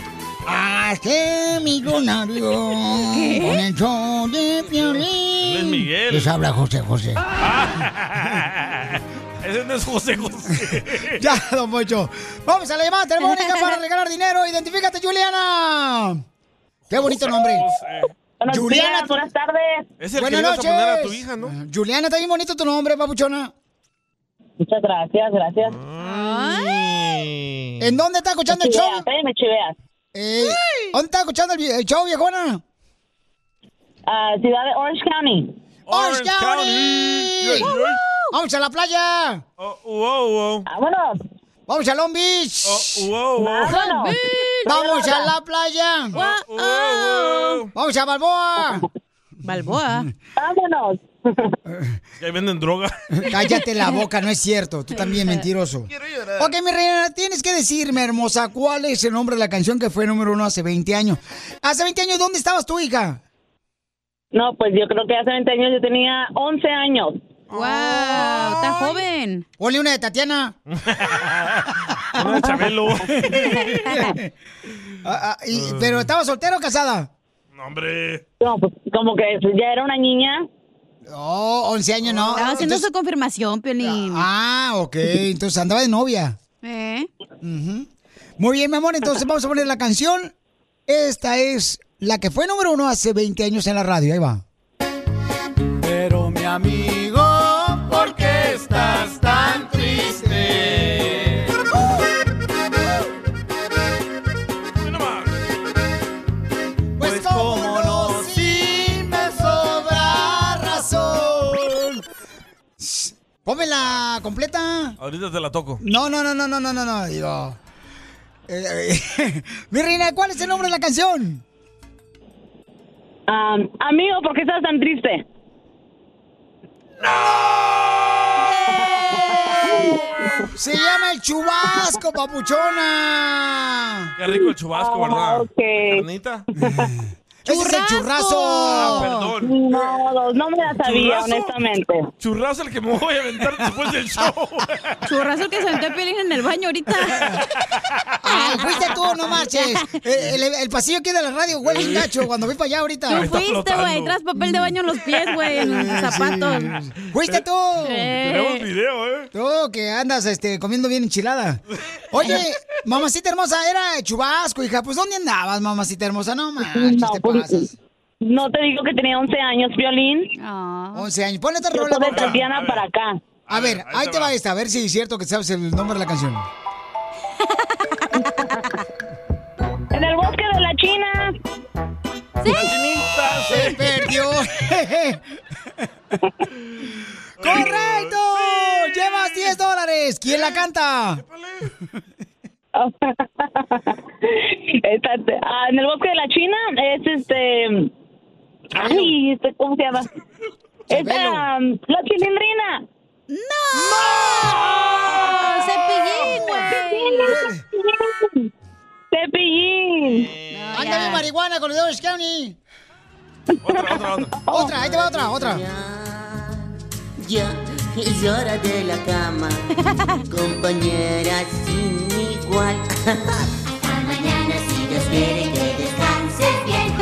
[SPEAKER 1] ¡Hace millonario con el show de violín!
[SPEAKER 2] Luis Miguel.
[SPEAKER 1] Les habla José José.
[SPEAKER 2] Ese no es José José.
[SPEAKER 1] Ya, don Pocho. Vamos a la llamada telefónica para regalar dinero. Identifícate, Juliana. Qué bonito nombre.
[SPEAKER 2] Buenos días,
[SPEAKER 1] buenas tardes.
[SPEAKER 2] Es el que le ibas a poner a tu hija, ¿no?
[SPEAKER 1] Juliana, está bien bonito tu nombre, papuchona.
[SPEAKER 19] Muchas gracias, gracias.
[SPEAKER 1] ¿En dónde está escuchando
[SPEAKER 19] Me
[SPEAKER 1] el show?
[SPEAKER 19] chiveas, eh, me chiveas.
[SPEAKER 1] Eh, ¿Dónde está escuchando el, vi- el show, viejona?
[SPEAKER 19] Ah,
[SPEAKER 1] ciudad de Orange County. ¡Orange,
[SPEAKER 19] Orange
[SPEAKER 1] County!
[SPEAKER 19] County.
[SPEAKER 1] ¡Woo! ¡Vamos a la playa!
[SPEAKER 19] ¡Vámonos!
[SPEAKER 1] ¡Vamos a Long Beach!
[SPEAKER 19] ¡Vámonos!
[SPEAKER 1] ¡Vamos a la playa! ¡Vamos a Balboa!
[SPEAKER 3] Balboa.
[SPEAKER 19] ¡Vámonos!
[SPEAKER 2] Que ahí venden droga.
[SPEAKER 1] Cállate la boca, no es cierto. Tú también, mentiroso. Ok, mi reina, tienes que decirme, hermosa, ¿cuál es el nombre de la canción que fue número uno hace 20 años? Hace 20 años, ¿dónde estabas tú, hija?
[SPEAKER 19] No, pues yo creo que hace 20 años yo tenía 11 años.
[SPEAKER 3] ¡Wow! ¡Está joven!
[SPEAKER 1] Ponle una de Tatiana.
[SPEAKER 2] Una de Chabelo.
[SPEAKER 1] Ah, ah, y- ¿Pero estabas soltera o casada?
[SPEAKER 2] No, hombre.
[SPEAKER 19] No, pues como que ya era una niña.
[SPEAKER 1] Oh, 11 años no.
[SPEAKER 3] Estaba haciendo su confirmación, Piolín.
[SPEAKER 1] Ah, ok, entonces andaba de novia.
[SPEAKER 3] ¿Eh?
[SPEAKER 1] Muy bien, mi amor, entonces vamos a poner la canción. Esta es la que fue número uno hace 20 años en la radio. Ahí va.
[SPEAKER 5] Pero mi amigo, ¿por qué estás tan triste? Pues como no, sí me sobra razón.
[SPEAKER 1] Pónmela completa.
[SPEAKER 2] Ahorita te la toco.
[SPEAKER 1] No, no, no, no, no, no, no, no. Digo. Eh, eh, Mi reina, ¿cuál es el nombre de la canción?
[SPEAKER 11] Ah, amigo, ¿por qué estás tan triste?
[SPEAKER 1] Se llama el chubasco, papuchona.
[SPEAKER 2] Qué rico el chubasco, ¿verdad? ¿La carnita?
[SPEAKER 1] ¡Ese es el churrazo!
[SPEAKER 2] Ah, perdón.
[SPEAKER 11] No, no me la sabía,
[SPEAKER 2] ¿Churrazo?
[SPEAKER 11] honestamente.
[SPEAKER 2] Churrazo el que me voy a aventar después del show.
[SPEAKER 3] Churrazo el que se aventó Piolín en el baño ahorita. Ah.
[SPEAKER 1] Ay, fuiste tú, no marches. Eh, El, el pasillo aquí de la radio huele un gacho cuando voy para allá ahorita.
[SPEAKER 3] Tú fuiste, güey. Tras papel de baño en los pies, güey, en los
[SPEAKER 1] Sí.
[SPEAKER 3] zapatos.
[SPEAKER 1] Fuiste tú.
[SPEAKER 3] Eh. Tenemos
[SPEAKER 2] video, ¿eh?
[SPEAKER 1] Tú que andas este, comiendo bien enchilada. Oye, mamacita hermosa, era chubasco, hija. Pues ¿dónde andabas, mamacita hermosa? No manches, te pasas.
[SPEAKER 11] pues, No te digo que tenía 11 años, Violín.
[SPEAKER 3] Ah.
[SPEAKER 1] 11 Ah. años. Pon esta
[SPEAKER 11] Yo
[SPEAKER 1] rola.
[SPEAKER 11] soy de
[SPEAKER 1] Pocha.
[SPEAKER 11] Tatiana A ver. para acá.
[SPEAKER 1] A ver, ahí te va esta. A ver si es cierto que sabes el nombre de la canción.
[SPEAKER 11] En el bosque de la China.
[SPEAKER 1] ¡Se perdió! ¡Correcto! ¡Llevas 10 dólares! ¿Quién la canta?
[SPEAKER 11] Está- ah, en el bosque de la China es este. Ay, este, ¿cómo se llama? Es am, la chilindrina. ¡No! ¡No!
[SPEAKER 3] ¡Cepillín,
[SPEAKER 11] güey! ¡Cepillín!
[SPEAKER 1] Ándame marihuana con los dedos, County.
[SPEAKER 2] Otra, otra, otra.
[SPEAKER 3] Oh.
[SPEAKER 1] Otra, ahí te va otra, otra.
[SPEAKER 14] Ya es hora de la cama, compañera sin igual. Hasta mañana si Dios quiere que descanses bien.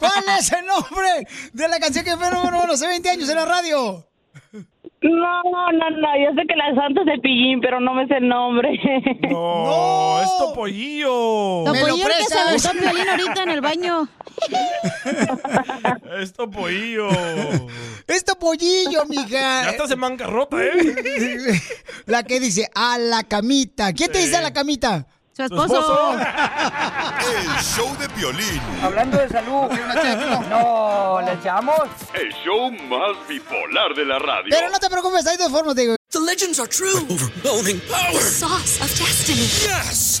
[SPEAKER 1] ¿Cuál es el nombre de la canción que fue número uno hace 20 años en la radio?
[SPEAKER 11] No, no, no, no, yo sé que la santa es cepillín, pero no me sé el nombre.
[SPEAKER 2] No, Oh, es Topollillo.
[SPEAKER 3] Topollillo el que se aventó Piolín ahorita en el baño.
[SPEAKER 2] Es Topollillo.
[SPEAKER 1] Esto pollillo, mija.
[SPEAKER 2] Ya estás en bancarrota, ¿eh?
[SPEAKER 1] La que dice a la camita. ¿Quién te dice a la camita? Su
[SPEAKER 9] El show de Piolín.
[SPEAKER 25] Hablando de salud. No, ¿le echamos?
[SPEAKER 6] El show más bipolar de la radio.
[SPEAKER 1] Pero no te preocupes, hay dos formas de...
[SPEAKER 24] The legends are true.
[SPEAKER 6] Overwhelming
[SPEAKER 24] The sauce of destiny. Yes!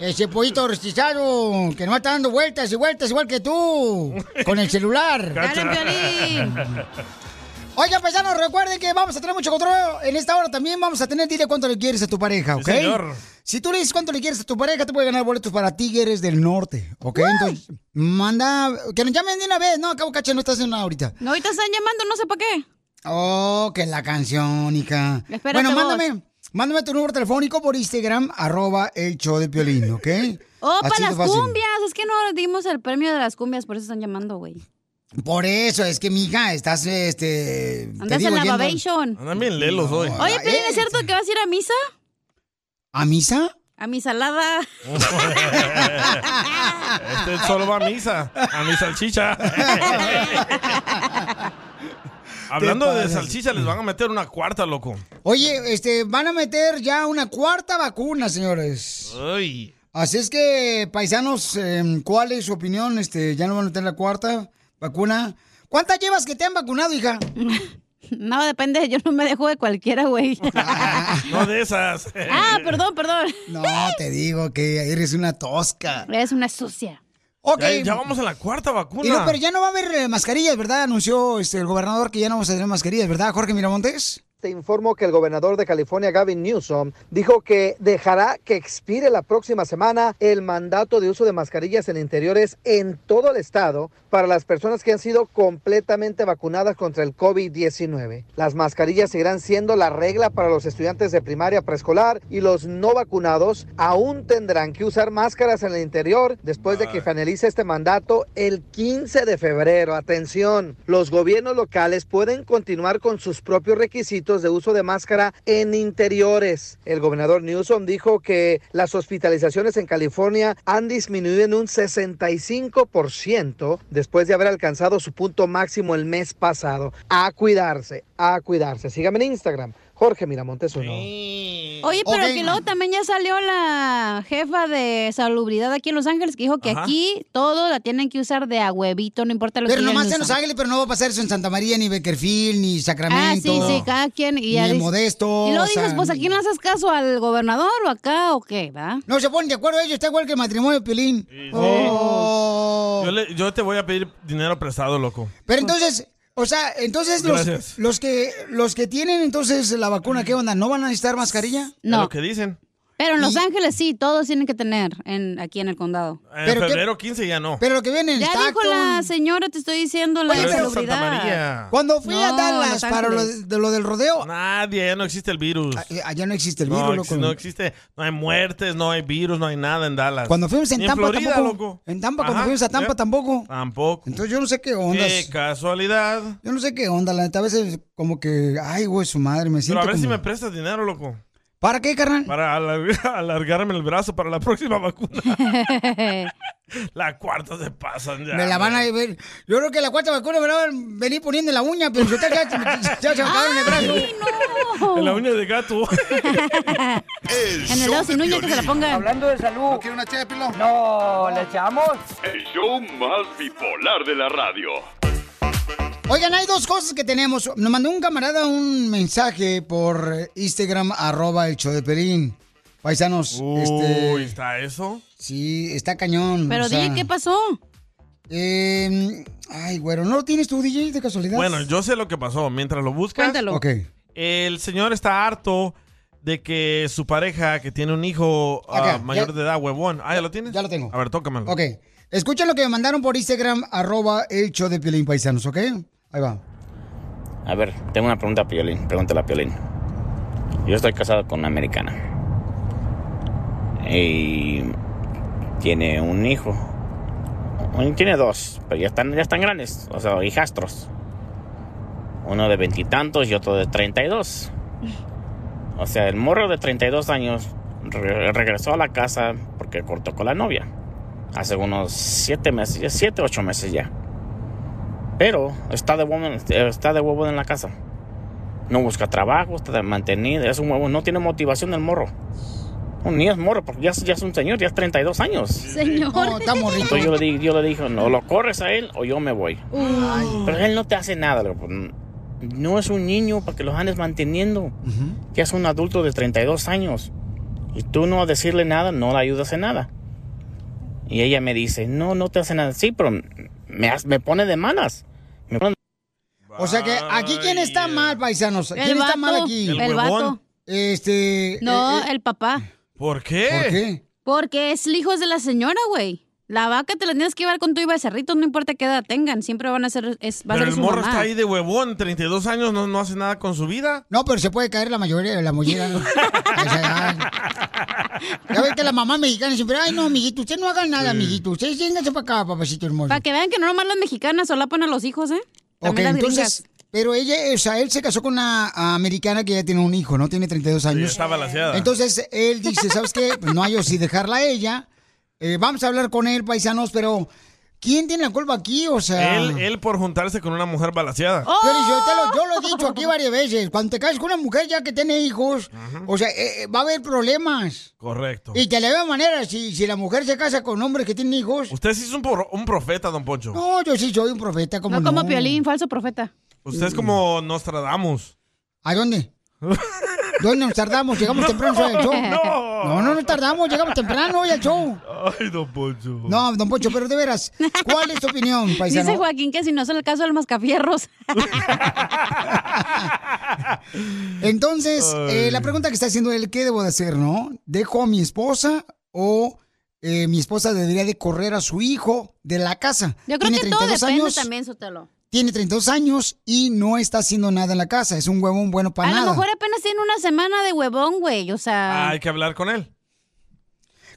[SPEAKER 1] Ese pollito rostizado, que no está dando vueltas y vueltas igual que tú, con el celular. Oigan, paisanos, recuerden que vamos a tener mucho control en esta hora. También vamos a tener, dile cuánto le quieres a tu pareja, ¿ok?
[SPEAKER 2] Sí, señor.
[SPEAKER 1] Si tú le dices cuánto le quieres a tu pareja, te puede ganar boletos para Tigres del Norte, ¿ok? Entonces, manda, que nos llamen de una vez. No, cabo caché, no estás en una ahorita.
[SPEAKER 3] No, ahorita están llamando, no sé para qué.
[SPEAKER 1] Oh, que la canción, hija.
[SPEAKER 3] Espérate
[SPEAKER 1] bueno,
[SPEAKER 3] vos.
[SPEAKER 1] mándame, mándame tu número telefónico por Instagram, arroba el show de Piolín, ¿ok?
[SPEAKER 3] Oh,
[SPEAKER 1] Así
[SPEAKER 3] para
[SPEAKER 1] de
[SPEAKER 3] las
[SPEAKER 1] Ah, fácil.
[SPEAKER 3] cumbias. Es que no dimos el premio de las cumbias, por eso están llamando, güey.
[SPEAKER 1] Por eso, es que, mija, estás, este... te
[SPEAKER 3] Andas
[SPEAKER 1] digo,
[SPEAKER 3] en la
[SPEAKER 1] yendo-
[SPEAKER 3] babation.
[SPEAKER 2] Andan bien lelos hoy.
[SPEAKER 3] Oye, pero
[SPEAKER 1] eh.
[SPEAKER 3] ¿es cierto que vas a ir a misa?
[SPEAKER 1] ¿A misa?
[SPEAKER 3] A mi salada.
[SPEAKER 2] Este
[SPEAKER 1] Ah.
[SPEAKER 2] solo va a misa, a mi salchicha. Hablando de
[SPEAKER 1] pasas.
[SPEAKER 2] salchicha, les van a meter una cuarta, loco.
[SPEAKER 1] Oye, este, van a meter ya una cuarta vacuna, señores.
[SPEAKER 2] Ay.
[SPEAKER 1] Así es que, paisanos, em, ¿cuál es su opinión? Este, ya no van a tener la cuarta vacuna. ¿Cuántas llevas que te han vacunado, hija?
[SPEAKER 3] No, depende, yo no me dejo de cualquiera, güey.
[SPEAKER 2] No de esas.
[SPEAKER 3] ah, perdón, perdón.
[SPEAKER 1] No, te digo que eres una tosca.
[SPEAKER 3] Eres una sucia.
[SPEAKER 1] Ok.
[SPEAKER 2] Ya, ya vamos a la cuarta vacuna.
[SPEAKER 1] Y no, pero ya no va a haber eh, mascarillas, ¿verdad? Anunció este, el gobernador que ya no vamos a tener mascarillas, ¿verdad, Jorge Miramontes?
[SPEAKER 4] Te informo que el gobernador de California, Gavin Newsom, dijo que dejará que expire la próxima semana el mandato de uso de mascarillas en interiores en todo el estado para las personas que han sido completamente vacunadas contra el COVID-19. Las mascarillas seguirán siendo la regla para los estudiantes de primaria preescolar y los no vacunados aún tendrán que usar máscaras en el interior después de que finalice este mandato el 15 de febrero. Atención, los gobiernos locales pueden continuar con sus propios requisitos de uso de máscara en interiores. El gobernador Newsom dijo que las hospitalizaciones en California han disminuido en un 65% después de haber alcanzado su punto máximo el mes pasado. A cuidarse, a cuidarse. Sígame en Instagram, Jorge Miramontes uno.
[SPEAKER 3] Oye, pero
[SPEAKER 4] Ok.
[SPEAKER 3] que luego también ya salió la jefa de salubridad aquí en Los Ángeles que dijo que
[SPEAKER 1] Ajá.
[SPEAKER 3] aquí todo la tienen que usar de a huevito, no importa lo que
[SPEAKER 1] Pero
[SPEAKER 3] digan
[SPEAKER 1] nomás en
[SPEAKER 3] usan.
[SPEAKER 1] Los Ángeles, pero no va a pasar eso en Santa María, ni Beckerfield, ni
[SPEAKER 3] Ah,
[SPEAKER 1] Sacramento.
[SPEAKER 3] sí, sí, cada quien. Y ya
[SPEAKER 1] Ni el
[SPEAKER 3] dice-
[SPEAKER 1] modesto,
[SPEAKER 3] Y luego
[SPEAKER 1] o sea,
[SPEAKER 3] dices, pues aquí no haces caso al gobernador o acá o qué, ¿verdad?
[SPEAKER 1] No se ponen de acuerdo ellos, está igual que el matrimonio, Piolín. Oh.
[SPEAKER 2] Yo, le- yo te voy a pedir dinero prestado, loco.
[SPEAKER 1] Pero entonces, o sea, entonces
[SPEAKER 2] Pues, Gracias.
[SPEAKER 1] los, los que los que tienen entonces la vacuna, ¿qué onda? ¿No van a necesitar mascarilla?
[SPEAKER 2] Es Lo que dicen.
[SPEAKER 3] Pero en Los Ángeles sí, todos tienen que tener en, aquí en el condado.
[SPEAKER 2] En
[SPEAKER 1] Pero qué-
[SPEAKER 2] febrero 15 ya no.
[SPEAKER 1] Pero lo que viene en el
[SPEAKER 3] Ya dijo
[SPEAKER 1] tacto.
[SPEAKER 3] la señora, te estoy diciendo, la
[SPEAKER 2] Pero eso es Santa
[SPEAKER 3] salubridad.
[SPEAKER 2] María.
[SPEAKER 1] Cuando fui a
[SPEAKER 3] No,
[SPEAKER 1] Dallas
[SPEAKER 3] Los
[SPEAKER 1] para lo,
[SPEAKER 3] Ángeles.
[SPEAKER 1] de lo del rodeo,
[SPEAKER 2] Nadie, ya no existe el virus.
[SPEAKER 1] allá no existe el
[SPEAKER 2] no,
[SPEAKER 1] virus,
[SPEAKER 2] exi-
[SPEAKER 1] loco.
[SPEAKER 2] No existe, no hay muertes, no hay virus, no hay nada en Dallas.
[SPEAKER 1] Cuando fuimos en
[SPEAKER 2] Ni
[SPEAKER 1] Tampa
[SPEAKER 2] Florida,
[SPEAKER 1] tampoco.
[SPEAKER 2] loco.
[SPEAKER 1] En Tampa, cuando
[SPEAKER 2] Ajá,
[SPEAKER 1] fuimos a Tampa
[SPEAKER 2] ya.
[SPEAKER 1] tampoco.
[SPEAKER 2] Tampoco.
[SPEAKER 1] Entonces yo no sé qué onda.
[SPEAKER 2] Qué casualidad.
[SPEAKER 1] Yo no sé qué onda, la neta. A veces como que, ay, güey, su madre, me
[SPEAKER 2] Pero
[SPEAKER 1] siento
[SPEAKER 2] a ver si
[SPEAKER 1] como-
[SPEAKER 2] me prestas dinero, loco.
[SPEAKER 1] ¿Para qué, carnal?
[SPEAKER 2] Para alar- alargarme el brazo para la próxima vacuna. la cuarta se pasan ya.
[SPEAKER 1] Me la van a ver. Yo creo que la cuarta vacuna me la van a venir poniendo en la uña, pero usted ya, ya, ya se acabaron el brazo.
[SPEAKER 2] En la uña de gato.
[SPEAKER 3] En el dedo sin uña que se la pongan.
[SPEAKER 5] Hablando de salud. ¿No una No, ¿le echamos?
[SPEAKER 6] El show más bipolar de la radio.
[SPEAKER 1] Oigan, hay dos cosas que tenemos. Nos mandó un camarada un mensaje por Instagram, arroba el show de Perín. Paisanos,
[SPEAKER 2] Uy,
[SPEAKER 1] este...
[SPEAKER 2] ¿está eso?
[SPEAKER 1] Sí, está cañón.
[SPEAKER 3] Pero
[SPEAKER 1] o sea.
[SPEAKER 3] dile qué pasó.
[SPEAKER 1] Eh, ay, güero, ¿no lo tienes tú, DJ, de casualidad?
[SPEAKER 2] Bueno, yo sé lo que pasó. Mientras lo buscas.
[SPEAKER 1] Cuéntalo. Ok.
[SPEAKER 2] El señor está harto de que su pareja, que tiene un hijo ah,
[SPEAKER 1] Acá,
[SPEAKER 2] mayor
[SPEAKER 1] ya-
[SPEAKER 2] de edad, huevón. Ah, ¿ya lo tienes? Ya lo tengo. A ver, tócamelo.
[SPEAKER 1] Ok, escuchen lo que me mandaron por Instagram, arroba el show de Piolín, paisanos, ¿ok? Ahí va.
[SPEAKER 8] A ver, tengo una pregunta a Piolín. Pregúntale a Piolín. Yo estoy casado con una americana. Y tiene un hijo. Bueno, Tiene dos, pero ya están, ya están grandes. O sea, hijastros. Uno de veintitantos y, otro de treinta y dos. O sea, el morro de 32 años re- regresó a la casa porque cortó con la novia. Hace unos siete meses, siete, ocho meses ya. Pero está de huevo, está de huevo en la casa. No busca trabajo, está de mantenido, es un huevo, no tiene motivación el morro. Un niño es morro, porque ya, es- ya es un señor, ya es 32 años.
[SPEAKER 1] Señor. No, está morrito.
[SPEAKER 8] Entonces yo le, di- yo le dije, no, lo corres a él o yo me voy.
[SPEAKER 3] Uh.
[SPEAKER 8] Pero él no te hace nada. le digo, pues, No es un niño para que los andes manteniendo. Ya es un adulto de 32 años. Y tú no decirle nada, no la ayudas en nada. Y ella me dice, no, no te hace nada. Sí, pero me, has- me pone de malas. Me pone-
[SPEAKER 1] O sea que aquí quién está mal, paisanos.
[SPEAKER 3] El
[SPEAKER 1] ¿Quién está
[SPEAKER 3] vato,
[SPEAKER 1] mal aquí?
[SPEAKER 3] el El huevón. vato.
[SPEAKER 1] Este.
[SPEAKER 3] No,
[SPEAKER 1] eh, eh,
[SPEAKER 3] el papá.
[SPEAKER 2] ¿Por qué?
[SPEAKER 1] ¿Por qué?
[SPEAKER 3] Porque es el hijo de la señora, güey. La vaca te la tienes que llevar con tu y becerritos, no importa qué edad tengan, siempre van a ser, es, va a
[SPEAKER 2] Pero
[SPEAKER 3] ser
[SPEAKER 2] el
[SPEAKER 3] su
[SPEAKER 2] morro
[SPEAKER 3] mamá.
[SPEAKER 2] está ahí de huevón, 32 años, no, no hace nada con su vida.
[SPEAKER 1] No, pero se puede caer la mayoría de la mollera. ¿no? A esa edad. ya ves que la mamá mexicana siempre, ay no, mijito, usted no haga nada, mijito. Ustedes vénganse para acá, papacito hermoso.
[SPEAKER 3] Para que vean que no nomás las mexicanas solapan a los hijos, ¿eh?
[SPEAKER 1] Ok,
[SPEAKER 3] También las
[SPEAKER 1] entonces,
[SPEAKER 3] gringas.
[SPEAKER 1] pero ella, o sea, él se casó con una ah, americana que ya tiene un hijo, ¿no? Tiene 32
[SPEAKER 2] Sí,
[SPEAKER 1] años.
[SPEAKER 2] está balanceada.
[SPEAKER 1] Entonces, él dice, ¿sabes qué? Pues no hay o si dejarla a ella. Eh, vamos a hablar con él, paisanos, pero ¿quién tiene la culpa aquí? O sea...
[SPEAKER 2] él, eh, él por juntarse con una mujer balanceada.
[SPEAKER 1] Piolín, yo, te lo, yo lo
[SPEAKER 3] Oh.
[SPEAKER 1] he dicho aquí varias veces. Cuando te casas con una mujer ya que tiene hijos, o sea, eh, eh, va a haber problemas.
[SPEAKER 2] Correcto.
[SPEAKER 1] Y te la veo manera, si, si la mujer se casa con hombres que tienen hijos.
[SPEAKER 2] Usted sí es un, por- un profeta, don Poncho.
[SPEAKER 1] No, yo sí soy un profeta como.
[SPEAKER 3] No como Piolín, falso profeta.
[SPEAKER 2] Usted es como Nostradamus.
[SPEAKER 1] ¿A dónde? ¿Dónde nos tardamos? Pues Llegamos temprano al show.
[SPEAKER 2] No.
[SPEAKER 1] no, no nos tardamos, llegamos temprano hoy al show.
[SPEAKER 2] Ay, don Poncho.
[SPEAKER 1] No, don Pocho, pero de veras, ¿cuál es tu opinión, paisano?
[SPEAKER 3] Dice Joaquín que si no es el caso de los mascafierros.
[SPEAKER 1] Entonces, eh,
[SPEAKER 3] Ay.
[SPEAKER 1] la pregunta que está haciendo él, ¿qué debo de hacer, no? ¿Dejo a mi esposa o eh, mi esposa debería de correr a su hijo de la casa?
[SPEAKER 3] Yo creo que todo depende
[SPEAKER 1] años,
[SPEAKER 3] también, Sotelo.
[SPEAKER 1] Tiene 32 años y no está haciendo nada en la casa. Es un huevón bueno para
[SPEAKER 3] A
[SPEAKER 1] nada.
[SPEAKER 3] lo mejor apenas tiene una semana de huevón, güey. O sea.
[SPEAKER 2] Ah, hay que hablar con él.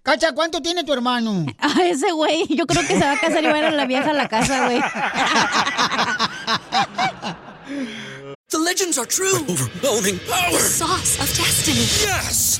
[SPEAKER 1] Cacha, ¿cuánto tiene tu hermano?
[SPEAKER 3] Ah, ese güey. Yo creo que se va a casar y va a ir a la vieja a la casa, güey.
[SPEAKER 24] The legends are true. overwhelming power! sauce of destiny. Yes!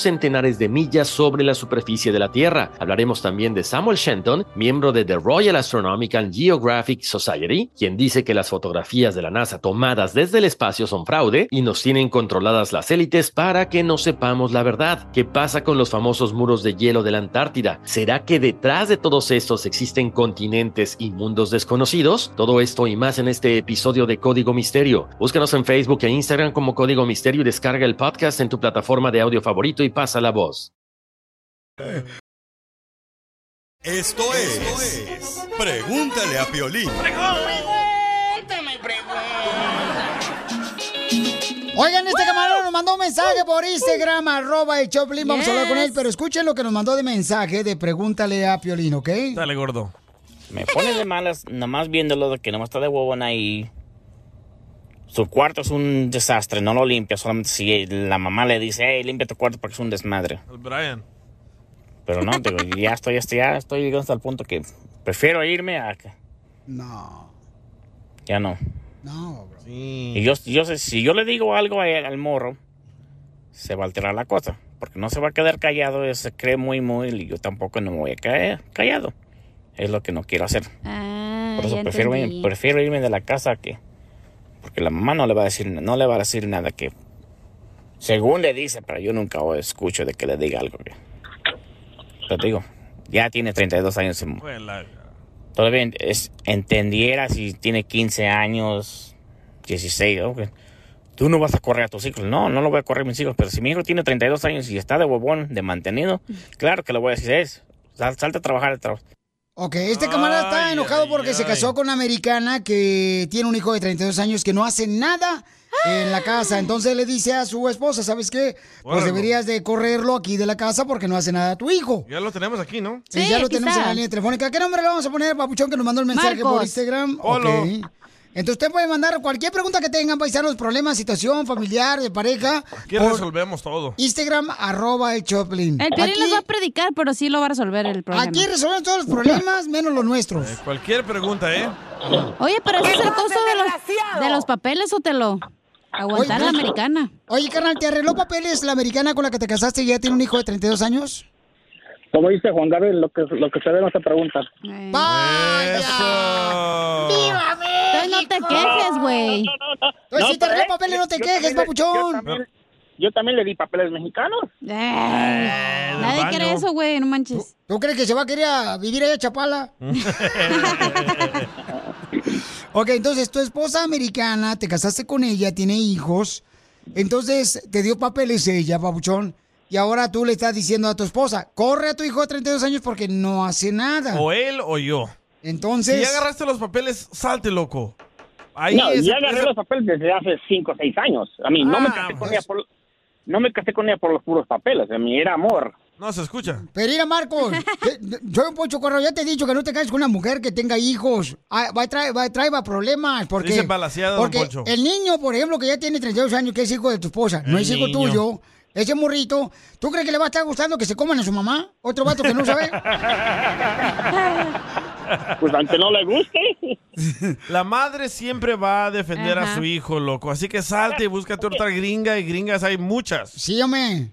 [SPEAKER 12] centenares de millas sobre la superficie de la Tierra. Hablaremos también de Samuel Shenton, miembro de The Royal Astronomical Geographic Society, quien dice que las fotografías de la NASA tomadas desde el espacio son fraude y nos tienen controladas las élites para que no sepamos la verdad. ¿Qué pasa con los famosos muros de hielo de la Antártida? ¿Será que detrás de todos estos existen continentes y mundos desconocidos? Todo esto y más en este episodio de Código Misterio. Búscanos en Facebook e Instagram como Código Misterio y descarga el podcast en tu plataforma de audio favorito y pasa la voz.
[SPEAKER 16] Esto es, Pregúntale a Piolín.
[SPEAKER 1] Oigan, este camarón nos mandó un mensaje por Instagram, arroba el Choplin. Vamos a hablar con él,
[SPEAKER 8] Yes.
[SPEAKER 1] pero escuchen lo que nos mandó de mensaje de pregúntale a Piolín, ¿ok?
[SPEAKER 2] Dale, gordo.
[SPEAKER 8] Me pone de malas, nomás viéndolo de que nomás está de huevón ahí. Su cuarto es un desastre, no lo limpia, solamente si la mamá le dice, hey, limpia tu cuarto porque es un desmadre.
[SPEAKER 2] El Brian.
[SPEAKER 8] Pero no, digo, ya estoy, hasta- ya estoy llegando hasta el punto que prefiero irme a... que-
[SPEAKER 1] No,
[SPEAKER 8] Ya no.
[SPEAKER 1] no, bro.
[SPEAKER 3] Mm.
[SPEAKER 8] Y yo, yo sé, si yo le digo algo a él, al morro, se va a alterar la cosa. Porque no se va a quedar callado, él se cree muy, muy, y yo tampoco no me voy a caer callado. Es lo que no quiero hacer. Por eso
[SPEAKER 3] Ah, ya
[SPEAKER 8] prefiero, ir-
[SPEAKER 3] entendí.
[SPEAKER 8] prefiero irme de la casa que. Porque la mamá no le va a decir, no le va a decir nada que. Según le dice, pero yo nunca o- escucho de que le diga algo. que- Pero te digo, ya tiene 32 años. y-
[SPEAKER 2] Pues la-
[SPEAKER 8] Todavía en- es- entendiera si tiene 15 años, 16, ok. Tú no vas a correr a tus hijos. No, no lo voy a correr a mis hijos. Pero si mi hijo tiene 32 años y está de huevón, de mantenido, claro que le voy a decir, es, sal- salte a trabajar. tra-
[SPEAKER 1] Ok, este camarada está enojado porque se casó con una americana que tiene un hijo de 32 años que no hace nada en la casa. Entonces le dice a su esposa, ¿sabes qué? Pues
[SPEAKER 2] Órale.
[SPEAKER 1] deberías de correrlo aquí de la casa porque no hace nada a tu hijo.
[SPEAKER 2] Ya lo tenemos aquí, ¿no?
[SPEAKER 1] Y ya lo tenemos en la línea telefónica. ¿Qué nombre le vamos a poner, papuchón, que nos mandó el mensaje por
[SPEAKER 2] Marcos.
[SPEAKER 1] Instagram?
[SPEAKER 2] Polo.
[SPEAKER 1] Ok. Entonces usted puede mandar cualquier pregunta que tengan, paisanos, problemas, situación, familiar, de pareja.
[SPEAKER 2] Aquí
[SPEAKER 1] por
[SPEAKER 2] resolvemos todo.
[SPEAKER 1] Instagram, arroba el Choplin.
[SPEAKER 3] El Piolín
[SPEAKER 1] Aquí-
[SPEAKER 3] les va a predicar, pero sí lo va a resolver el problema.
[SPEAKER 1] Aquí resuelven todos los problemas, menos los nuestros.
[SPEAKER 2] Eh, Cualquier pregunta, ¿eh?
[SPEAKER 3] Oye, pero ese es el costo de los, de los papeles, o te lo aguantar
[SPEAKER 1] Oye, pues,
[SPEAKER 3] la americana.
[SPEAKER 1] Oye, carnal, ¿te arregló papeles la americana con la que te casaste y ya tiene un hijo de 32 años?
[SPEAKER 11] Como dice Juan Gabriel, lo que, lo que se ve no se pregunta.
[SPEAKER 1] ¡Viva México!
[SPEAKER 3] no te quejes, güey.
[SPEAKER 1] Entonces, si te
[SPEAKER 11] pero,
[SPEAKER 1] arregló
[SPEAKER 11] eh,
[SPEAKER 1] papeles, Pues no te
[SPEAKER 11] yo
[SPEAKER 1] quejes,
[SPEAKER 11] también le-
[SPEAKER 1] papuchón.
[SPEAKER 11] Yo también, yo también le di papeles mexicanos. Eh,
[SPEAKER 3] Nadie quiere eso, güey, no manches.
[SPEAKER 1] ¿Tú crees que se va a querer a vivir allá a Chapala? ok, entonces tu esposa americana, te casaste con ella, tiene hijos, entonces te dio papeles ella, papuchón, y ahora tú le estás diciendo a tu esposa, corre a tu hijo de 32 años porque no hace nada.
[SPEAKER 2] O él o yo.
[SPEAKER 1] Entonces-
[SPEAKER 2] Si ya agarraste los papeles, salte, loco.
[SPEAKER 11] no,
[SPEAKER 2] ese-
[SPEAKER 11] ya agarré
[SPEAKER 2] ese-
[SPEAKER 11] los papeles desde hace 5 o 6 años. A mí, no, me
[SPEAKER 2] Ah,
[SPEAKER 11] casé con
[SPEAKER 2] pues.
[SPEAKER 11] ella por, no me casé con ella por los puros papeles. A mí era amor.
[SPEAKER 2] No, se escucha.
[SPEAKER 1] Pero mira, Marcos, que- yo un pocho corro, ya te he dicho que no te cases con una mujer que tenga hijos. Ah, Va a traer, va a traer problemas. Porque,
[SPEAKER 2] Dice palaciado, don
[SPEAKER 1] porque
[SPEAKER 2] Poncho.
[SPEAKER 1] el niño, por ejemplo, que ya tiene 32 años, que es hijo de tu esposa, no
[SPEAKER 2] El
[SPEAKER 1] es hijo
[SPEAKER 2] niño.
[SPEAKER 1] tuyo, ese morrito, ¿tú crees que le va a estar gustando que se coman a su mamá? Otro vato que no sabe.
[SPEAKER 11] Pues aunque no le guste.
[SPEAKER 2] La madre siempre va a defender
[SPEAKER 1] Ajá.
[SPEAKER 2] a su hijo, loco. Así que salte y búscate otra gringa. Y gringas hay muchas.
[SPEAKER 1] Sí, hombre.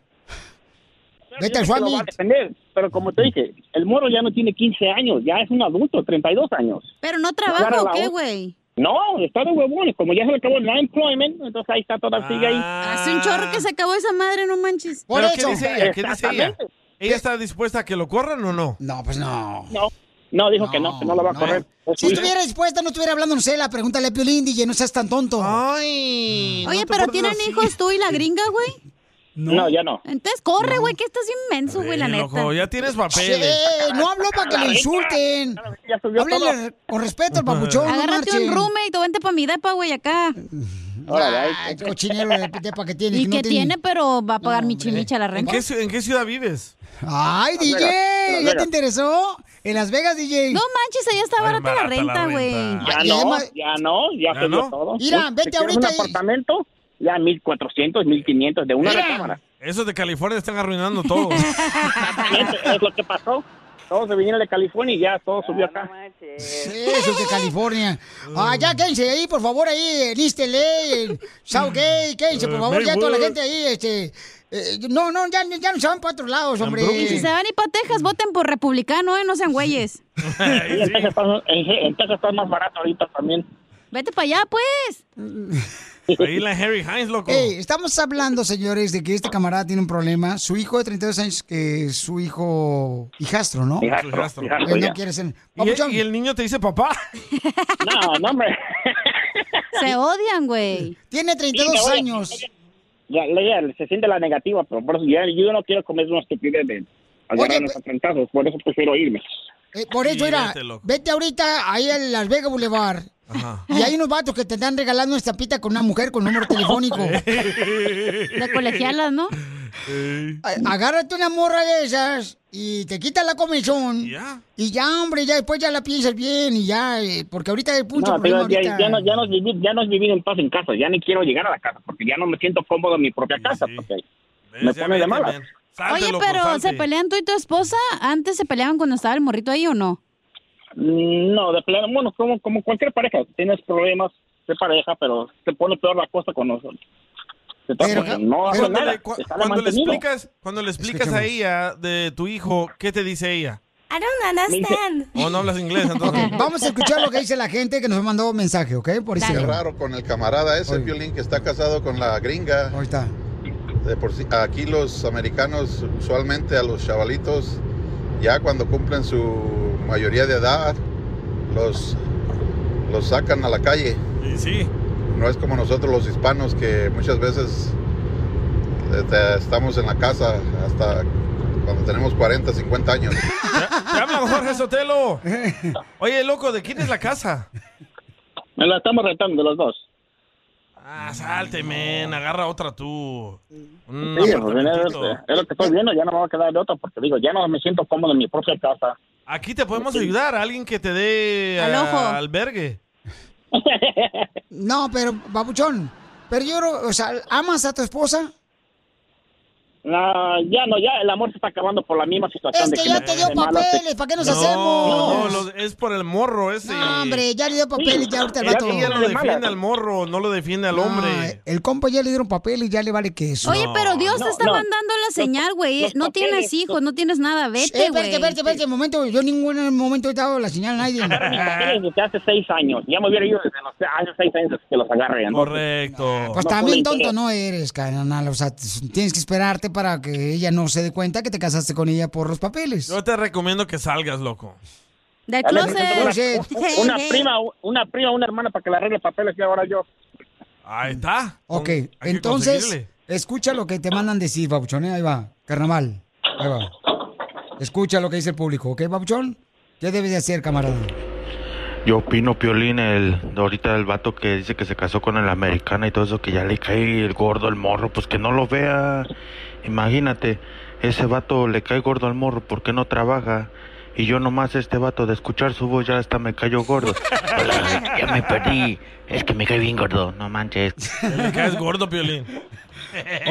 [SPEAKER 11] Yo sé que lo va a defender, Pero como te dije, el moro ya no tiene 15 años, ya es un adulto, 32 años.
[SPEAKER 3] Pero no
[SPEAKER 11] Agarra
[SPEAKER 3] trabaja
[SPEAKER 11] la
[SPEAKER 3] o qué,
[SPEAKER 11] otra.
[SPEAKER 3] güey.
[SPEAKER 11] No, está de huevones. Como ya se le acabó el unemployment, entonces ahí está toda, sigue ahí.
[SPEAKER 2] Ah,
[SPEAKER 3] Hace un chorro que se acabó esa madre, no manches.
[SPEAKER 2] ¿Pero qué dice ella? ¿Qué dice ella? ¿Ella está dispuesta a que lo corran o no?
[SPEAKER 1] No, pues no.
[SPEAKER 11] No, no dijo que no, que no la va a correr.
[SPEAKER 1] Si
[SPEAKER 11] Es su hijo.
[SPEAKER 1] estuviera dispuesta, no estuviera hablando, no sé, la pregúntale a Piolín, DJ, no seas tan tonto.
[SPEAKER 2] Ay.
[SPEAKER 3] Oye, pero ¿tienen hijos tú y la gringa, güey?
[SPEAKER 11] No. ya no.
[SPEAKER 3] Entonces corre, güey, que estás inmenso, güey, la
[SPEAKER 2] Sí,
[SPEAKER 3] neta.
[SPEAKER 2] loco, ya tienes papeles.
[SPEAKER 1] Eh, no habló para que lo insulten. Háblele con respeto al papuchón. no
[SPEAKER 3] Agárrate
[SPEAKER 1] marchen.
[SPEAKER 3] un roommate o vente pa' mi depa, güey, acá.
[SPEAKER 1] Ah, el cochinero de, de pa' que tiene.
[SPEAKER 3] Y
[SPEAKER 1] no
[SPEAKER 3] que tiene, pero va a pagar mi chimicha la
[SPEAKER 2] ¿En
[SPEAKER 3] renta.
[SPEAKER 2] qué, ci- en qué ciudad vives?
[SPEAKER 1] Ay, DJ, ¿ya te interesó? En Las Vegas, DJ.
[SPEAKER 3] No manches, allá está
[SPEAKER 2] barata la barata la renta, güey. renta.
[SPEAKER 11] Ya
[SPEAKER 1] Y
[SPEAKER 11] no,
[SPEAKER 1] además-
[SPEAKER 11] ya no, ya
[SPEAKER 2] ¿Ya
[SPEAKER 11] subió
[SPEAKER 2] no?
[SPEAKER 11] todo. Pues,
[SPEAKER 1] Mira,
[SPEAKER 11] Si
[SPEAKER 1] vete
[SPEAKER 11] quieres
[SPEAKER 1] ahorita
[SPEAKER 11] un
[SPEAKER 1] y-
[SPEAKER 11] apartamento, ya 1400, 1500 de una
[SPEAKER 2] Mira.
[SPEAKER 11] recámara.
[SPEAKER 2] Esos de California están arruinando todo.
[SPEAKER 11] es lo que pasó. Todos se vinieron de California y ya todo subió acá.
[SPEAKER 1] Eso es de California. Ah, ya quédense ahí, por favor, ahí en East LA, en Southgate, quédense, por
[SPEAKER 3] Eh,
[SPEAKER 1] favor, ya toda la
[SPEAKER 3] Maywood.
[SPEAKER 1] gente ahí, este... eh, no, no, ya, ya no se van para otros lados, hombre.
[SPEAKER 3] Y si se van y pa' Texas, voten por republicano, eh, no sean güeyes.
[SPEAKER 11] Y en Texas está- en en Texas está más barato ahorita también.
[SPEAKER 3] Vete para allá, pues.
[SPEAKER 2] Ahí la Harry Hines, loco.
[SPEAKER 1] Ey, eh, estamos hablando, señores, de que este camarada tiene un problema. Su hijo de 32 años, que es su hijo hijastro, ¿no?
[SPEAKER 2] Hijastro, Hijastro. hijastro,
[SPEAKER 1] Él no
[SPEAKER 2] ya.
[SPEAKER 1] quiere ser.
[SPEAKER 2] ¿Y, y el niño te dice papá.
[SPEAKER 11] No, no, hombre.
[SPEAKER 3] Se odian, güey.
[SPEAKER 1] Tiene
[SPEAKER 11] 32 Sí, años. Ya, ya, ya, se siente la negativa, pero por eso ya yo no quiero comer unos estupidez de agarrarnos a trancazos, por eso prefiero irme.
[SPEAKER 1] Eh, por eso,
[SPEAKER 11] Sí,
[SPEAKER 1] mira,
[SPEAKER 11] vete, loco.
[SPEAKER 1] vete ahorita ahí a Las Vegas Boulevard. Y hay unos vatos que te están regalando una estampita con una mujer con número telefónico.
[SPEAKER 3] De colegialas, ¿no?
[SPEAKER 1] A- Agárrate una morra de esas y te quita la comisión. Y ya, hombre, ya después ya la piensas bien y ya, eh, porque ahorita hay mucho
[SPEAKER 11] No,
[SPEAKER 1] problema.
[SPEAKER 11] pero ya,
[SPEAKER 1] ahorita.
[SPEAKER 11] ya no, ya, no es vivir, ya no es vivir en paz en casa, ya ni quiero llegar a la casa, porque ya no me siento cómodo en mi propia casa, porque me
[SPEAKER 2] ya
[SPEAKER 11] pone de
[SPEAKER 2] vete,
[SPEAKER 11] malas.
[SPEAKER 2] man.
[SPEAKER 3] Oye, pero ¿se pelean tú y tu esposa? ¿Antes se peleaban cuando estaba el morrito ahí o no?
[SPEAKER 11] Mm, No, de plano, bueno, como, como cualquier pareja, tienes problemas de pareja, pero se pone peor la cosa con nosotros. Se te
[SPEAKER 2] Pero-
[SPEAKER 11] pone- no hace
[SPEAKER 2] cuando,
[SPEAKER 11] nada,
[SPEAKER 2] le, cu-
[SPEAKER 11] te sale
[SPEAKER 2] cuando le
[SPEAKER 11] mantenido.
[SPEAKER 2] explicas, cuando le explicas a ella de tu hijo, ¿qué te dice ella?
[SPEAKER 3] I don't understand.
[SPEAKER 2] ¿O no hablas inglés entonces?
[SPEAKER 1] Vamos a escuchar lo que dice la gente que nos mandó mensaje, ¿ok? Por
[SPEAKER 13] Es
[SPEAKER 1] Instagram.
[SPEAKER 13] raro con el camarada ese, Piolín, que está casado con la gringa.
[SPEAKER 1] Ahí está.
[SPEAKER 13] De por sí- aquí los americanos, usualmente a los chavalitos, ya cuando cumplen su mayoría de edad, los, los sacan a la calle.
[SPEAKER 2] sí.
[SPEAKER 13] No es como nosotros los hispanos que muchas veces este, estamos en la casa hasta cuando tenemos 40, 50 años.
[SPEAKER 2] Te habla Jorge Sotelo. Oye, loco, ¿de quién es la casa?
[SPEAKER 11] Me la estamos retando los dos.
[SPEAKER 2] Ah, salte, men. Agarra otra tú. Mm, Un
[SPEAKER 11] Sí, pues, es,
[SPEAKER 2] apartamentito.
[SPEAKER 11] es lo que estoy viendo, ya no me va a quedar de otra porque digo, ya no me siento cómodo en mi propia casa.
[SPEAKER 2] Aquí te podemos ayudar. Alguien que te dé
[SPEAKER 11] Al
[SPEAKER 2] ah,
[SPEAKER 11] ojo.
[SPEAKER 2] albergue.
[SPEAKER 1] No, pero, babuchón, pero yo, creo, o sea, ¿amas a tu esposa?
[SPEAKER 11] No, Ah, ya no, ya el amor se está acabando por la misma situación.
[SPEAKER 1] Es
[SPEAKER 11] de
[SPEAKER 1] que ya
[SPEAKER 11] me-
[SPEAKER 1] te dio
[SPEAKER 11] de malas te-
[SPEAKER 1] papeles, ¿para qué nos
[SPEAKER 2] No,
[SPEAKER 1] hacemos?
[SPEAKER 2] no, lo- es por el morro ese.
[SPEAKER 1] No, hombre, ya le dio papeles, ya ahorita el vato.
[SPEAKER 2] Ella no defiende al morro, no lo defiende al hombre.
[SPEAKER 1] El compa ya le dieron papeles, ya le vale queso.
[SPEAKER 3] Oye, pero Dios te está
[SPEAKER 1] mandando
[SPEAKER 3] mandando la señal, güey. No tienes hijos, no tienes nada. Vete,
[SPEAKER 1] Eh, Espérate,
[SPEAKER 3] güey.
[SPEAKER 1] espérate, espérate, un momento. Yo en ningún momento he dado la señal a nadie.
[SPEAKER 11] Agarran mis papeles desde hace seis años. Ya me hubiera ido desde los hace seis años que los agarré.
[SPEAKER 2] Correcto.
[SPEAKER 1] Pues también tonto no eres, carnal. O sea, t- tienes que esperarte para que ella no se dé cuenta que te casaste con ella por los papeles.
[SPEAKER 2] Yo te recomiendo que salgas, loco.
[SPEAKER 3] Del
[SPEAKER 11] Ya le
[SPEAKER 1] closet.
[SPEAKER 11] necesito Una,
[SPEAKER 1] Hey,
[SPEAKER 11] una
[SPEAKER 1] hey.
[SPEAKER 11] prima, una prima, una hermana para que le arregle papeles y ahora yo.
[SPEAKER 2] Ahí está.
[SPEAKER 1] Ok,
[SPEAKER 11] que
[SPEAKER 1] entonces,
[SPEAKER 11] conseguirle.
[SPEAKER 1] escucha lo que te mandan decir, babuchón. ¿eh? Ahí va, carnaval. Ahí va. Escucha lo que dice el público, ¿ok, babuchón? ¿Qué debes de hacer, camarada?
[SPEAKER 26] Yo opino, Piolín, el, de ahorita el vato que dice que se casó con el americana y todo eso, que ya le cae el gordo al morro, pues que no lo vea. Imagínate, ese vato le cae gordo al morro porque no trabaja. Y yo nomás este vato de escuchar su voz ya hasta me cayó gordo. Hola, ya me perdí. Es que me cae bien gordo, no manches.
[SPEAKER 2] Le caes gordo, Piolín.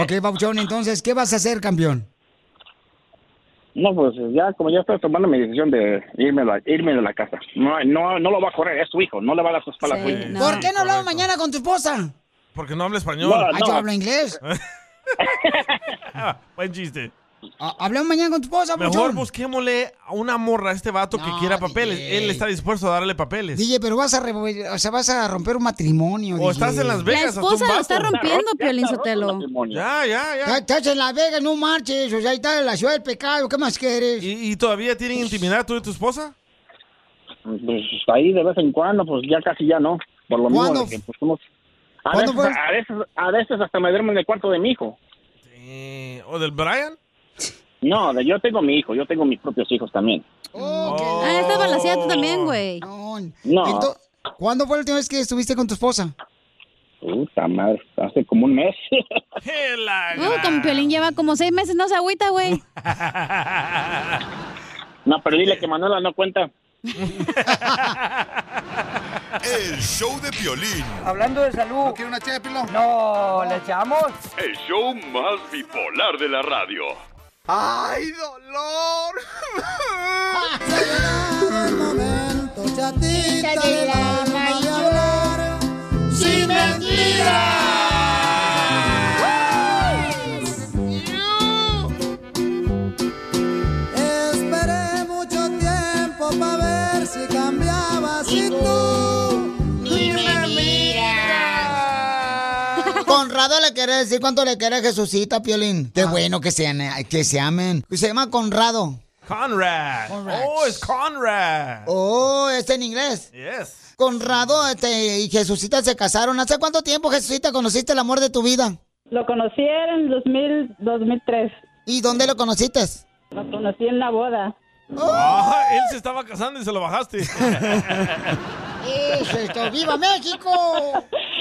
[SPEAKER 1] Ok, babuchón, entonces, ¿qué vas a hacer, campeón?
[SPEAKER 11] No, pues ya, como ya estoy tomando mi decisión de irme, de la- irme de la casa. No, no, no lo va a correr, es su hijo, no le va a dar sus palas a su hijo.
[SPEAKER 1] ¿Por qué no hablamos mañana con tu esposa?
[SPEAKER 2] Porque no habla español.
[SPEAKER 11] No,
[SPEAKER 1] Ah, yo hablo inglés.
[SPEAKER 2] Ah, Buen chiste.
[SPEAKER 1] Ah, Hablamos mañana con tu esposa,
[SPEAKER 2] Mejor
[SPEAKER 1] babuchón.
[SPEAKER 2] busquémosle a una morra a este vato que quiera papeles. Él está dispuesto a darle papeles.
[SPEAKER 1] DJ, pero vas a, re- o sea, vas a romper un matrimonio.
[SPEAKER 2] O
[SPEAKER 1] DJ.
[SPEAKER 2] estás en Las Vegas, La hasta un esposa lo vato. está rompiendo,
[SPEAKER 1] Piolín
[SPEAKER 3] Sotelo.
[SPEAKER 2] Ah, Ya, ya, ya.
[SPEAKER 1] Estás en Las Vegas, no marches. O sea, ahí está la ciudad del pecado. ¿Qué más quieres?
[SPEAKER 2] ¿Y, y todavía tienen intimidad tú y tu esposa?
[SPEAKER 11] Pues ahí de vez en cuando, pues ya casi ya no. Por lo mismo
[SPEAKER 2] ¿Cuándo?
[SPEAKER 11] de que, pues, somos- a,
[SPEAKER 2] ¿Cuándo
[SPEAKER 11] veces,
[SPEAKER 2] fue?
[SPEAKER 11] a, veces, a veces hasta me duermo en el cuarto de mi hijo.
[SPEAKER 2] Eh, ¿O del Brian?
[SPEAKER 11] No, de- yo tengo mi hijo, yo tengo mis propios hijos también.
[SPEAKER 3] Ah, estás balanceada tú también, güey.
[SPEAKER 11] No,
[SPEAKER 1] Ento- ¿Cuándo fue la última vez que estuviste con tu esposa?
[SPEAKER 11] puta madre, hace como un mes.
[SPEAKER 3] Uh, como Piolín lleva como seis meses, no se agüita, güey.
[SPEAKER 11] no, pero dile que Manuela no cuenta.
[SPEAKER 27] El show de Piolín.
[SPEAKER 28] Hablando de salud. ¿No quiere una No, ¿le echamos?
[SPEAKER 6] El show más bipolar de la radio.
[SPEAKER 28] ¡Ay, dolor!
[SPEAKER 5] Chatita de la mayor sin mentiras.
[SPEAKER 29] Esperé mucho tiempo para ver si cambiabas y tú ni me miras.
[SPEAKER 2] Ah.
[SPEAKER 1] Conrado le quiere decir cuánto le quiere Jesucita, Piolín.
[SPEAKER 2] Ah.
[SPEAKER 1] Qué bueno que, sean, eh, que se amen. Se llama Conrado.
[SPEAKER 2] Conrad.
[SPEAKER 1] Conrad.
[SPEAKER 2] Oh, es Conrad.
[SPEAKER 1] Oh, está en inglés.
[SPEAKER 2] Yes.
[SPEAKER 1] Conrado este, y Jesucita se casaron. ¿Hace cuánto tiempo, Jesucita, conociste el amor de tu vida?
[SPEAKER 23] Lo conocí en 2000, 2003.
[SPEAKER 1] ¿Y dónde lo conociste?
[SPEAKER 23] Lo conocí en la boda.
[SPEAKER 2] Ah, él se estaba casando y se lo bajaste.
[SPEAKER 1] ¡Eso es todo! ¡Viva México!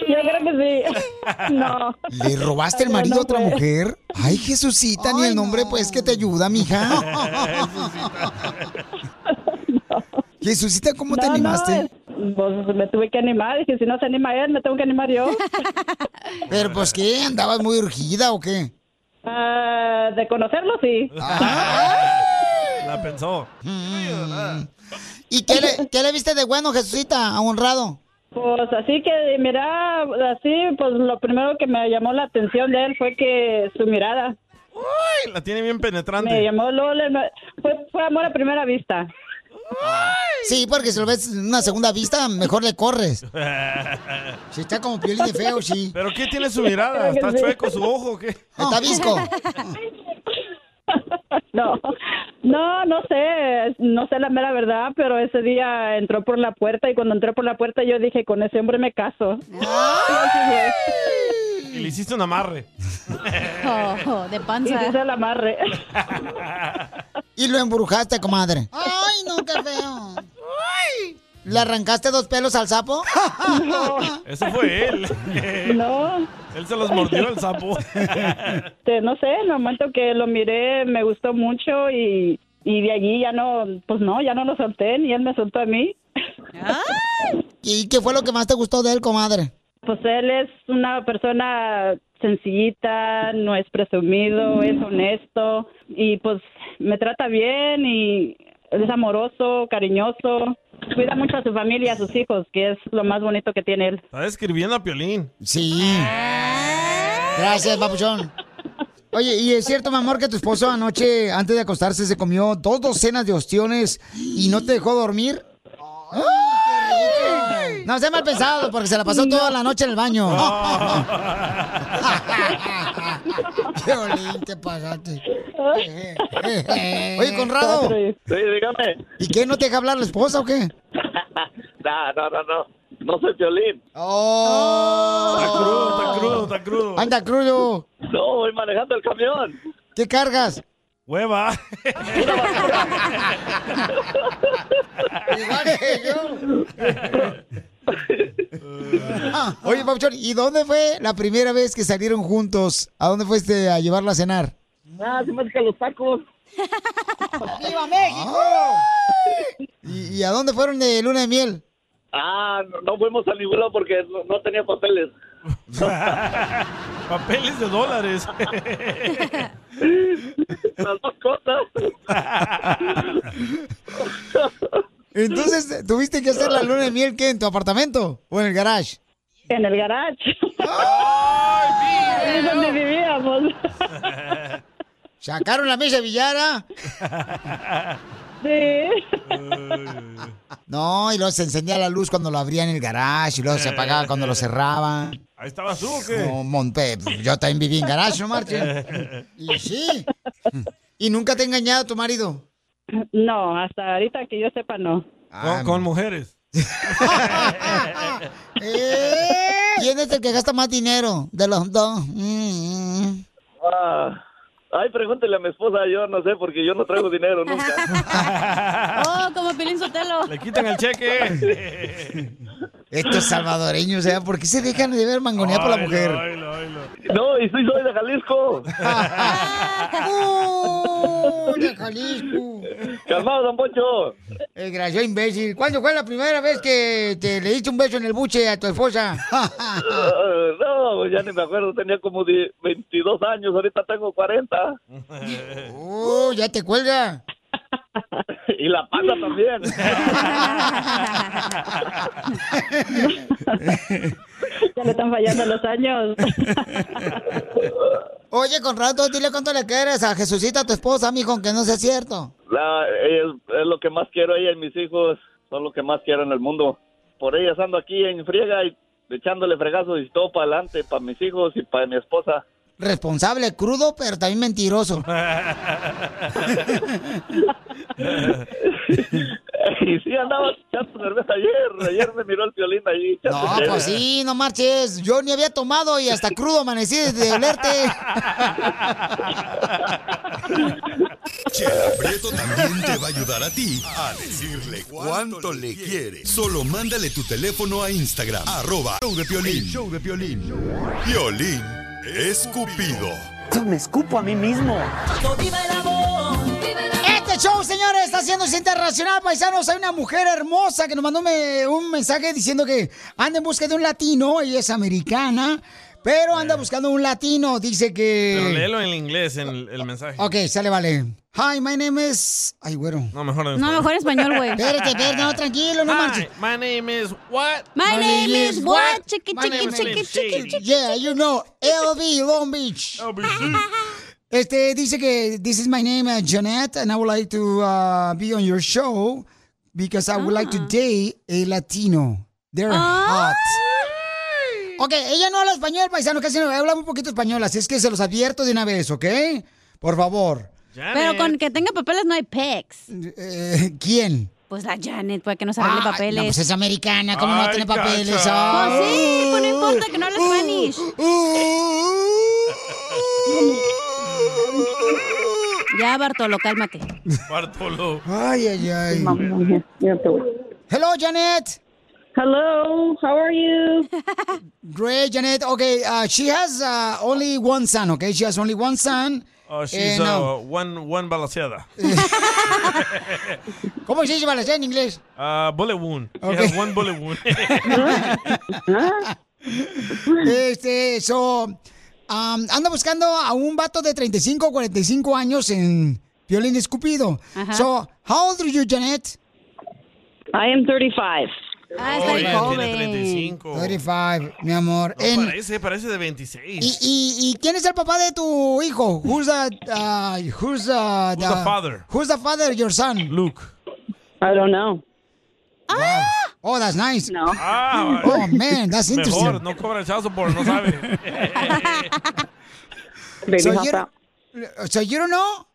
[SPEAKER 23] Yo creo que sí. No.
[SPEAKER 1] ¿Le robaste el marido a otra mujer? Ay, Jesucita, ni el nombre, pues, que te ayuda, mija. Jesucita, ¿cómo te
[SPEAKER 23] No, no,
[SPEAKER 1] animaste?
[SPEAKER 23] es- pues, me tuve que animar. Dije, si no se anima él, me tengo que animar yo.
[SPEAKER 1] Pero, pues, ¿qué? ¿Andabas muy urgida o qué?
[SPEAKER 23] Ah, de conocerlo, sí.
[SPEAKER 1] Ah.
[SPEAKER 2] Ah, La pensó.
[SPEAKER 1] ¿Y qué le, qué le viste de bueno, Jesucita, a honrado?
[SPEAKER 23] Pues así que, mira, así, pues lo primero que me llamó la atención de él fue que su mirada.
[SPEAKER 2] Ay, la tiene bien penetrante.
[SPEAKER 23] Me llamó Lola, me- fue, fue amor a primera vista.
[SPEAKER 1] Sí, porque si lo ves en una segunda vista, mejor le corres. Si está como piolín de feo, sí.
[SPEAKER 2] ¿Pero qué tiene su mirada? ¿Está chueco su ojo o qué?
[SPEAKER 1] Está visco.
[SPEAKER 23] No, no, no sé, no sé la mera verdad, pero ese día entró por la puerta y cuando entró por la puerta yo dije, con ese hombre me caso.
[SPEAKER 2] Y le hiciste un amarre.
[SPEAKER 23] Oh, de panza. Y se hizo el amarre.
[SPEAKER 1] Y lo embrujaste, comadre.
[SPEAKER 23] Ay,
[SPEAKER 1] no, qué feo. ¿Le arrancaste dos pelos al sapo?
[SPEAKER 2] Ese fue él.
[SPEAKER 23] No.
[SPEAKER 2] Él se los mordió el sapo.
[SPEAKER 23] Este, no sé, en el momento que lo miré me gustó mucho y, y de allí ya no, pues no, ya no lo solté ni él me soltó a mí.
[SPEAKER 1] ¿Y qué fue lo que más te gustó de él, comadre?
[SPEAKER 23] Pues él es una persona sencillita, no es presumido, es honesto y pues me trata bien y es amoroso, cariñoso, cuida mucho a su familia, a sus hijos, que es lo más bonito que tiene él.
[SPEAKER 2] Está describiendo a Piolín.
[SPEAKER 1] Sí. Gracias, papuchón. Oye, ¿y es cierto, mi amor, que tu esposo anoche, antes de acostarse, se comió dos docenas de ostiones y no te dejó dormir? ¡Ay! No, sea mal pensado, porque se la pasó toda la noche en el baño.
[SPEAKER 30] Ah.
[SPEAKER 1] Piolín, te pasaste. Oye, Conrado.
[SPEAKER 30] Sí, dígame.
[SPEAKER 1] ¿Y qué? ¿No te deja hablar la esposa o qué?
[SPEAKER 30] No, no, no, no. No soy violín. Oh.
[SPEAKER 5] Oh.
[SPEAKER 2] Está crudo, está crudo, está crudo.
[SPEAKER 1] Anda, crudo.
[SPEAKER 30] No, voy manejando el camión.
[SPEAKER 1] ¿Qué cargas?
[SPEAKER 2] Hueva.
[SPEAKER 1] Ah, oye, Papuchón, ¿y dónde fue la primera vez que salieron juntos? ¿A dónde fuiste a llevarla a cenar?
[SPEAKER 30] Nada, se Ah, me hace que los tacos.
[SPEAKER 1] ¡Viva México! ¿Y, y a dónde fueron de luna de miel?
[SPEAKER 30] Ah, no, no fuimos a ninguno porque no, no tenía papeles.
[SPEAKER 2] Papeles de dólares.
[SPEAKER 30] Las dos cosas.
[SPEAKER 1] Entonces, eh, ¿tuviste que hacer la luna de miel qué? ¿En tu apartamento? ¿O en el garage?
[SPEAKER 23] En el garage. Ahí es donde vivíamos.
[SPEAKER 1] ¿Sacaron la mesa de Villara?
[SPEAKER 23] Sí.
[SPEAKER 1] No, y luego se encendía la luz cuando lo abrían en el garage, y luego se apagaba cuando lo cerraban.
[SPEAKER 2] Ahí estabas tú, ¿o qué?
[SPEAKER 1] No, monte, yo también viví en garage, no marchen. Y sí. ¿Y nunca te ha engañado tu marido? Ah,
[SPEAKER 23] No, hasta ahorita que yo sepa no.
[SPEAKER 2] Con, con mujeres.
[SPEAKER 1] ¿Quién es el que gasta más dinero de los dos? Mm, mm.
[SPEAKER 30] Ah, ay, pregúntele a mi esposa, yo no sé, porque yo no traigo dinero nunca.
[SPEAKER 3] Oh, como Pelín Sotelo.
[SPEAKER 2] Le quitan el cheque.
[SPEAKER 1] Estos salvadoreños, ¿eh? ¿por qué se dejan de ver mangonear por la
[SPEAKER 2] Oilo,
[SPEAKER 1] mujer?
[SPEAKER 2] oilo, oilo.
[SPEAKER 30] No, y soy, soy de Jalisco.
[SPEAKER 1] ¡Oh, de Jalisco!
[SPEAKER 30] Calmado, don Poncho.
[SPEAKER 1] Desgraciado imbécil. ¿Cuándo fue la primera vez que te le diste un beso en el buche a tu esposa?
[SPEAKER 30] Ah, no, ya ni me acuerdo, tenía como de 22 años, ahorita tengo 40.
[SPEAKER 1] ¡Oh, ya te cuelga!
[SPEAKER 30] Y la pata también.
[SPEAKER 23] Ya le están fallando los años.
[SPEAKER 1] Oye, Conrado, dile cuánto le quieres a Jesucita, a tu esposa, mijo, que no sea cierto.
[SPEAKER 30] La- es, es lo que más quiero ella y mis hijos, son lo que más quiero en el mundo. Por ellas ando aquí en friega y echándole fregazos y todo para adelante, para mis hijos y para mi esposa.
[SPEAKER 1] Responsable, crudo, pero también mentiroso.
[SPEAKER 30] y sí, andaba echando cerveza ayer, ayer me miró el violín allí.
[SPEAKER 1] No, pues sí, no marches. Yo ni había tomado y hasta crudo amanecí de olerte.
[SPEAKER 16] Chela Prieto también te va a ayudar a ti a decirle cuánto le quiere. Solo mándale tu teléfono a Instagram, arroba show de Piolín. show de Piolín. Piolín Escupido.
[SPEAKER 31] Me escupo a mí mismo.
[SPEAKER 1] ¡Viva el amor! Este show, señores, está haciéndose internacional, paisanos. Hay una mujer hermosa que nos mandó me- un mensaje diciendo que anda en busca de un latino. Ella es americana, pero anda buscando un latino. Dice que...
[SPEAKER 2] Pero léelo en inglés, en el, el mensaje.
[SPEAKER 1] Ok, sale, vale. Hi, my name is. Ay, güero.
[SPEAKER 2] No, mejor en
[SPEAKER 3] No,
[SPEAKER 2] español.
[SPEAKER 3] mejor español, güey.
[SPEAKER 1] Espérate, espérate, no, tranquilo, no
[SPEAKER 2] Hi,
[SPEAKER 1] marches.
[SPEAKER 2] My name is what?
[SPEAKER 3] My name is what? Chiqui,
[SPEAKER 2] My
[SPEAKER 3] chiqui,
[SPEAKER 2] name is
[SPEAKER 3] chiqui, chiqui,
[SPEAKER 2] Shady.
[SPEAKER 3] chiqui.
[SPEAKER 1] Yeah, you know, LB, Long Beach. Este dice que this is my name, uh, Jeanette, and I would like to uh, be on your show because I would like
[SPEAKER 3] Ah.
[SPEAKER 1] to date a Latino. They're hot. Ok, ella no habla español, paisano, casi no habla muy poquito español, así es que se los advierto de una vez, ¿ok? Por favor.
[SPEAKER 3] Pero con que tenga papeles no hay pecs.
[SPEAKER 1] Eh, ¿Quién?
[SPEAKER 3] Pues la Janet, para que nos arregle
[SPEAKER 1] Ah,
[SPEAKER 3] papeles.
[SPEAKER 1] no, pues es americana, ¿cómo no
[SPEAKER 3] Ay,
[SPEAKER 1] tiene
[SPEAKER 3] cacha.
[SPEAKER 1] papeles?
[SPEAKER 3] Pues sí, pues no importa que no hable Spanish. Ya, Bartolo, cálmate.
[SPEAKER 2] Bartolo.
[SPEAKER 1] Ay, ay, ay. Hello, Janet. Hello, how are you? Great, Janet. Okay, uh, she has uh, only one son, okay? She has only one son.
[SPEAKER 2] Oh, she's
[SPEAKER 1] And,
[SPEAKER 2] uh, one, one balaseada.
[SPEAKER 1] ¿Cómo se dice balacera en inglés?
[SPEAKER 2] Uh, bullet wound. She
[SPEAKER 1] Okay.
[SPEAKER 2] has one bullet wound.
[SPEAKER 1] Ah. este, so, um, anda buscando a un vato de 35 45 años en violín escupido.
[SPEAKER 12] Ajá.
[SPEAKER 1] So, how old are you, Janet? I am 35.
[SPEAKER 12] Ah, está Oh, bien ella tiene joven.
[SPEAKER 2] 35.
[SPEAKER 1] 35, mi amor.
[SPEAKER 2] No,
[SPEAKER 1] En-
[SPEAKER 2] parece, parece de
[SPEAKER 1] y,
[SPEAKER 2] 26.
[SPEAKER 1] y, ¿Y quién es el papá de tu hijo? Who's the, uh, who's the, who's
[SPEAKER 2] the father?
[SPEAKER 1] Who's the father of your son?
[SPEAKER 2] Luke.
[SPEAKER 1] I don't know. Ah! Oh, that's nice. No.
[SPEAKER 2] Ah,
[SPEAKER 1] oh, man, that's interesting.
[SPEAKER 2] Mejor, no cobra el child support, no sabe.
[SPEAKER 1] so,
[SPEAKER 23] help
[SPEAKER 1] you don't- so you don't know?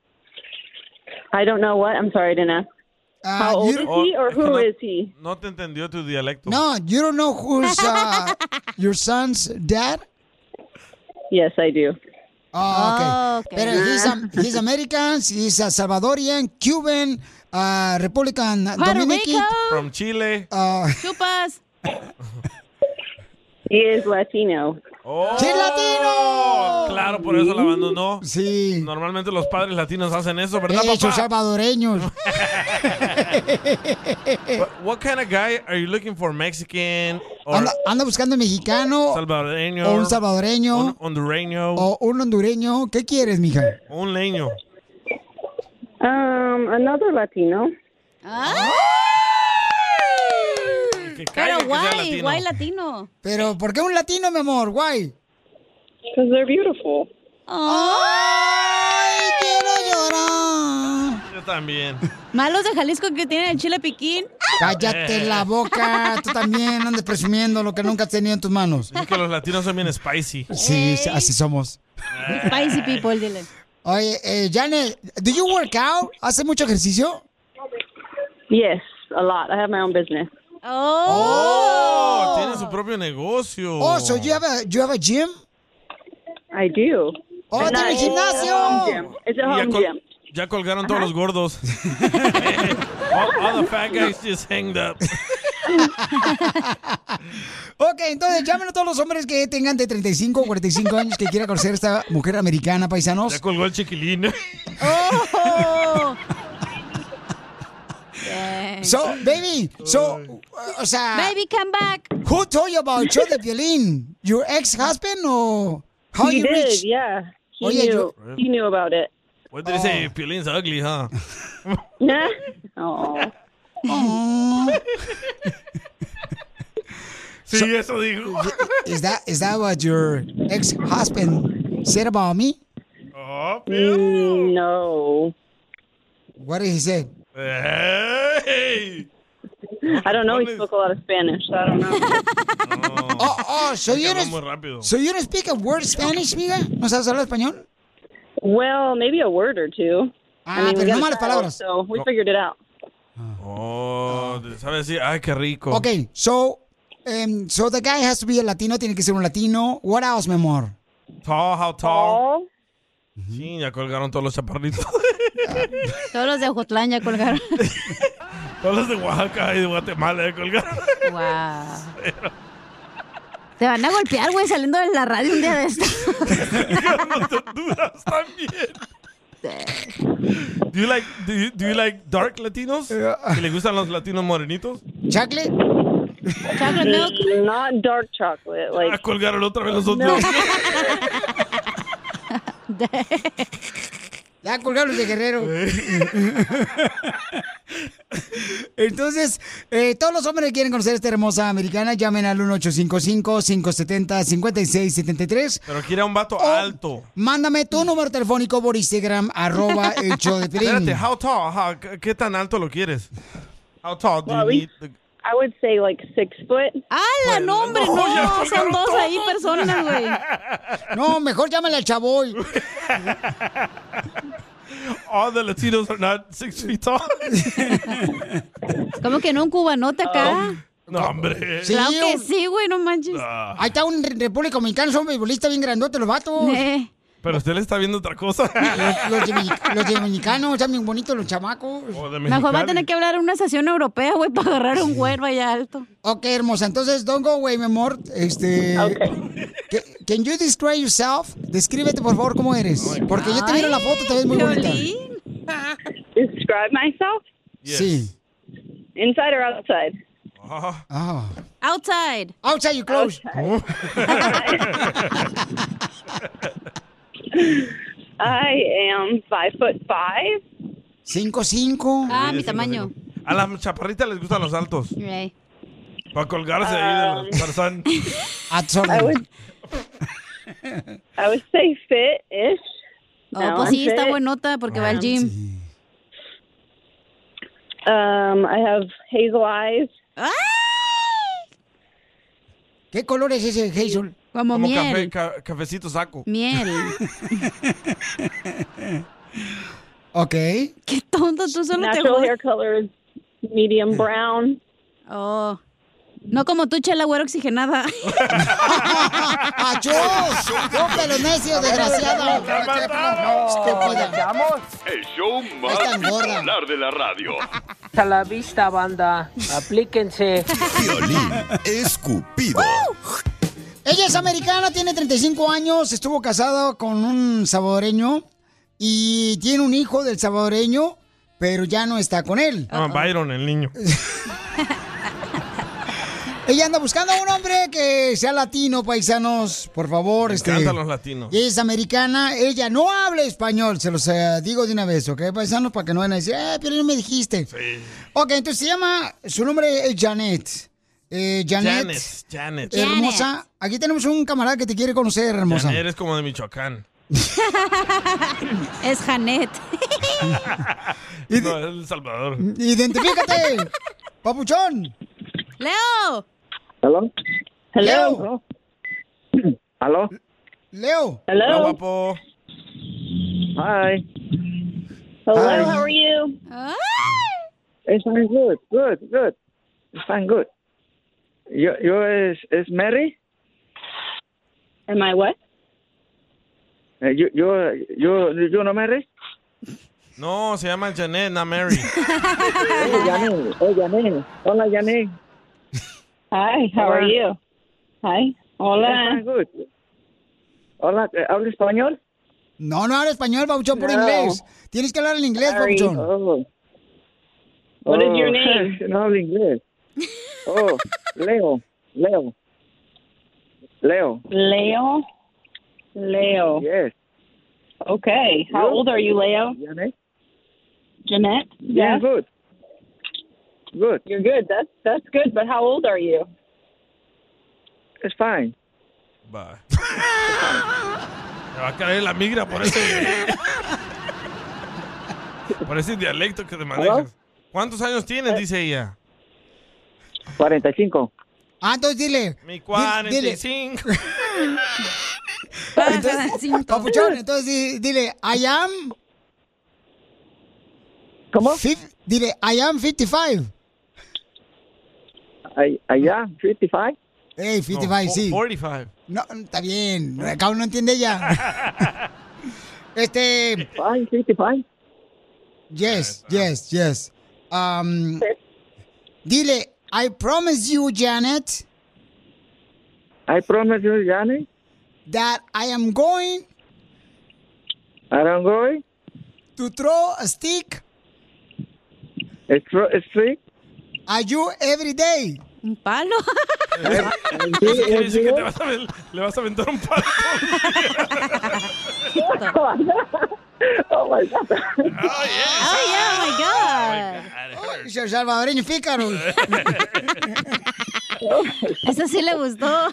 [SPEAKER 23] I don't know what. I'm sorry, Dana.
[SPEAKER 1] uh,
[SPEAKER 23] How old is he
[SPEAKER 2] Oh.
[SPEAKER 23] or who is he?
[SPEAKER 2] No te entendió tu dialecto.
[SPEAKER 1] No, you don't know who's uh, your son's dad?
[SPEAKER 23] Yes, I do.
[SPEAKER 1] Oh,
[SPEAKER 23] okay.
[SPEAKER 1] okay. Pero he's, am- he's American, he's a Salvadorian, Cuban, uh, Republican, Dominican.
[SPEAKER 2] From Chile.
[SPEAKER 1] Uh,
[SPEAKER 23] Chupas. he is Latino.
[SPEAKER 2] Oh, Claro, por eso la abandonó.
[SPEAKER 1] Sí.
[SPEAKER 2] Normalmente los padres latinos hacen eso, ¿verdad,
[SPEAKER 1] Hechos
[SPEAKER 2] papá?
[SPEAKER 1] salvadoreños. eh.
[SPEAKER 2] What- What kind of guy are you looking for? Mexican or
[SPEAKER 1] Anda, anda buscando un mexicano
[SPEAKER 2] salvadoreño?
[SPEAKER 1] o un salvadoreño
[SPEAKER 2] Un hondureño.
[SPEAKER 1] o un hondureño. ¿Qué quieres, mija?
[SPEAKER 2] Un leño.
[SPEAKER 23] Um, another Latino.
[SPEAKER 3] Pero
[SPEAKER 23] caiga que sea
[SPEAKER 3] guay,
[SPEAKER 23] latino.
[SPEAKER 3] guay latino.
[SPEAKER 1] Pero, ¿por qué un latino, mi amor? Guay.
[SPEAKER 23] Because they're beautiful.
[SPEAKER 1] ¡Ay, quiero llorar!
[SPEAKER 2] Yo también.
[SPEAKER 3] Malos de Jalisco que tienen el chile piquín.
[SPEAKER 23] Eh.
[SPEAKER 1] Cállate la boca. Tú también andas presumiendo lo que nunca has tenido en tus manos.
[SPEAKER 2] Dicen que los latinos son bien spicy. Eh.
[SPEAKER 1] Sí, sí, así somos.
[SPEAKER 3] Spicy people, dile.
[SPEAKER 1] Oye, eh, Janet, ¿do you work out? ¿Hace mucho ejercicio?
[SPEAKER 23] Yes, a lot. I have my own business.
[SPEAKER 2] Oh, tiene su propio negocio.
[SPEAKER 1] Oh, so you have a, you have a gym?
[SPEAKER 23] I do.
[SPEAKER 1] Oh,
[SPEAKER 23] And
[SPEAKER 1] tiene
[SPEAKER 23] I- It's a home
[SPEAKER 1] gimnasio.
[SPEAKER 23] gym. It's a
[SPEAKER 2] Y ya,
[SPEAKER 23] home
[SPEAKER 2] col-
[SPEAKER 23] gym.
[SPEAKER 2] ya colgaron todos los gordos. Eh, all, all the fat guys just hanged up.
[SPEAKER 1] Ok, entonces llamen a todos los hombres que tengan de 35 o 45 años que quieran conocer a esta mujer americana, paisanos.
[SPEAKER 2] Ya colgó el chiquilín.
[SPEAKER 1] Oh. So, baby, so, uh, o sea...
[SPEAKER 3] Baby, come back.
[SPEAKER 1] Who told you about Show de Violín? Your ex-husband or how
[SPEAKER 23] He
[SPEAKER 1] you
[SPEAKER 23] did,
[SPEAKER 1] reached?
[SPEAKER 23] yeah. He
[SPEAKER 1] Oye,
[SPEAKER 23] knew.
[SPEAKER 2] yo-
[SPEAKER 23] He knew about it.
[SPEAKER 2] What did he say?
[SPEAKER 1] Oh.
[SPEAKER 2] Piolin's ugly, huh?
[SPEAKER 23] Nah. Oh.
[SPEAKER 2] Sí, eso dijo.
[SPEAKER 1] Is that is that what your ex-husband said about me?
[SPEAKER 23] Mm, no.
[SPEAKER 1] What did he say?
[SPEAKER 2] Eh, Hey.
[SPEAKER 23] Eh? I don't know. He spoke a lot of Spanish, so I don't know.
[SPEAKER 1] Oh, oh, so you don't,
[SPEAKER 2] Muy rápido.
[SPEAKER 1] so you don't speak a word Spanish, miga? ¿No sabes hablar español?
[SPEAKER 23] Well, maybe a word or two.
[SPEAKER 1] Ah,
[SPEAKER 23] we
[SPEAKER 1] pero
[SPEAKER 23] got
[SPEAKER 1] no
[SPEAKER 23] a
[SPEAKER 1] malas
[SPEAKER 23] child,
[SPEAKER 1] palabras.
[SPEAKER 23] So we
[SPEAKER 2] No.
[SPEAKER 23] figured it out.
[SPEAKER 2] Oh, ¿sabes decir? Ay, qué rico.
[SPEAKER 1] Okay, so um, so the guy has to be a latino, tiene que ser un latino. What else, mi amor?
[SPEAKER 2] Tall, how
[SPEAKER 3] Oh.
[SPEAKER 2] tall? Sí, ya colgaron todos los chaparritos.
[SPEAKER 3] Todos los de Ojotlán ya colgaron.
[SPEAKER 2] todos los de Oaxaca y de Guatemala ya colgaron.
[SPEAKER 3] Wow. Te van a golpear, güey, saliendo de la radio un día de esto.
[SPEAKER 2] Do you like, do you, do you like dark latinos? ¿Que le gustan los latinos morenitos?
[SPEAKER 1] Chocolate?
[SPEAKER 23] Chocolate milk?
[SPEAKER 14] Mm,
[SPEAKER 23] Not dark chocolate.
[SPEAKER 2] Ah,
[SPEAKER 23] Like
[SPEAKER 2] colgaron otra vez los otros.
[SPEAKER 1] Ya colgaron de guerrero. Entonces, eh, todos los hombres que quieren conocer a esta hermosa americana, llamen al 1855-570-5673.
[SPEAKER 2] Pero quiere a un
[SPEAKER 1] Oh.
[SPEAKER 2] vato alto.
[SPEAKER 1] Mándame tu número telefónico por Instagram, arroba el show de Piolín.
[SPEAKER 2] Espérate, how tall? How- ¿Qué tan alto lo quieres? How tall do you
[SPEAKER 23] Well, we-
[SPEAKER 2] need? the-
[SPEAKER 23] I would say like six foot.
[SPEAKER 2] Pues,
[SPEAKER 3] ¡Hala, no, hombre!
[SPEAKER 23] no, ya
[SPEAKER 3] No, son
[SPEAKER 23] colgaron
[SPEAKER 3] dos ahí
[SPEAKER 23] todos.
[SPEAKER 3] personas, güey.
[SPEAKER 1] No, mejor llámale al chavoy.
[SPEAKER 2] All the Latinos are not six feet tall.
[SPEAKER 3] Como que no un cubanote
[SPEAKER 1] Oh.
[SPEAKER 3] acá.
[SPEAKER 2] no, hombre.
[SPEAKER 1] Sí,
[SPEAKER 3] claro que
[SPEAKER 1] un-
[SPEAKER 3] sí, güey, no manches.
[SPEAKER 1] Ahí está un re- República Dominicana, son beisbolistas bien grandotes los vatos.
[SPEAKER 3] Eh.
[SPEAKER 2] Pero usted le está viendo otra cosa.
[SPEAKER 1] Los, domini- los dominicanos están bien bonitos, los chamacos.
[SPEAKER 3] Mejor va a tener que hablar en una sesión europea, güey, para agarrar un güero allá alto.
[SPEAKER 1] Ok, hermosa. Entonces, don't go away, mi amor. Este. Ca- Can you describe yourself? Descríbete, por favor, cómo eres. Porque yo te miro la foto, te ves muy bonita.
[SPEAKER 14] Describe myself
[SPEAKER 1] Sí.
[SPEAKER 14] inside or outside?
[SPEAKER 15] Uh-huh.
[SPEAKER 1] Ah.
[SPEAKER 3] Outside.
[SPEAKER 1] Outside you close.
[SPEAKER 14] I am five foot five.
[SPEAKER 1] Cinco, cinco.
[SPEAKER 3] Ah, mi tamaño.
[SPEAKER 2] A las chaparritas les gustan los altos.
[SPEAKER 3] Right.
[SPEAKER 2] Para colgarse ahí
[SPEAKER 3] Ah.
[SPEAKER 2] del tarzán.
[SPEAKER 14] I would say fit-ish.
[SPEAKER 3] Oh,
[SPEAKER 14] No,
[SPEAKER 3] pues
[SPEAKER 14] I'm
[SPEAKER 3] sí, está
[SPEAKER 14] fit.
[SPEAKER 3] buenota porque
[SPEAKER 1] Ah,
[SPEAKER 3] va al gym.
[SPEAKER 14] Um, I have hazel eyes.
[SPEAKER 1] ¿Qué color es ese hazel?
[SPEAKER 3] Como,
[SPEAKER 2] Como café, ca- cafecito saco.
[SPEAKER 3] Miel.
[SPEAKER 1] Ok.
[SPEAKER 3] Qué tonto, tú solo te
[SPEAKER 14] Natural
[SPEAKER 3] jodes.
[SPEAKER 14] hair color is
[SPEAKER 1] Hmm.
[SPEAKER 14] medium brown.
[SPEAKER 3] Oh. No como tú, chela, güero oxigenada.
[SPEAKER 1] ¡Achos! ¡Yo, pelo necio, desgraciado!
[SPEAKER 14] ¡Estúpida!
[SPEAKER 6] El show más
[SPEAKER 14] Estás gorda.
[SPEAKER 6] bipolar de la radio.
[SPEAKER 11] A la vista, banda. Aplíquense.
[SPEAKER 16] Violín escupido.
[SPEAKER 1] Ella es americana, tiene 35 años, estuvo casada con un salvadoreño y tiene un hijo del salvadoreño, pero ya no está con él.
[SPEAKER 2] Ah, Byron, el niño.
[SPEAKER 1] Ella anda buscando a un hombre que sea latino, paisanos, por favor. este,
[SPEAKER 2] encantan los latinos.
[SPEAKER 1] Ella es americana, ella no habla español, se los eh, digo de una vez, ¿ok? Paisanos, para que no vayan a decir, eh, pero no me dijiste. Ok, entonces se llama, su nombre es Janet. Eh, Janet.
[SPEAKER 2] Janet. Janet.
[SPEAKER 1] Hermosa, aquí tenemos un camarada que te quiere conocer, hermosa.
[SPEAKER 2] Janet es como de Michoacán.
[SPEAKER 3] es Janet.
[SPEAKER 2] no, es El Salvador.
[SPEAKER 1] Identifícate, papuchón.
[SPEAKER 3] Leo.
[SPEAKER 15] ¿Aló?
[SPEAKER 1] Leo.
[SPEAKER 15] ¿Aló?
[SPEAKER 1] Leo.
[SPEAKER 15] Hello.
[SPEAKER 2] guapo.
[SPEAKER 15] Hi.
[SPEAKER 14] Hello,
[SPEAKER 15] Hi.
[SPEAKER 14] how are you?
[SPEAKER 15] It's fine, good, good, good. It's fine, good. Yo, yo es, es Mary.
[SPEAKER 14] Am I what?
[SPEAKER 15] Eh, yo, yo, yo, yo no Mary.
[SPEAKER 2] No, se llama Janet, no Mary.
[SPEAKER 15] Oh, Janine. Oh, Janine. Hola, Janine.
[SPEAKER 14] Hi, how
[SPEAKER 15] Hola.
[SPEAKER 14] are you? Hi. Hola.
[SPEAKER 15] It's fine, good. Hola, eh, ¿habla español?
[SPEAKER 1] No, no habla español, papuchón, por
[SPEAKER 15] No.
[SPEAKER 1] inglés. Tienes que hablar en inglés,
[SPEAKER 15] Sorry.
[SPEAKER 1] papuchón.
[SPEAKER 15] Oh.
[SPEAKER 1] What is
[SPEAKER 15] Oh,
[SPEAKER 1] your name?
[SPEAKER 15] No hablo inglés. Oh, Leo, Leo. Leo.
[SPEAKER 14] Leo. Leo.
[SPEAKER 15] Yes.
[SPEAKER 14] Okay. How
[SPEAKER 15] Leo?
[SPEAKER 14] old are you, Leo?
[SPEAKER 15] Janet.
[SPEAKER 14] Jeanette?
[SPEAKER 15] Yeah,
[SPEAKER 14] Yes.
[SPEAKER 15] good. Good.
[SPEAKER 14] You're good. That's that's good. But how old are you?
[SPEAKER 15] It's fine.
[SPEAKER 2] Bye. Me va a caer la migra por ese. por ese dialecto que te manejas. ¿Cuántos años tienes?
[SPEAKER 18] Eh,
[SPEAKER 2] Dice ella.
[SPEAKER 15] 45.
[SPEAKER 1] Ah, entonces dile.
[SPEAKER 2] Mi
[SPEAKER 1] di- dile.
[SPEAKER 2] 45.
[SPEAKER 1] Entonces, papuchón, entonces di- dile, I am.
[SPEAKER 15] ¿Cómo?
[SPEAKER 1] dile, I am 55.
[SPEAKER 15] Ay- Allá, 55.
[SPEAKER 1] Hey, 55,
[SPEAKER 15] No,
[SPEAKER 1] sí.
[SPEAKER 15] fo-
[SPEAKER 2] 45.
[SPEAKER 1] No, está bien. Acá uno entiende ya. este.
[SPEAKER 15] 55.
[SPEAKER 1] Yes,
[SPEAKER 15] ah.
[SPEAKER 1] yes, yes. Um, dile, I promise you, Janet,
[SPEAKER 15] I promise you, Janet,
[SPEAKER 1] that I am going
[SPEAKER 15] I don't go.
[SPEAKER 1] to throw a stick
[SPEAKER 15] It's tr- it's free.
[SPEAKER 1] at you every day.
[SPEAKER 3] Un palo.
[SPEAKER 2] Eso quiere decir que te vas a aven- le vas a aventar un palo.
[SPEAKER 15] Oh my God.
[SPEAKER 3] Oh, yeah, oh my God.
[SPEAKER 1] Soy salvadoreño pícaro.
[SPEAKER 3] Esa sí le gustó.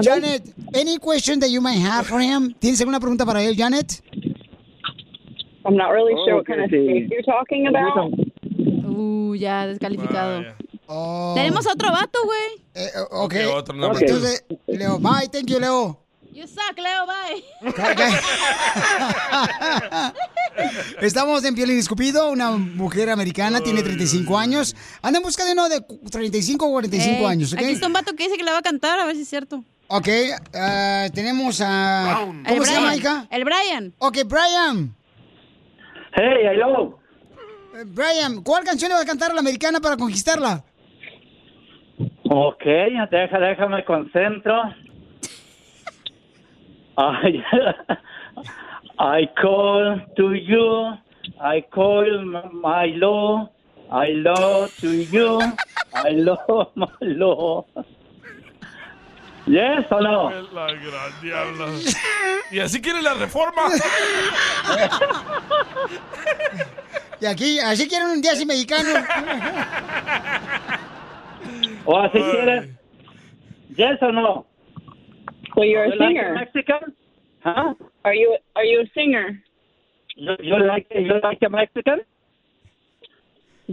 [SPEAKER 1] Janet, any question that you might have for him? ¿Tienes alguna pregunta para él, Janet?
[SPEAKER 14] I'm not really
[SPEAKER 1] Oh,
[SPEAKER 14] sure what kind of
[SPEAKER 1] okay.
[SPEAKER 14] steak you're talking about.
[SPEAKER 3] Uh, ya, descalificado.
[SPEAKER 1] Oh.
[SPEAKER 3] Tenemos otro vato, güey.
[SPEAKER 1] Ok.
[SPEAKER 2] otro nombre.
[SPEAKER 1] Entonces, Leo, bye, thank you, Leo.
[SPEAKER 3] You suck, Leo, bye.
[SPEAKER 1] Estamos en Piel Indiscupido, una mujer americana, tiene 35 años. Anda en busca de uno de cu- 35 o 45
[SPEAKER 3] Ey,
[SPEAKER 1] años, ¿ok?
[SPEAKER 3] Eh, Aquí está un vato que dice que le va a cantar, a ver si es cierto.
[SPEAKER 1] Ok, ah, tenemos a...
[SPEAKER 3] El
[SPEAKER 1] ¿Cómo se
[SPEAKER 3] Brian,
[SPEAKER 1] llama, hija?
[SPEAKER 3] El Brian.
[SPEAKER 1] Ok, Brian.
[SPEAKER 18] Hey, hello.
[SPEAKER 1] Eh, Brian, ¿cuál canción le va a cantar a la americana para conquistarla?
[SPEAKER 18] Ok, deja, déjame concentro. I, I call to you, I call my love, I love to you, I love my love. Yes or no?
[SPEAKER 2] La gran diabla. Y así quiere la reforma.
[SPEAKER 1] Y aquí, así quieren un día así mexicano.
[SPEAKER 18] O así quieres. Yes or no?
[SPEAKER 15] So you're
[SPEAKER 18] You
[SPEAKER 15] a
[SPEAKER 18] like
[SPEAKER 15] singer.
[SPEAKER 18] Mexican? Huh?
[SPEAKER 15] Are you are you a singer?
[SPEAKER 18] You, you like you like a Mexican?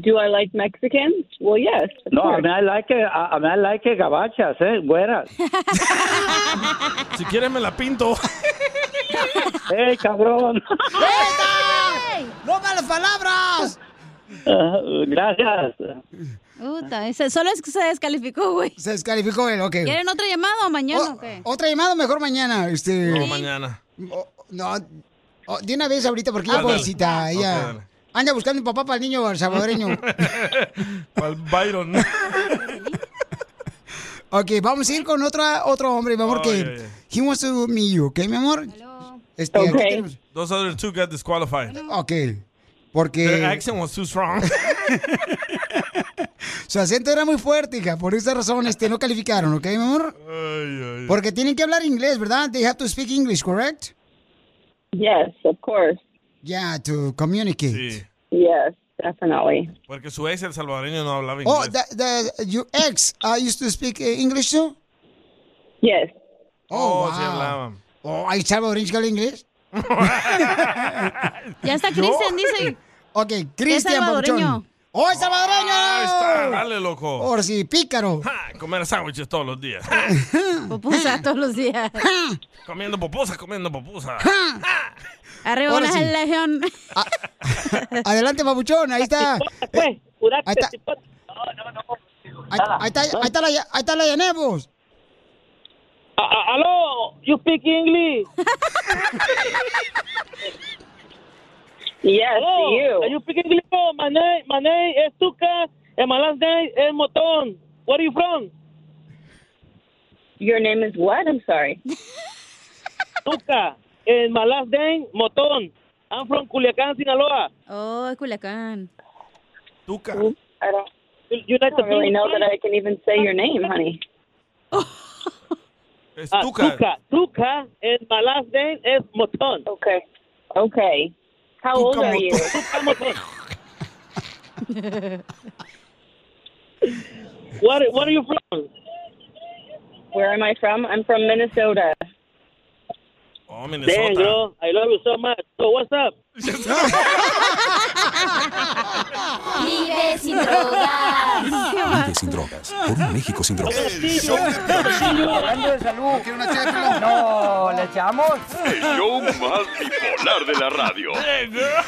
[SPEAKER 15] Do I like Mexicans? Well, yes. of
[SPEAKER 18] No, I
[SPEAKER 15] course.
[SPEAKER 18] mean I like it, I, I mean I like it gabachas, eh, güeras.
[SPEAKER 2] Si quieres me la pinto.
[SPEAKER 18] ¡Ey, cabrón!
[SPEAKER 1] ¡No malas palabras!
[SPEAKER 18] Gracias.
[SPEAKER 3] Puta, ese- solo es que se descalificó, güey.
[SPEAKER 1] Se descalificó él, ok.
[SPEAKER 3] ¿Quieren otra llamada o mañana o qué?
[SPEAKER 1] Oh, Otra llamada mejor mañana, este...
[SPEAKER 2] No, mañana.
[SPEAKER 1] No, oh, de una vez ahorita, porque ella
[SPEAKER 2] Ándale.
[SPEAKER 1] pobrecita,
[SPEAKER 2] Ah, Ok,
[SPEAKER 1] ella...
[SPEAKER 2] dale.
[SPEAKER 1] Anda buscando un papá para el niño salvadoreño.
[SPEAKER 2] Al Byron.
[SPEAKER 1] ok, vamos a ir con otra, otro hombre, mi amor,
[SPEAKER 2] Ay,
[SPEAKER 1] que...
[SPEAKER 2] ay,
[SPEAKER 1] He wants to meet you, ¿ok, mi amor? Este, aquí tenemos-
[SPEAKER 2] Those other two got disqualified.
[SPEAKER 1] Ok, porque...
[SPEAKER 2] Their accent was too strong.
[SPEAKER 1] Su acento era muy fuerte, hija. Por esa razón este, no calificaron, ¿ok, mi amor? Porque tienen que hablar inglés, ¿verdad? They have to speak English, correct?
[SPEAKER 15] Yes, of course.
[SPEAKER 1] Yeah, to communicate.
[SPEAKER 15] Yes, definitely.
[SPEAKER 2] Porque su ex, el salvadoreño, no hablaba
[SPEAKER 1] Oh,
[SPEAKER 2] inglés.
[SPEAKER 1] the, the, your ex uh, used to speak uh, English too?
[SPEAKER 15] Yes.
[SPEAKER 1] Oh,
[SPEAKER 2] sí
[SPEAKER 1] wow.
[SPEAKER 2] hablaban.
[SPEAKER 1] Oh, ¿hay salvadoreños que hablan inglés?
[SPEAKER 3] Ya está Cristian, dice.
[SPEAKER 1] Ok, Cristian
[SPEAKER 3] salvadoreño.
[SPEAKER 1] Pauchón. ¡Oh, es salvadoreño!
[SPEAKER 2] Ah, Ahí está, dale, loco.
[SPEAKER 1] Por si, pícaro.
[SPEAKER 2] Ah, Comer sándwiches todos los días.
[SPEAKER 1] Ah.
[SPEAKER 3] Pupusa todos los días.
[SPEAKER 2] comiendo popusas, comiendo popusas.
[SPEAKER 3] Arriba
[SPEAKER 1] ah. Ahora
[SPEAKER 3] la
[SPEAKER 1] sí. Ah.
[SPEAKER 3] legión.
[SPEAKER 1] Adelante, Papuchón, ahí está. Ahí está. Ahí ahí está, ahí está la, ahí está la Yanebos.
[SPEAKER 24] Uh, Hello, you speak English?
[SPEAKER 15] Yes,
[SPEAKER 24] Hello,
[SPEAKER 15] do you.
[SPEAKER 24] You speak English? No, my name, my name is Tuca, and my last name is Moton. Where are you from?
[SPEAKER 15] Your name is what? I'm sorry.
[SPEAKER 24] Tuca, and my last name Moton. I'm from Culiacan, Sinaloa.
[SPEAKER 3] Oh, es Culiacán.
[SPEAKER 2] Tuca.
[SPEAKER 15] I don't,
[SPEAKER 24] You like
[SPEAKER 15] I don't
[SPEAKER 24] to
[SPEAKER 15] really
[SPEAKER 24] sing?
[SPEAKER 15] know that I can even say your name, honey.
[SPEAKER 2] Es
[SPEAKER 24] Ah,
[SPEAKER 2] Tuca.
[SPEAKER 24] Tuca, Tuca, and my last name is Moton.
[SPEAKER 15] Okay. Okay. How old are you?
[SPEAKER 24] Tuca Moton. What, what are you from?
[SPEAKER 15] Where am I from? I'm from Minnesota.
[SPEAKER 2] Oh,
[SPEAKER 24] Damn,
[SPEAKER 2] Minnesota.
[SPEAKER 24] bro, I love you so much. So what's up?
[SPEAKER 12] Vive sin drogas.
[SPEAKER 7] Vive sin drogas. Por un México sin drogas.
[SPEAKER 5] Hablando de salud. ¿No quiere una ché de pilón? No, ¿le echamos?
[SPEAKER 6] El show más bipolar de la radio.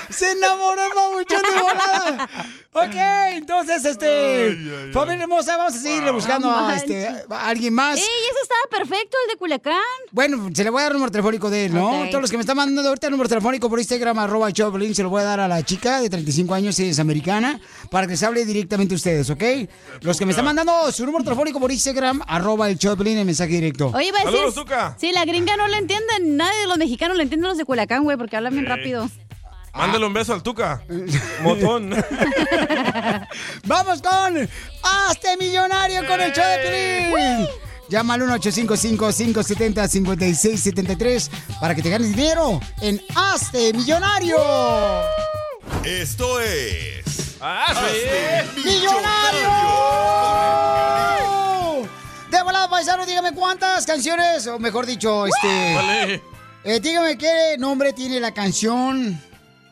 [SPEAKER 1] Se enamoró el babuchón de volada. Ok, entonces, este. Familia hermosa, vamos a seguirle buscando
[SPEAKER 3] No
[SPEAKER 1] a,
[SPEAKER 3] manches.
[SPEAKER 1] este, a alguien más.
[SPEAKER 3] ¡Ey, ese estaba perfecto, el de Culiacán!
[SPEAKER 1] Bueno, se le voy a dar el número telefónico de él, ¿no?
[SPEAKER 3] Ok.
[SPEAKER 1] Todos los que me están mandando ahorita el número telefónico por Instagram, arroba el show de Piolín, se lo voy a dar a la chica de 35 años, ella es americana, para que se hable directamente a ustedes, ¿ok? Los que me están mandando su número telefónico por Instagram, arroba el show de Piolín, el mensaje directo.
[SPEAKER 3] Oye, iba a decir. Si la gringa no la entienden, nadie de los mexicanos la entiende los de Culiacán, güey, porque hablan bien
[SPEAKER 2] Sí.
[SPEAKER 3] rápido.
[SPEAKER 2] Mándale un beso al Tuca. Motón.
[SPEAKER 1] Vamos con Hazte Millonario con el show de Piolín. Llama al 1-855-570-5673 para que te ganes dinero en Hazte Millonario.
[SPEAKER 16] Esto es.
[SPEAKER 1] ¡Millonario! ¡Millonario! De volada, paisano, dígame cuántas canciones, o mejor dicho, este... Eh, dígame qué nombre tiene la canción.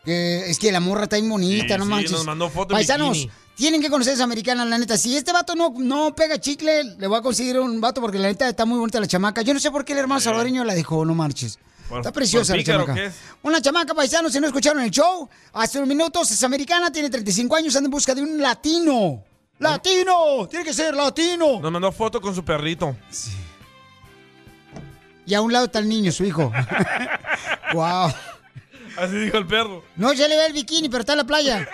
[SPEAKER 1] que- es que la morra está bien bonita,
[SPEAKER 2] Sí,
[SPEAKER 1] no
[SPEAKER 2] sí,
[SPEAKER 1] manches.
[SPEAKER 2] nos mandó foto en
[SPEAKER 1] Paisanos,
[SPEAKER 2] bikini.
[SPEAKER 1] tienen que conocer a esa americana, la neta. Si este vato no, no pega chicle, le voy a conseguir un vato porque la neta está muy bonita la chamaca. Yo no sé por qué el hermano salvadoreño la dejó, no marches.
[SPEAKER 2] Por-
[SPEAKER 1] está preciosa
[SPEAKER 2] por
[SPEAKER 1] la
[SPEAKER 2] pícaro
[SPEAKER 1] chamaca.
[SPEAKER 2] que es.
[SPEAKER 1] Una chamaca paisano, si no escucharon el show, hace unos minutos es americana, tiene 35 años, anda en busca de un latino. ¡Latino! ¡Tiene que ser latino!
[SPEAKER 2] Nos mandó foto con su perrito.
[SPEAKER 1] Y a un lado está el niño, su hijo. wow.
[SPEAKER 2] Así dijo el perro.
[SPEAKER 1] No, ya le ve el bikini, pero está en la playa.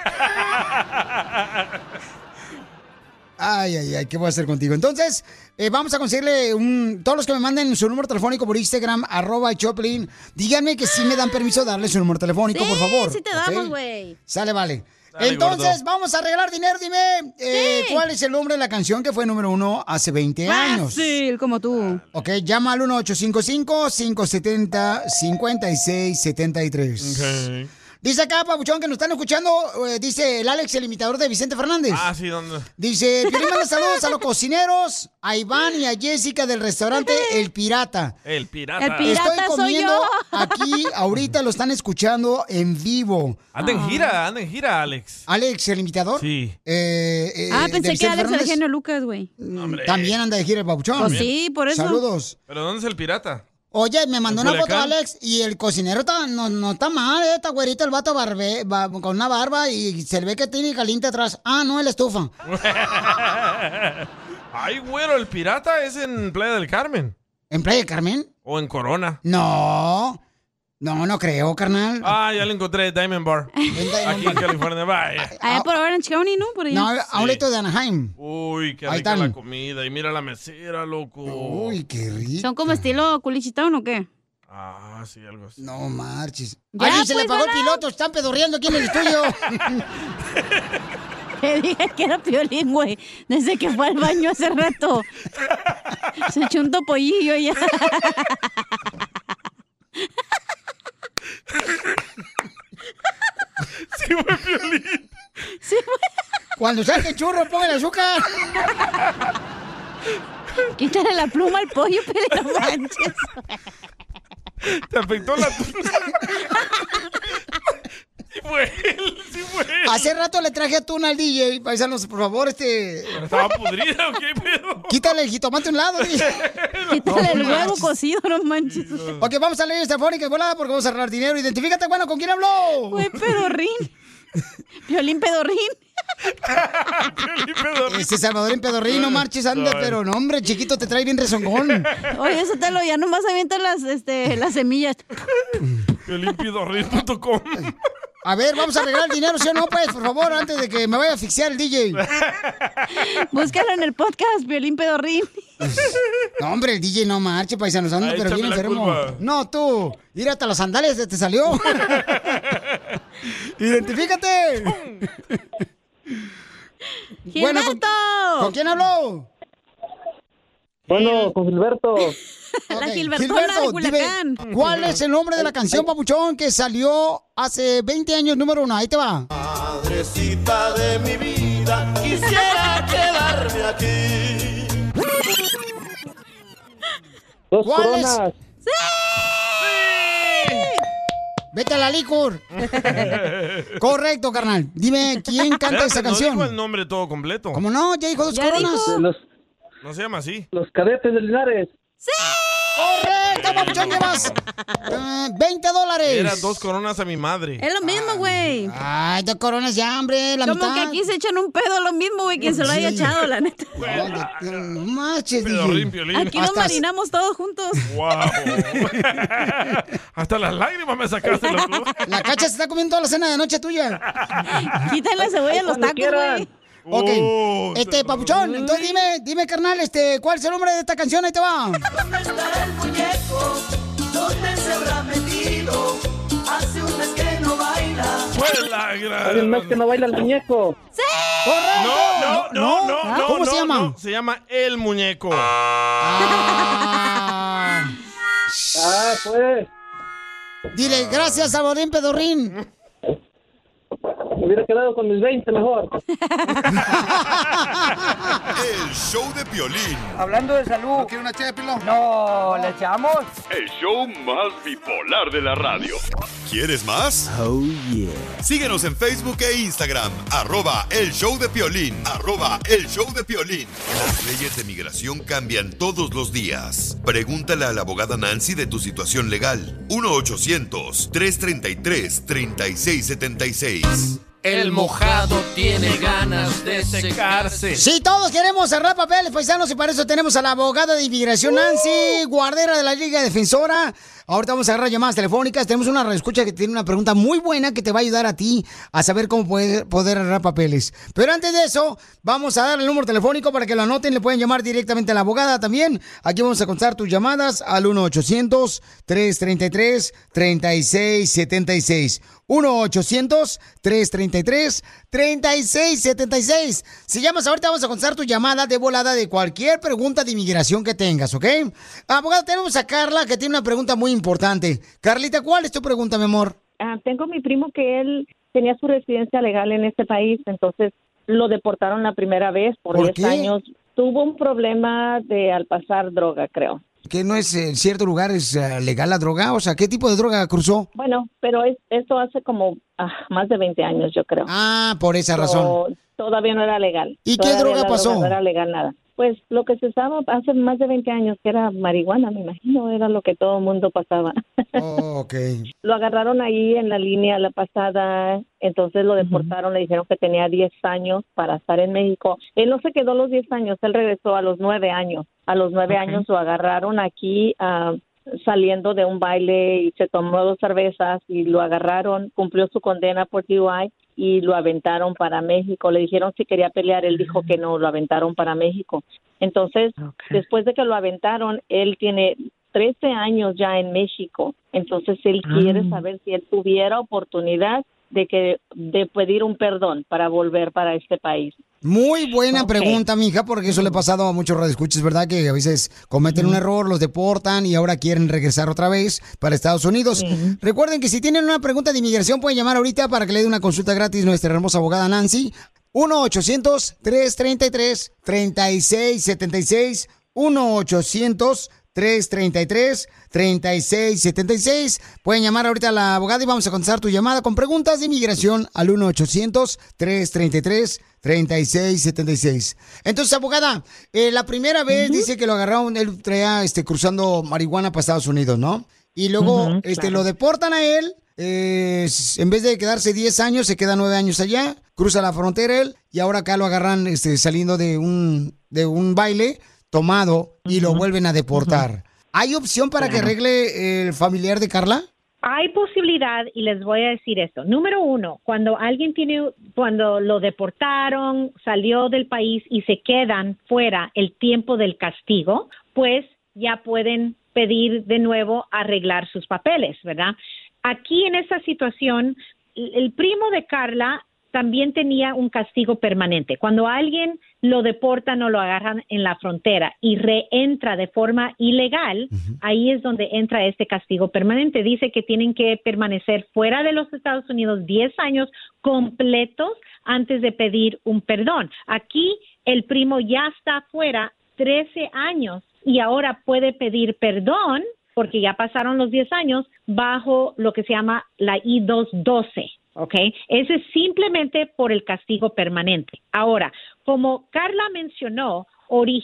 [SPEAKER 1] Ay, ay, ay, ¿qué voy a hacer contigo? Entonces, eh, vamos a conseguirle un. Todos los que me manden su número telefónico por Instagram, arroba Choplin, díganme que sí me dan permiso darle su número telefónico, por favor.
[SPEAKER 3] Sí, te
[SPEAKER 1] ¿ok?
[SPEAKER 3] damos, güey.
[SPEAKER 1] Sale, vale.
[SPEAKER 3] Dale,
[SPEAKER 1] Entonces,
[SPEAKER 3] gordo.
[SPEAKER 1] vamos a arreglar dinero. Dime eh,
[SPEAKER 3] Sí.
[SPEAKER 1] cuál es el nombre de la canción que fue número uno hace 20 años.
[SPEAKER 3] Fácil, como tú.
[SPEAKER 1] Ok, llama al 1-855-570-5673. Dice acá, Pabuchón, que nos están escuchando, eh, dice el Alex, el imitador de Vicente Fernández.
[SPEAKER 2] Ah, sí, ¿dónde?
[SPEAKER 1] Dice, Piolín manda saludos a los cocineros, a Iván y a Jessica del restaurante El Pirata.
[SPEAKER 2] El pirata.
[SPEAKER 1] Estoy comiendo aquí, ahorita lo están escuchando en vivo. Ah.
[SPEAKER 2] Anda en gira, anda en gira, Alex.
[SPEAKER 1] Alex, el imitador.
[SPEAKER 2] Sí.
[SPEAKER 1] Eh, eh,
[SPEAKER 3] ah,
[SPEAKER 1] de
[SPEAKER 3] pensé que
[SPEAKER 1] Vicente
[SPEAKER 3] Alex era el
[SPEAKER 1] Fernández. Mm,
[SPEAKER 3] genio Lucas, güey.
[SPEAKER 1] También anda de gira el babuchón.
[SPEAKER 3] Pues sí, por eso.
[SPEAKER 1] Saludos.
[SPEAKER 2] ¿Pero dónde es el pirata?
[SPEAKER 1] Oye, me mandó
[SPEAKER 2] ¿En
[SPEAKER 1] una foto
[SPEAKER 2] Culiacán?
[SPEAKER 1] Alex y el cocinero está- no, no está mal, eh, está güerito el vato barbe, ba- con una barba y se le ve que tiene caliente atrás. Ah, no, la estufa.
[SPEAKER 2] Ay, güero, el pirata es en Playa del Carmen.
[SPEAKER 1] ¿En Playa del Carmen?
[SPEAKER 2] O en Corona.
[SPEAKER 1] No, no, no creo, carnal.
[SPEAKER 2] Ah, ya lo encontré, Diamond Bar. Aquí en California, vaya.
[SPEAKER 3] Allá por Orange County, ¿no? Por allá.
[SPEAKER 1] Ah, No, a un leto de Anaheim.
[SPEAKER 2] Uy, qué
[SPEAKER 1] Ahí
[SPEAKER 2] rica la
[SPEAKER 1] están.
[SPEAKER 2] comida. Y mira la mesera, loco.
[SPEAKER 1] Uy, qué rico.
[SPEAKER 3] ¿Son como estilo culichitán o qué?
[SPEAKER 2] Ah, sí, algo así.
[SPEAKER 1] No marches.
[SPEAKER 3] Ya,
[SPEAKER 1] Alguien se le
[SPEAKER 3] pues,
[SPEAKER 1] pagó el
[SPEAKER 3] Alan.
[SPEAKER 1] piloto, están pedorreando aquí en el estudio.
[SPEAKER 3] Te dije que era piolín, güey. Desde que fue al baño hace rato. Se echó un topollillo ya.
[SPEAKER 2] Sí, fue piolín.
[SPEAKER 3] Sí,
[SPEAKER 1] Cuando saque churro, ponga el azúcar.
[SPEAKER 3] Quítale la pluma al pollo, pero no manches.
[SPEAKER 2] Te afectó la
[SPEAKER 1] Eh,
[SPEAKER 2] Sí fue
[SPEAKER 3] pues.
[SPEAKER 2] él, sí fue él.
[SPEAKER 1] Hace rato le traje atún al DJ. Paisanos, por favor, este.
[SPEAKER 2] Pero Estaba podrida, ¿o qué pedo?
[SPEAKER 1] Quítale el jitomate a un lado. DJ.
[SPEAKER 2] Quítale el
[SPEAKER 1] No
[SPEAKER 2] huevo
[SPEAKER 1] manches.
[SPEAKER 3] cocido, no manches.
[SPEAKER 1] Ok, vamos a leer esta fónica de volada porque vamos a ahorrar dinero. Identifícate, bueno, ¿con quién habló?
[SPEAKER 3] Fue pedorrín. Violín pedorrín.
[SPEAKER 1] Este Salvadorín Pedorrín, no marches, anda,
[SPEAKER 3] Ay.
[SPEAKER 1] pero no, hombre, chiquito, te trae bien rezongón.
[SPEAKER 3] Oye, eso te lo ya nomás avienta las, este, las semillas.
[SPEAKER 2] Piolínpidorrín.com.
[SPEAKER 1] A ver, vamos a arreglar el dinero, ¿sí o no? Pues, por favor, antes de que me vaya a asfixiar el DJ.
[SPEAKER 3] Búscalo en el podcast, Violín Pedorrín.
[SPEAKER 1] No, hombre, el DJ no marche, paisanos, anda,
[SPEAKER 3] Ay,
[SPEAKER 1] pero
[SPEAKER 3] échame
[SPEAKER 1] bien
[SPEAKER 3] la
[SPEAKER 1] enfermo.
[SPEAKER 3] culpa.
[SPEAKER 1] No, tú, ir hasta las sandalias te, te salió. ¡Identifícate! ¿con,
[SPEAKER 3] ¡Gilberto!
[SPEAKER 1] ¿con quién habló?
[SPEAKER 18] Bueno, con Gilberto.
[SPEAKER 1] Ok,
[SPEAKER 3] Gilbertona de
[SPEAKER 1] dime,
[SPEAKER 3] Culiacán.
[SPEAKER 1] ¿cuál es el nombre de la canción, papuchón, que salió hace 20 años, número uno? Ahí te va.
[SPEAKER 12] Madrecita de mi vida, quisiera quedarme aquí.
[SPEAKER 18] Dos
[SPEAKER 1] ¿Cuál es?
[SPEAKER 18] coronas.
[SPEAKER 1] Vete a la licor. Correcto, carnal. Dime, ¿quién canta
[SPEAKER 2] Espérate,
[SPEAKER 1] esa
[SPEAKER 2] No dijo
[SPEAKER 1] canción?
[SPEAKER 2] el nombre todo completo.
[SPEAKER 1] ¿Cómo no? Ya dijo dos coronas.
[SPEAKER 18] Los,
[SPEAKER 2] No se llama así.
[SPEAKER 18] los cadetes de Linares.
[SPEAKER 1] Correcto, papuchón, llevas eh, 20 dólares.
[SPEAKER 2] Era dos coronas a mi madre.
[SPEAKER 3] Es lo mismo, güey.
[SPEAKER 1] Ay, dos coronas ya, hombre, la
[SPEAKER 3] Como
[SPEAKER 1] mitad.
[SPEAKER 3] que aquí se echan un pedo lo mismo, güey, quien se lo haya
[SPEAKER 1] Sí.
[SPEAKER 3] echado, la neta.
[SPEAKER 1] No, no marches,
[SPEAKER 2] Pedorrín,
[SPEAKER 1] DJ.
[SPEAKER 2] Piolín.
[SPEAKER 3] Aquí nos
[SPEAKER 2] Hasta-
[SPEAKER 3] marinamos todos juntos.
[SPEAKER 2] Wow. Hasta las lágrimas me sacaste, loco.
[SPEAKER 1] La cacha se está comiendo toda la cena de noche tuya.
[SPEAKER 3] Quítale la cebolla a los tacos, güey.
[SPEAKER 1] Ok.
[SPEAKER 2] Oh,
[SPEAKER 1] este, papuchón, entonces dime, dime, carnal, este, ¿cuál es el nombre de esta canción? Ahí te va.
[SPEAKER 12] ¿Dónde estará el muñeco? ¿Dónde se habrá metido? Hace un mes que no baila.
[SPEAKER 2] ¡Suela, gra-
[SPEAKER 18] Alguien más que no baila el muñeco.
[SPEAKER 2] No, no, no, no, no.
[SPEAKER 1] ¿Ah? ¿Cómo se
[SPEAKER 2] no,
[SPEAKER 1] llama?
[SPEAKER 2] no. Se llama El Muñeco.
[SPEAKER 18] Ah, pues.
[SPEAKER 1] Dile,
[SPEAKER 2] Ah.
[SPEAKER 1] gracias, Saborín Pedorrín.
[SPEAKER 18] Me hubiera quedado con mis 20 mejor.
[SPEAKER 16] El show de Piolín.
[SPEAKER 5] Hablando de salud. ¿No quiere una ché de pilón? No, ¿le echamos?
[SPEAKER 6] El show más bipolar de la radio.
[SPEAKER 16] ¿Quieres más? Oh, yeah. Síguenos en Facebook e Instagram, arroba el show de Piolín, arroba el show de Piolín. Las leyes de migración cambian todos los días. Pregúntale a la abogada Nancy de tu situación legal. 1-800-333-3676.
[SPEAKER 4] El mojado tiene ganas de secarse.
[SPEAKER 1] Sí, todos queremos cerrar papeles, paisanos, y para eso tenemos a la abogada de inmigración Nancy, guardera de la Liga Defensora. Ahorita vamos a agarrar llamadas telefónicas. Tenemos una reescucha que tiene una pregunta muy buena que te va a ayudar a ti a saber cómo poder, poder agarrar papeles. Pero antes de eso, vamos a dar el número telefónico para que lo anoten. Le pueden llamar directamente a la abogada también. Aquí vamos a contar tus llamadas al 1-800-333-3676. 1-800-333-3676. Si llamas ahorita, vamos a contestar tu llamada de volada de cualquier pregunta de inmigración que tengas, ¿ok? Abogada, tenemos a Carla que tiene una pregunta muy importante. Carlita, ¿cuál es tu pregunta, mi amor?
[SPEAKER 10] Ah, tengo mi primo que él tenía su residencia legal en este país, entonces lo deportaron la primera vez por,
[SPEAKER 1] ¿Por qué?
[SPEAKER 10] 10 años. Tuvo un problema de al pasar droga, creo.
[SPEAKER 1] ¿Que no es en cierto lugar es eh, legal la droga? O sea, ¿qué tipo de droga cruzó?
[SPEAKER 10] Bueno, pero es, esto hace como ah, más de 20 años, yo creo.
[SPEAKER 1] Ah, por esa razón.
[SPEAKER 10] Todavía no era legal.
[SPEAKER 1] ¿Y qué
[SPEAKER 10] Todavía
[SPEAKER 1] droga
[SPEAKER 10] la
[SPEAKER 1] pasó?
[SPEAKER 10] no era legal nada. Pues lo que se usaba hace más de 20 años, que era marihuana, me imagino, era lo que todo el mundo pasaba.
[SPEAKER 1] ok.
[SPEAKER 10] Lo agarraron ahí en la línea la pasada, entonces lo deportaron, le dijeron que tenía 10 años para estar en México. Él no se quedó los 10 años, él regresó a los 9 años. A los
[SPEAKER 19] Ok.
[SPEAKER 10] 9 años lo agarraron aquí ah, saliendo de un baile y se tomó dos cervezas y lo agarraron, cumplió su condena por DUI y lo aventaron para México. Le dijeron si quería pelear, él dijo que no, lo aventaron para México. Entonces, después de que lo aventaron, él tiene 13 años ya en México. Entonces, él
[SPEAKER 19] Ah.
[SPEAKER 10] quiere saber si él tuviera oportunidad de que de pedir un perdón para volver para este país.
[SPEAKER 1] Muy buena
[SPEAKER 10] Ok.
[SPEAKER 1] pregunta, mija, porque eso le ha pasado a muchos radioescuchas, ¿verdad? Que a veces cometen un error, los deportan y ahora quieren regresar otra vez para Estados Unidos. Recuerden que si tienen una pregunta de inmigración pueden llamar ahorita para que le dé una consulta gratis nuestra hermosa abogada Nancy. 1-800-333-3676. 1-800-333-3676. Pueden llamar ahorita a la abogada y vamos a contestar tu llamada con preguntas de inmigración al 1-800-333-3676. Entonces, abogada, eh, la primera vez dice que lo agarraron, él traía este, cruzando marihuana para Estados Unidos, ¿no? Y luego
[SPEAKER 19] Ujú,
[SPEAKER 1] este,
[SPEAKER 19] claro.
[SPEAKER 1] lo deportan a él. eh, s- en vez de quedarse 10 años, se queda 9 años allá, cruza la frontera él y ahora acá lo agarran este, saliendo de un, de un baile tomado y lo vuelven a deportar. ¿Hay opción para que
[SPEAKER 32] Claro.
[SPEAKER 1] arregle el familiar de Carla?
[SPEAKER 32] Hay posibilidad y les voy a decir esto. Número uno, cuando alguien tiene, cuando lo deportaron, salió del país y se quedan fuera el tiempo del castigo, pues ya pueden pedir de nuevo arreglar sus papeles, ¿verdad? Aquí en esta situación, el el primo de Carla también tenía un castigo permanente. Cuando a alguien lo deportan o lo agarran en la frontera y reentra de forma ilegal, ahí es donde entra este castigo permanente. Dice que tienen que permanecer fuera de los Estados Unidos 10 años completos antes de pedir un perdón. Aquí el primo ya está fuera 13 años y ahora puede pedir perdón porque ya pasaron los 10 años bajo lo que se llama la I-212, ¿ok? Ese es simplemente por el castigo permanente. Ahora, como Carla mencionó,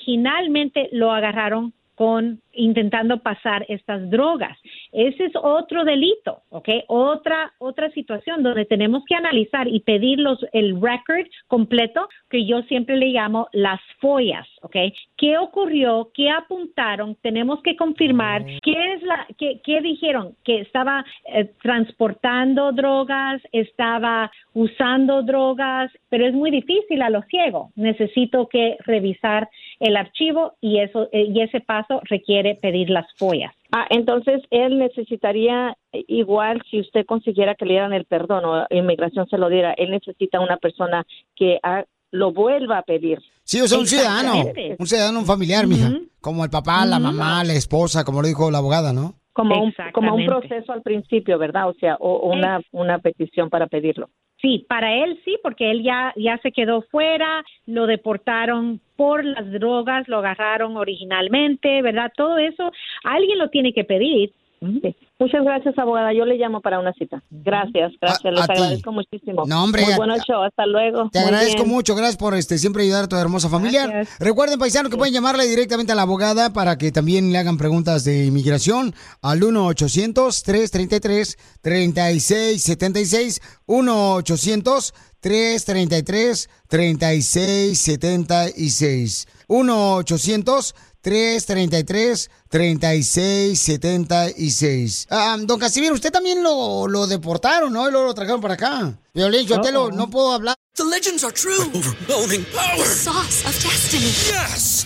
[SPEAKER 32] originalmente lo agarraron con intentando pasar estas drogas. Ese es otro delito, ¿ok? Otra otra situación donde tenemos que analizar y pedir los- el record completo que yo siempre le llamo las follas, ¿ok? ¿Qué ocurrió? ¿Qué apuntaron? Tenemos que confirmar qué es la qué, qué dijeron que estaba eh, transportando drogas, estaba usando drogas, pero es muy difícil a lo ciego. Necesito que revisar el archivo y eso eh, y ese paso requiere pedir las follas.
[SPEAKER 10] Ah, entonces él necesitaría eh, igual si usted consiguiera que le dieran el perdón o inmigración se lo diera, él necesita una persona que ah, lo vuelva a pedir.
[SPEAKER 1] Sí, o sea, un ciudadano,
[SPEAKER 10] Exactamente.
[SPEAKER 1] un ciudadano, un familiar, mija. Como el papá, la mamá, la esposa, como lo dijo la abogada, ¿no?
[SPEAKER 10] como un, como un
[SPEAKER 1] Exactamente.
[SPEAKER 10] proceso al principio, ¿verdad? O sea, o, o una, una petición para pedirlo.
[SPEAKER 32] Sí, para él sí, porque él ya, ya se quedó fuera, lo deportaron por las drogas, lo agarraron originalmente, ¿verdad? Todo eso, alguien lo tiene que pedir.
[SPEAKER 10] Sí. Muchas gracias, abogada. Yo le llamo para una cita. Gracias, gracias. Les
[SPEAKER 1] a ti.
[SPEAKER 10] agradezco muchísimo.
[SPEAKER 1] No, hombre,
[SPEAKER 10] Muy
[SPEAKER 1] a-
[SPEAKER 10] bueno el show. Hasta luego.
[SPEAKER 1] Te
[SPEAKER 10] Muy
[SPEAKER 1] agradezco
[SPEAKER 10] bien.
[SPEAKER 1] mucho, gracias por este siempre ayudar a tu hermosa familia. Recuerden, paisanos, que pueden llamarle directamente a la abogada para que también le hagan preguntas de inmigración al 1-800-333-3676. 1-800-333-3676. 1-800-333-3676. Ah, don Casimiro, usted también lo, lo deportaron, ¿no? Y luego lo trajeron para acá. Violín, yo te
[SPEAKER 10] pues,
[SPEAKER 1] lo, no puedo hablar.
[SPEAKER 24] The legends are true. overwhelming power. sauce of destiny. Yes.